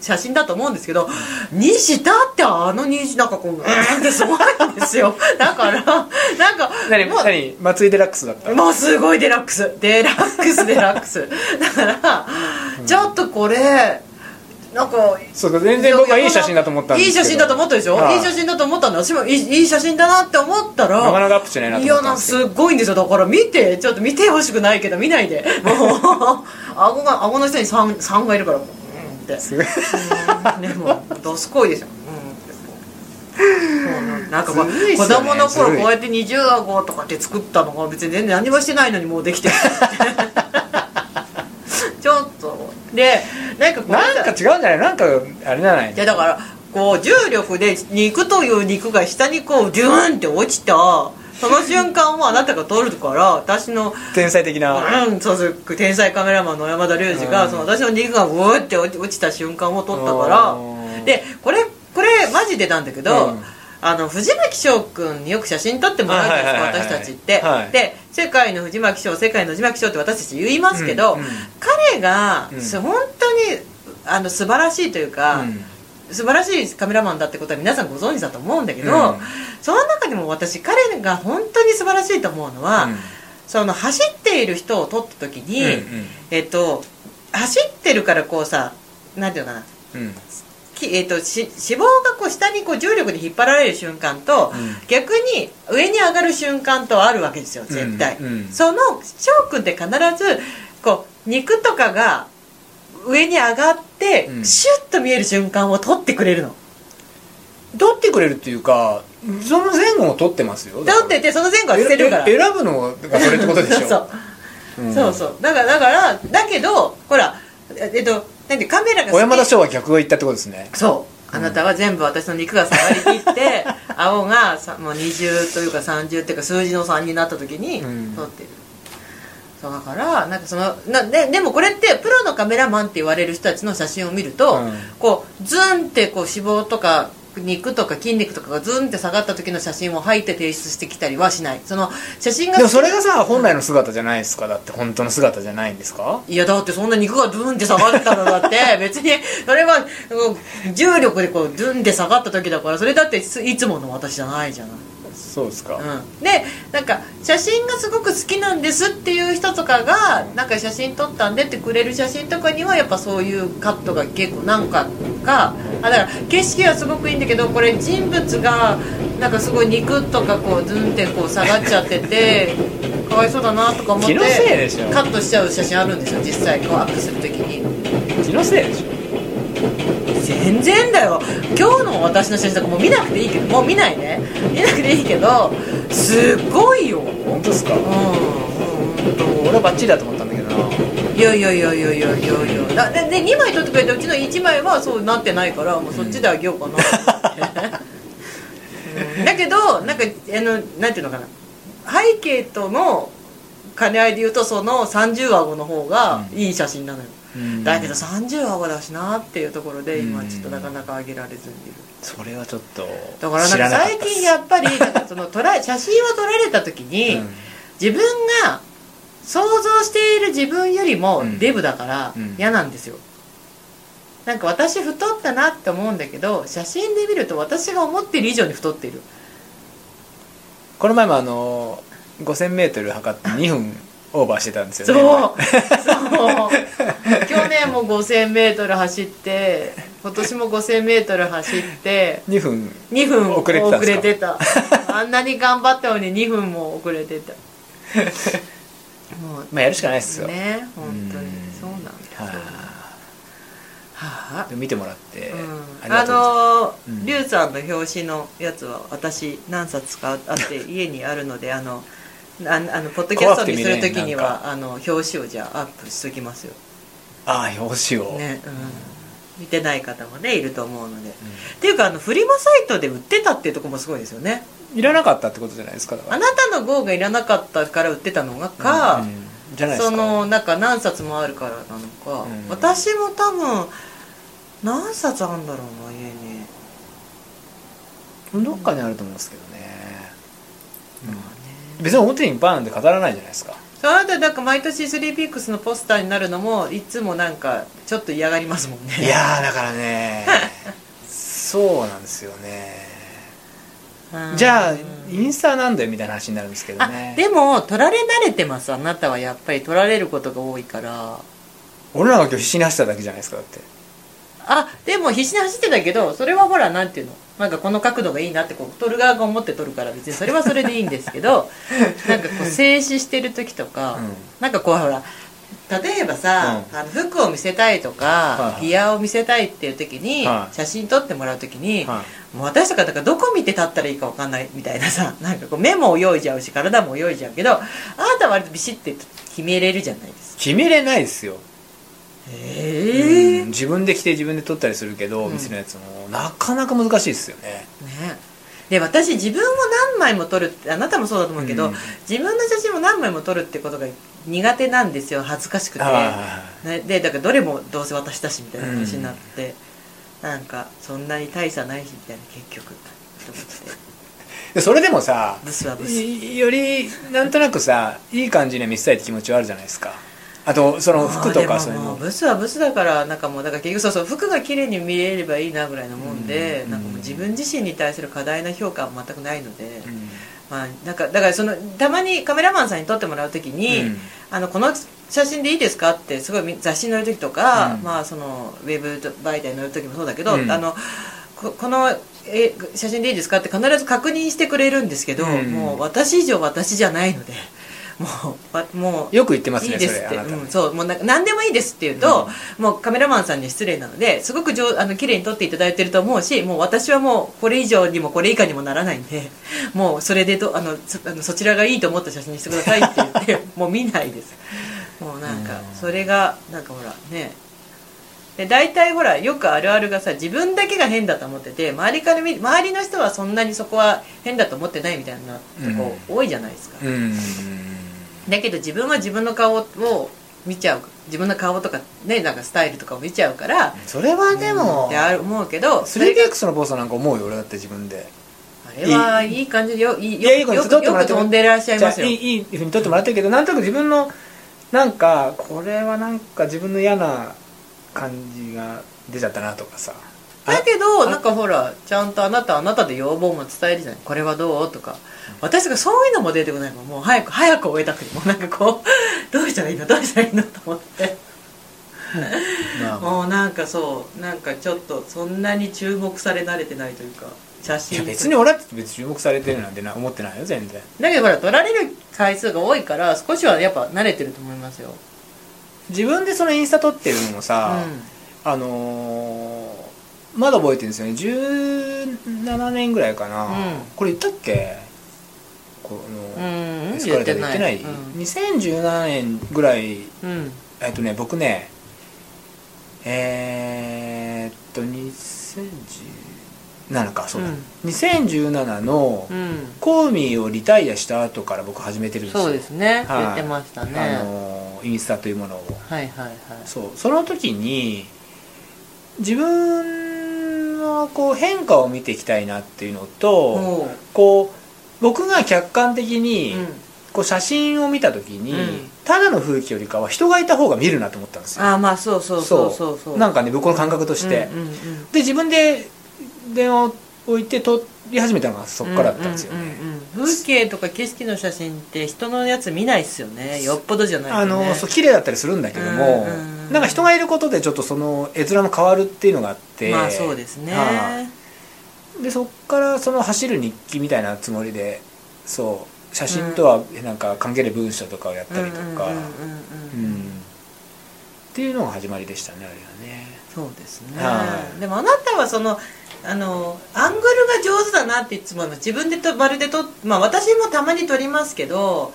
写真だと思うんですけどにしたってあの虹なんかこううーんってすごいんですよ だからなんか何もう何松井デラックスだったもうすごいデラックスデラックスデラックスだから、ちょっとこれなんかそうか全然僕はいい写真だと思ったんですいけどい写真だと思ったでしょ、、はいい写真だと思ったんだ私もいいいい写真だなって思ったらなかなかアップしないなとい思やったなんんかですすっごいんですよだから見てちょっと見てほしくないけど見ない でもう顎が顎の下に 3, 3がいるからもううんけってどすごいねもうどすこいですよ、うん、なんかこう、ずるいっす子よね供のず頃るいこうやって二重顎とかって作ったのが別に全然何もしてないのにもうできて るちょっとでなんかこうなんか違うんじゃないなんかあれじゃないいやだからこう重力で肉という肉が下にこうジューンって落ちたその瞬間をあなたが撮るから私の天才的なうん、そうそう天才カメラマンの山田隆二が、うんその私の肉がうーって落ち落ちた瞬間を撮ったかうんらでこれこれマジでなんだけど、うんあの藤巻翔君によく写真撮ってもらうじゃないですか、はいはいはいはい私たちって、はいで世界の藤巻翔世界の藤巻翔って私たち言いますけど、うんうん彼が、うんす本当にあの素晴らしいといううか、ん素晴らしいカメラマンだってことは皆さんご存知だと思うんだけど、うんその中でも私彼が本当に素晴らしいと思うのは、うんその走っている人を撮った時に、うんえっと走ってるからこうさなんていうのかなうんきえっとし脂肪がこう下にこう重力に引っ張られる瞬間と、うん逆に上に上がる瞬間とあるわけですよ絶対、うんうんその翔くんって必ずこう肉とかが上に上がって、うんシュッと見える瞬間を撮ってくれるの取ってくれるっていうかその前後も取ってますよ撮っててその前後は捨てるからええ選ぶのがそれってことでしょ そううんそうそうだからだからだけどほらえっとなんてカメラが小山田翔は逆を言ったってことですねそうあなたは全部私の肉が下が りきって、青がさもう20というか30っていうか数字の3になった時にうん撮ってる、そうだからなんかそのなででもこれってプロのカメラマンって言われる人たちの写真を見ると、うんこうズンってこう脂肪とか肉とか筋肉とかがズンって下がった時の写真を入って提出してきたりはしないその写真がでもそれがさ本来の姿じゃないですかだって本当の姿じゃないんですかいやだってそんな肉がドゥンって下がったのだって 別にそれはうん重力でこうドゥンって下がった時だからそれだってすいつもの私じゃないじゃない、そうですか、うん、でなんか写真がすごく好きなんですっていう人とかがなんか写真撮ったんでってくれる写真とかにはやっぱそういうカットが結構何かかあだから景色はすごくいいんだけどこれ人物がなんかすごい肉とかこうドゥンってこう下がっちゃってて かわいそうだなとか思って気のせいでしょカットしちゃう写真あるんですよ実際こうアップするときに気のせいでしょ全然だよ今日の私の写真とかもう見なくていいけどもう見ないね見なくていいけどすごいようんうん本当ですかうん俺はバッチリだと思ったんだけどないやいやいやいやいやいやいやだでで2枚撮ってくれてうちの1枚はそうなってないからもうそっちであげようかなと思って、うんだけどなんかあのなんていうのかな背景との兼ね合いで言うとその30顎の方がいい写真なのよ、うんだけど30顎だしなっていうところで今うんちょっとなかなか上げられずにいるそれはちょっとだからなんか最近やっぱりなんかその撮ら写真を撮られた時に、うん自分が想像している自分よりもうんデブだからうん嫌なんですよ、なんか私太ったなって思うんだけど写真で見ると私が思ってる以上に太ってるこの前もあの 5000m 測って2分オーバーしてたんですよそねうそう去年も 5000m 走って今年も 5000m 走って2分2分遅れてたん遅れでてたあんなに頑張ったのに2分も遅れて たもうまあやるしかないですよ、ね本当にそうなんだははああ、でも見てもらって、うん、あありがとうございますのうーんリュウさんの表紙のやつは私何冊かあって家にあるのであのああのポッドキャストにする時に怖くは、あの表紙をじゃあアップしときますよああ表紙を、ね、うん、見てない方もねいると思うので、うんっていうかあのフリマサイトで売ってたっていうところもすごいですよねいらなかったってことじゃないですかだからあなたの号がいらなかったから売ってたのがか、うんじゃないですかそのなんか何冊もあるからなのうか、ん私も多分何冊あるんだろうな家にどっかにあると思うんですけどね、別に表にバーンで飾らないじゃないですかそうあなたなんか毎年スリーピックスのポスターになるのもいつもなんかちょっと嫌がりますもんねいやーだからねそうなんですよねうんじゃあうんインスタなんだよみたいな話になるんですけどあねでも取られ慣れてますあなたはやっぱり取られることが多いから俺らが今日必死に走っただけじゃないですかだってあでも必死に走ってたけどそれはほらなんていうのなんかこの角度がいいなってこう撮る側が思って撮るから別にそれはそれでいいんですけ どなんかこう静止してる時とか、うんなんかこうほら例えばさ、うんあの服を見せたいとか、いはいギアを見せたいっていう時に、はい写真撮ってもらう時に、はもう私とかだからどこ見て立ったらいいか分かんないみたいなさ なんかこう目も泳いじゃうし体も泳いじゃうけどあなたは割とビシッて決めれるじゃないですか。決めれないですよ、えうん自分で着て自分で撮ったりするけど、うん店のやつもなかなか難しいですよねねで私自分を何枚も撮るってあなたもそうだと思うけど、うん自分の写真を何枚も撮るってことが苦手なんですよ恥ずかしくて、あね、でだからどれもどうせ私だしみたいな話になって、なんかそんなに大差ないしみたいな結局って思ってでそれでもさブスはブスいよりなんとなくさいい感じに見せたいって気持ちはあるじゃないですかあとその服とまかあでそういうももうのブスはブスだからなんかもうだから結局そうそう服が綺麗に見えればいいなぐらいのもんで、うんなんかもう自分自身に対する過大な評価は全くないので、うんまあ、なんかだからそのたまにカメラマンさんに撮ってもらう時に、うんあのこの写真でいいですかってすごいみ雑誌に載る時とか、うんまあ、そのウェブ媒体に載る時もそうだけど、うんあのここのえ写真でいいですかって必ず確認してくれるんですけど、うんもう私以上私じゃないのでもうわもうよく言ってますいねいでそすれっあて、なたねうん、そうもうなんか何でもいいですって言うと、もうカメラマンさんに失礼なのですごく上あの綺麗に撮っていただいてると思うしもう私はもうこれ以上にもこれ以下にもならないんで もうそれでとあのそあのそちらがいいと思った写真にしてくださいって 言ってもう見ないですもうなんかうんそれがなんかほらねで大体ほらよくあるあるがさ自分だけが変だと思ってて周りから見周りの人はそんなにそこは変だと思ってないみたいなとこ多いじゃないですか、うんだけど自分は自分の顔を見ちゃう自分の顔とかねなんかスタイルとかを見ちゃうからそれはでも、ってある思うけどそれが 3DX のボスなんか思うよ俺だって自分であれはいい感じでよいいいやいいよ子によ撮ってもくよらっくても飛んでらっしゃいますよじゃあいいいいふうに撮ってもらってるけどなんとなく自分のなんかこれはなんか自分の嫌な感じが出ちゃったなとかさだけあどなんかほらちゃんとあなたあなたで要望も伝えるじゃないこれはどうとか私がそういうのも出てこないもんもう早く早く終えたくても うなんかこうどうしたらいいのどうしたらいいのと思ってまあまあもうなんかそうなんかちょっとそんなに注目され慣れてないというか写い真や別に俺だって別に注目されてるなんてな思ってないよ全然だけどほら取られる回数が多いから少しはやっぱ慣れてると思いますよ、自分でそのインスタ撮ってるのもうん、さ、あのーまだ覚えてるんですよね17年ぐらいかな、うんこれ言ったっけこうの、エんスカレーターで言ってない、うん2017年ぐらいうんえっとね僕ねえー、っと2017かそうだ、うん2017のうんコーミーをリタイアした後から僕始めてるんですよそうですね、はい言ってましたね、あのーインスタというものをはいはいはいそうその時に自分のこう変化を見ていきたいなっていうのと、おうこう僕が客観的に、うんこう写真を見た時に、うんただの風景よりかは人がいた方が見るなと思ったんですよああまあそうそうそうそうそうなんかかね僕の感覚として、うんうんうん、で自分で電話を置いて撮り始めたのがそっからだったんですよね、うんうんうんうん風景とか景色の写真って人のやつ見ないっすよねよっぽどじゃないあと、ね、のそう綺麗だったりするんだけども、うんうんうんなんか人がいることでちょっとその絵面も変わるっていうのがあってまあそうですね、はいでそっからその走る日記みたいなつもりでそう写真とはなんか関係ない文章とかをやったりとか、うんうんうんうんうんうんっていうのが始まりでしたねあれはねそうですね、はいでもあなたはそのあのアングルが上手だなっていつもの自分でとまるでと、まあ、私もたまに撮りますけど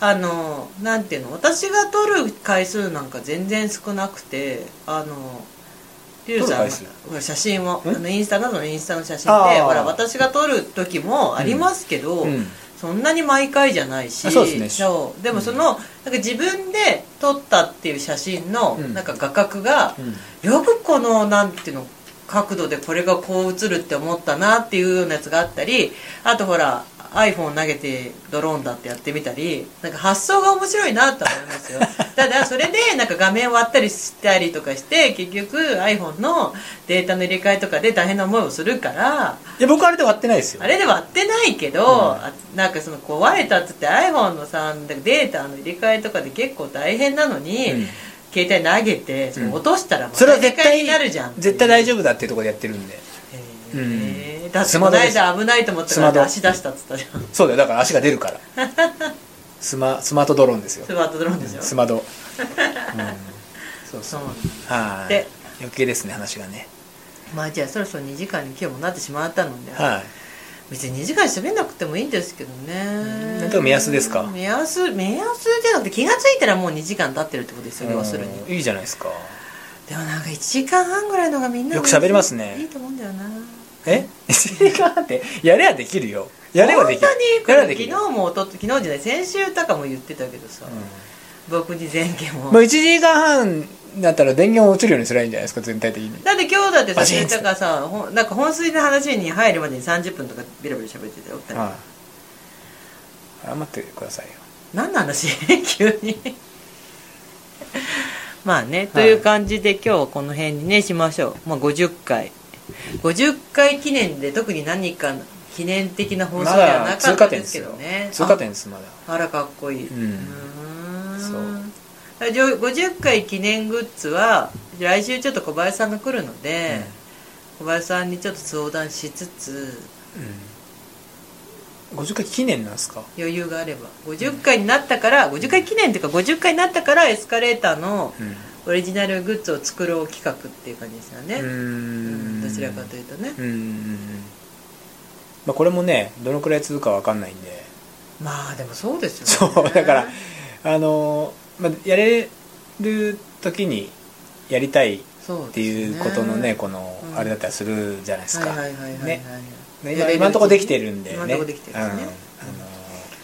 あのなんていうの私が撮る回数なんか全然少なくてあのリュウさ撮んる回数ほら写真をあんのインスタなどのインスタの写真であーほら私が撮る時もありますけど、うんそんなに毎回じゃないしあそうですねそうでもその、なんか自分で撮ったっていう写真の、うんなんか画角が、うんよくこのなんていうの角度でこれがこう映るって思ったなっていうようなやつがあったりあとほら iPhone 投げてドローンだってやってみたりなんか発想が面白いなと思います よただそれでなんか画面割ったりしたりとかして結局 iPhone のデータの入れ替えとかで大変な思いをするからいや僕あれで割ってないですよあれで割ってないけど、あなんかその壊れたっつって iPhone のさデータの入れ替えとかで結構大変なのに、うん携帯投げてそれ落としたらもうそれは絶入れ替え対になるじゃん絶対大丈丈夫だっていうところでやってるんで夫、へーだってスこのマホです間危ないと思ったスかマらホ足出したっつったじゃんそうだよだから足が出る からスマスマートドローンですよスマートドローンでしょスマド、うん、そうそそううはいで余計ですね話がねまあじゃあそろそろ2時間に今日もなってしまったので、はい別に2時間喋んなくてもいいんですけどねなんとか目安ですか目安目安じゃなくて気がついたらもう2時間経ってるってことですよ要するにうんいいじゃないですかでもなんか1時間半ぐらいのがみんなよく喋りますねいいと思うんだよなえ 1時間半ってやれはできるよやれはできる本やれは当にで昨き日る、もおと昨日じゃない先週とかも言ってたけどさ、う僕に前件んを、まあ、1時間半だったら電源を落ちるようにすればいいんじゃないですか全体的にだって今日だってさバチン末高さんほんなんか本筋の話に入るまでに30分とかベラベラ喋ってたよ、ああ謝ってくださいよ何の話 急にまあね、という感じで今日はこの辺にねしましょう、まあ、50回50回記念で特に何か記念的な放送まではだなか通っ過た点でですすけよどね通過点ですまだああらかっこいいうんうーんそうだからじゃあ50回記念グッズは来週ちょっと小林さんが来るので、小林さんにちょっと相談しつつうん50回記念なんですか余裕があれば50回になったから50回記念っていうか50回になったからエスカレーターのうんオリジナルグッズを作ろう企画っていう感じですよね、うんんどちらかというとね、うんうんうんまあこれもねどのくらい続くかわかんないんで まあでもそうですよねそうだからあのまあやれる時にやりたいそうっていうことのねこのうんあれだったりするじゃないですはか、いはいはいはいはい、ねねや今れる今のところできてるんでね今のところできてるんですうんねあの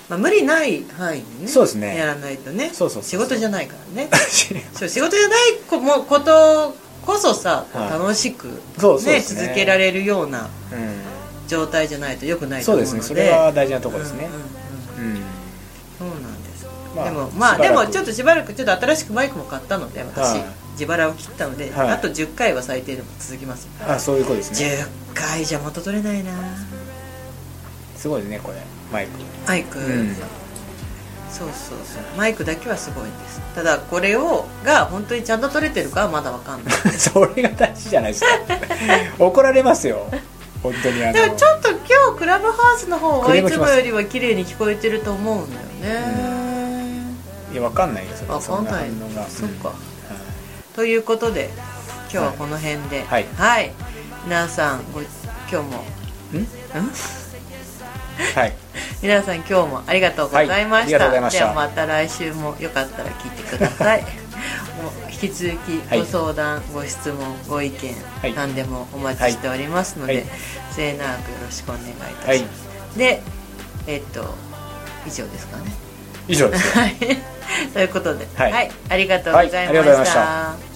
まあ、無理ない範囲にねそうですねやらないとねそうそうそう仕事じゃないからねーそう仕事じゃないこもことこそさ、こうはい楽しく、ね、そうそうですね続けられるようなう、状態じゃないとよくなんいとそう思うでのですねそれは大事なところですねうんうんうんうん、そうなんです、まあでもまあしばでらくもちょっとしばらくちょっと新しくマイクも買ったので私、はい自腹を切ったので、はいあと10回は最低でも続きます、あそういうことですね10回じゃ元取れないなすごいねこれマイク マイク、うんそうそうそうマイクだけはすごいんですただこれをが本当にちゃんと取れてるかはまだわかんない それが大事じゃない ですか怒られますよ本当にあのでもちょっと今日クラブハウスの方クはレーいムつ来もますよりは綺麗に聞こえてると思うんだよね、いやわかんないよそれわかんないそ反応がそっかうんということで今日はこの辺ではいはい皆さんご今日もうんんんはい皆さん今日もありがとうございました,、はいありがとうございましたではまた来週もよかったら聞いてく ださいもう引き続きはいご相談、ご質問ご意見、はい何でもお待ちしておりますので、はい末永くよろしくお願いいたします、はいでえっと以上ですかね以上です はいということで、はいありがとうございました、はいありがとうございました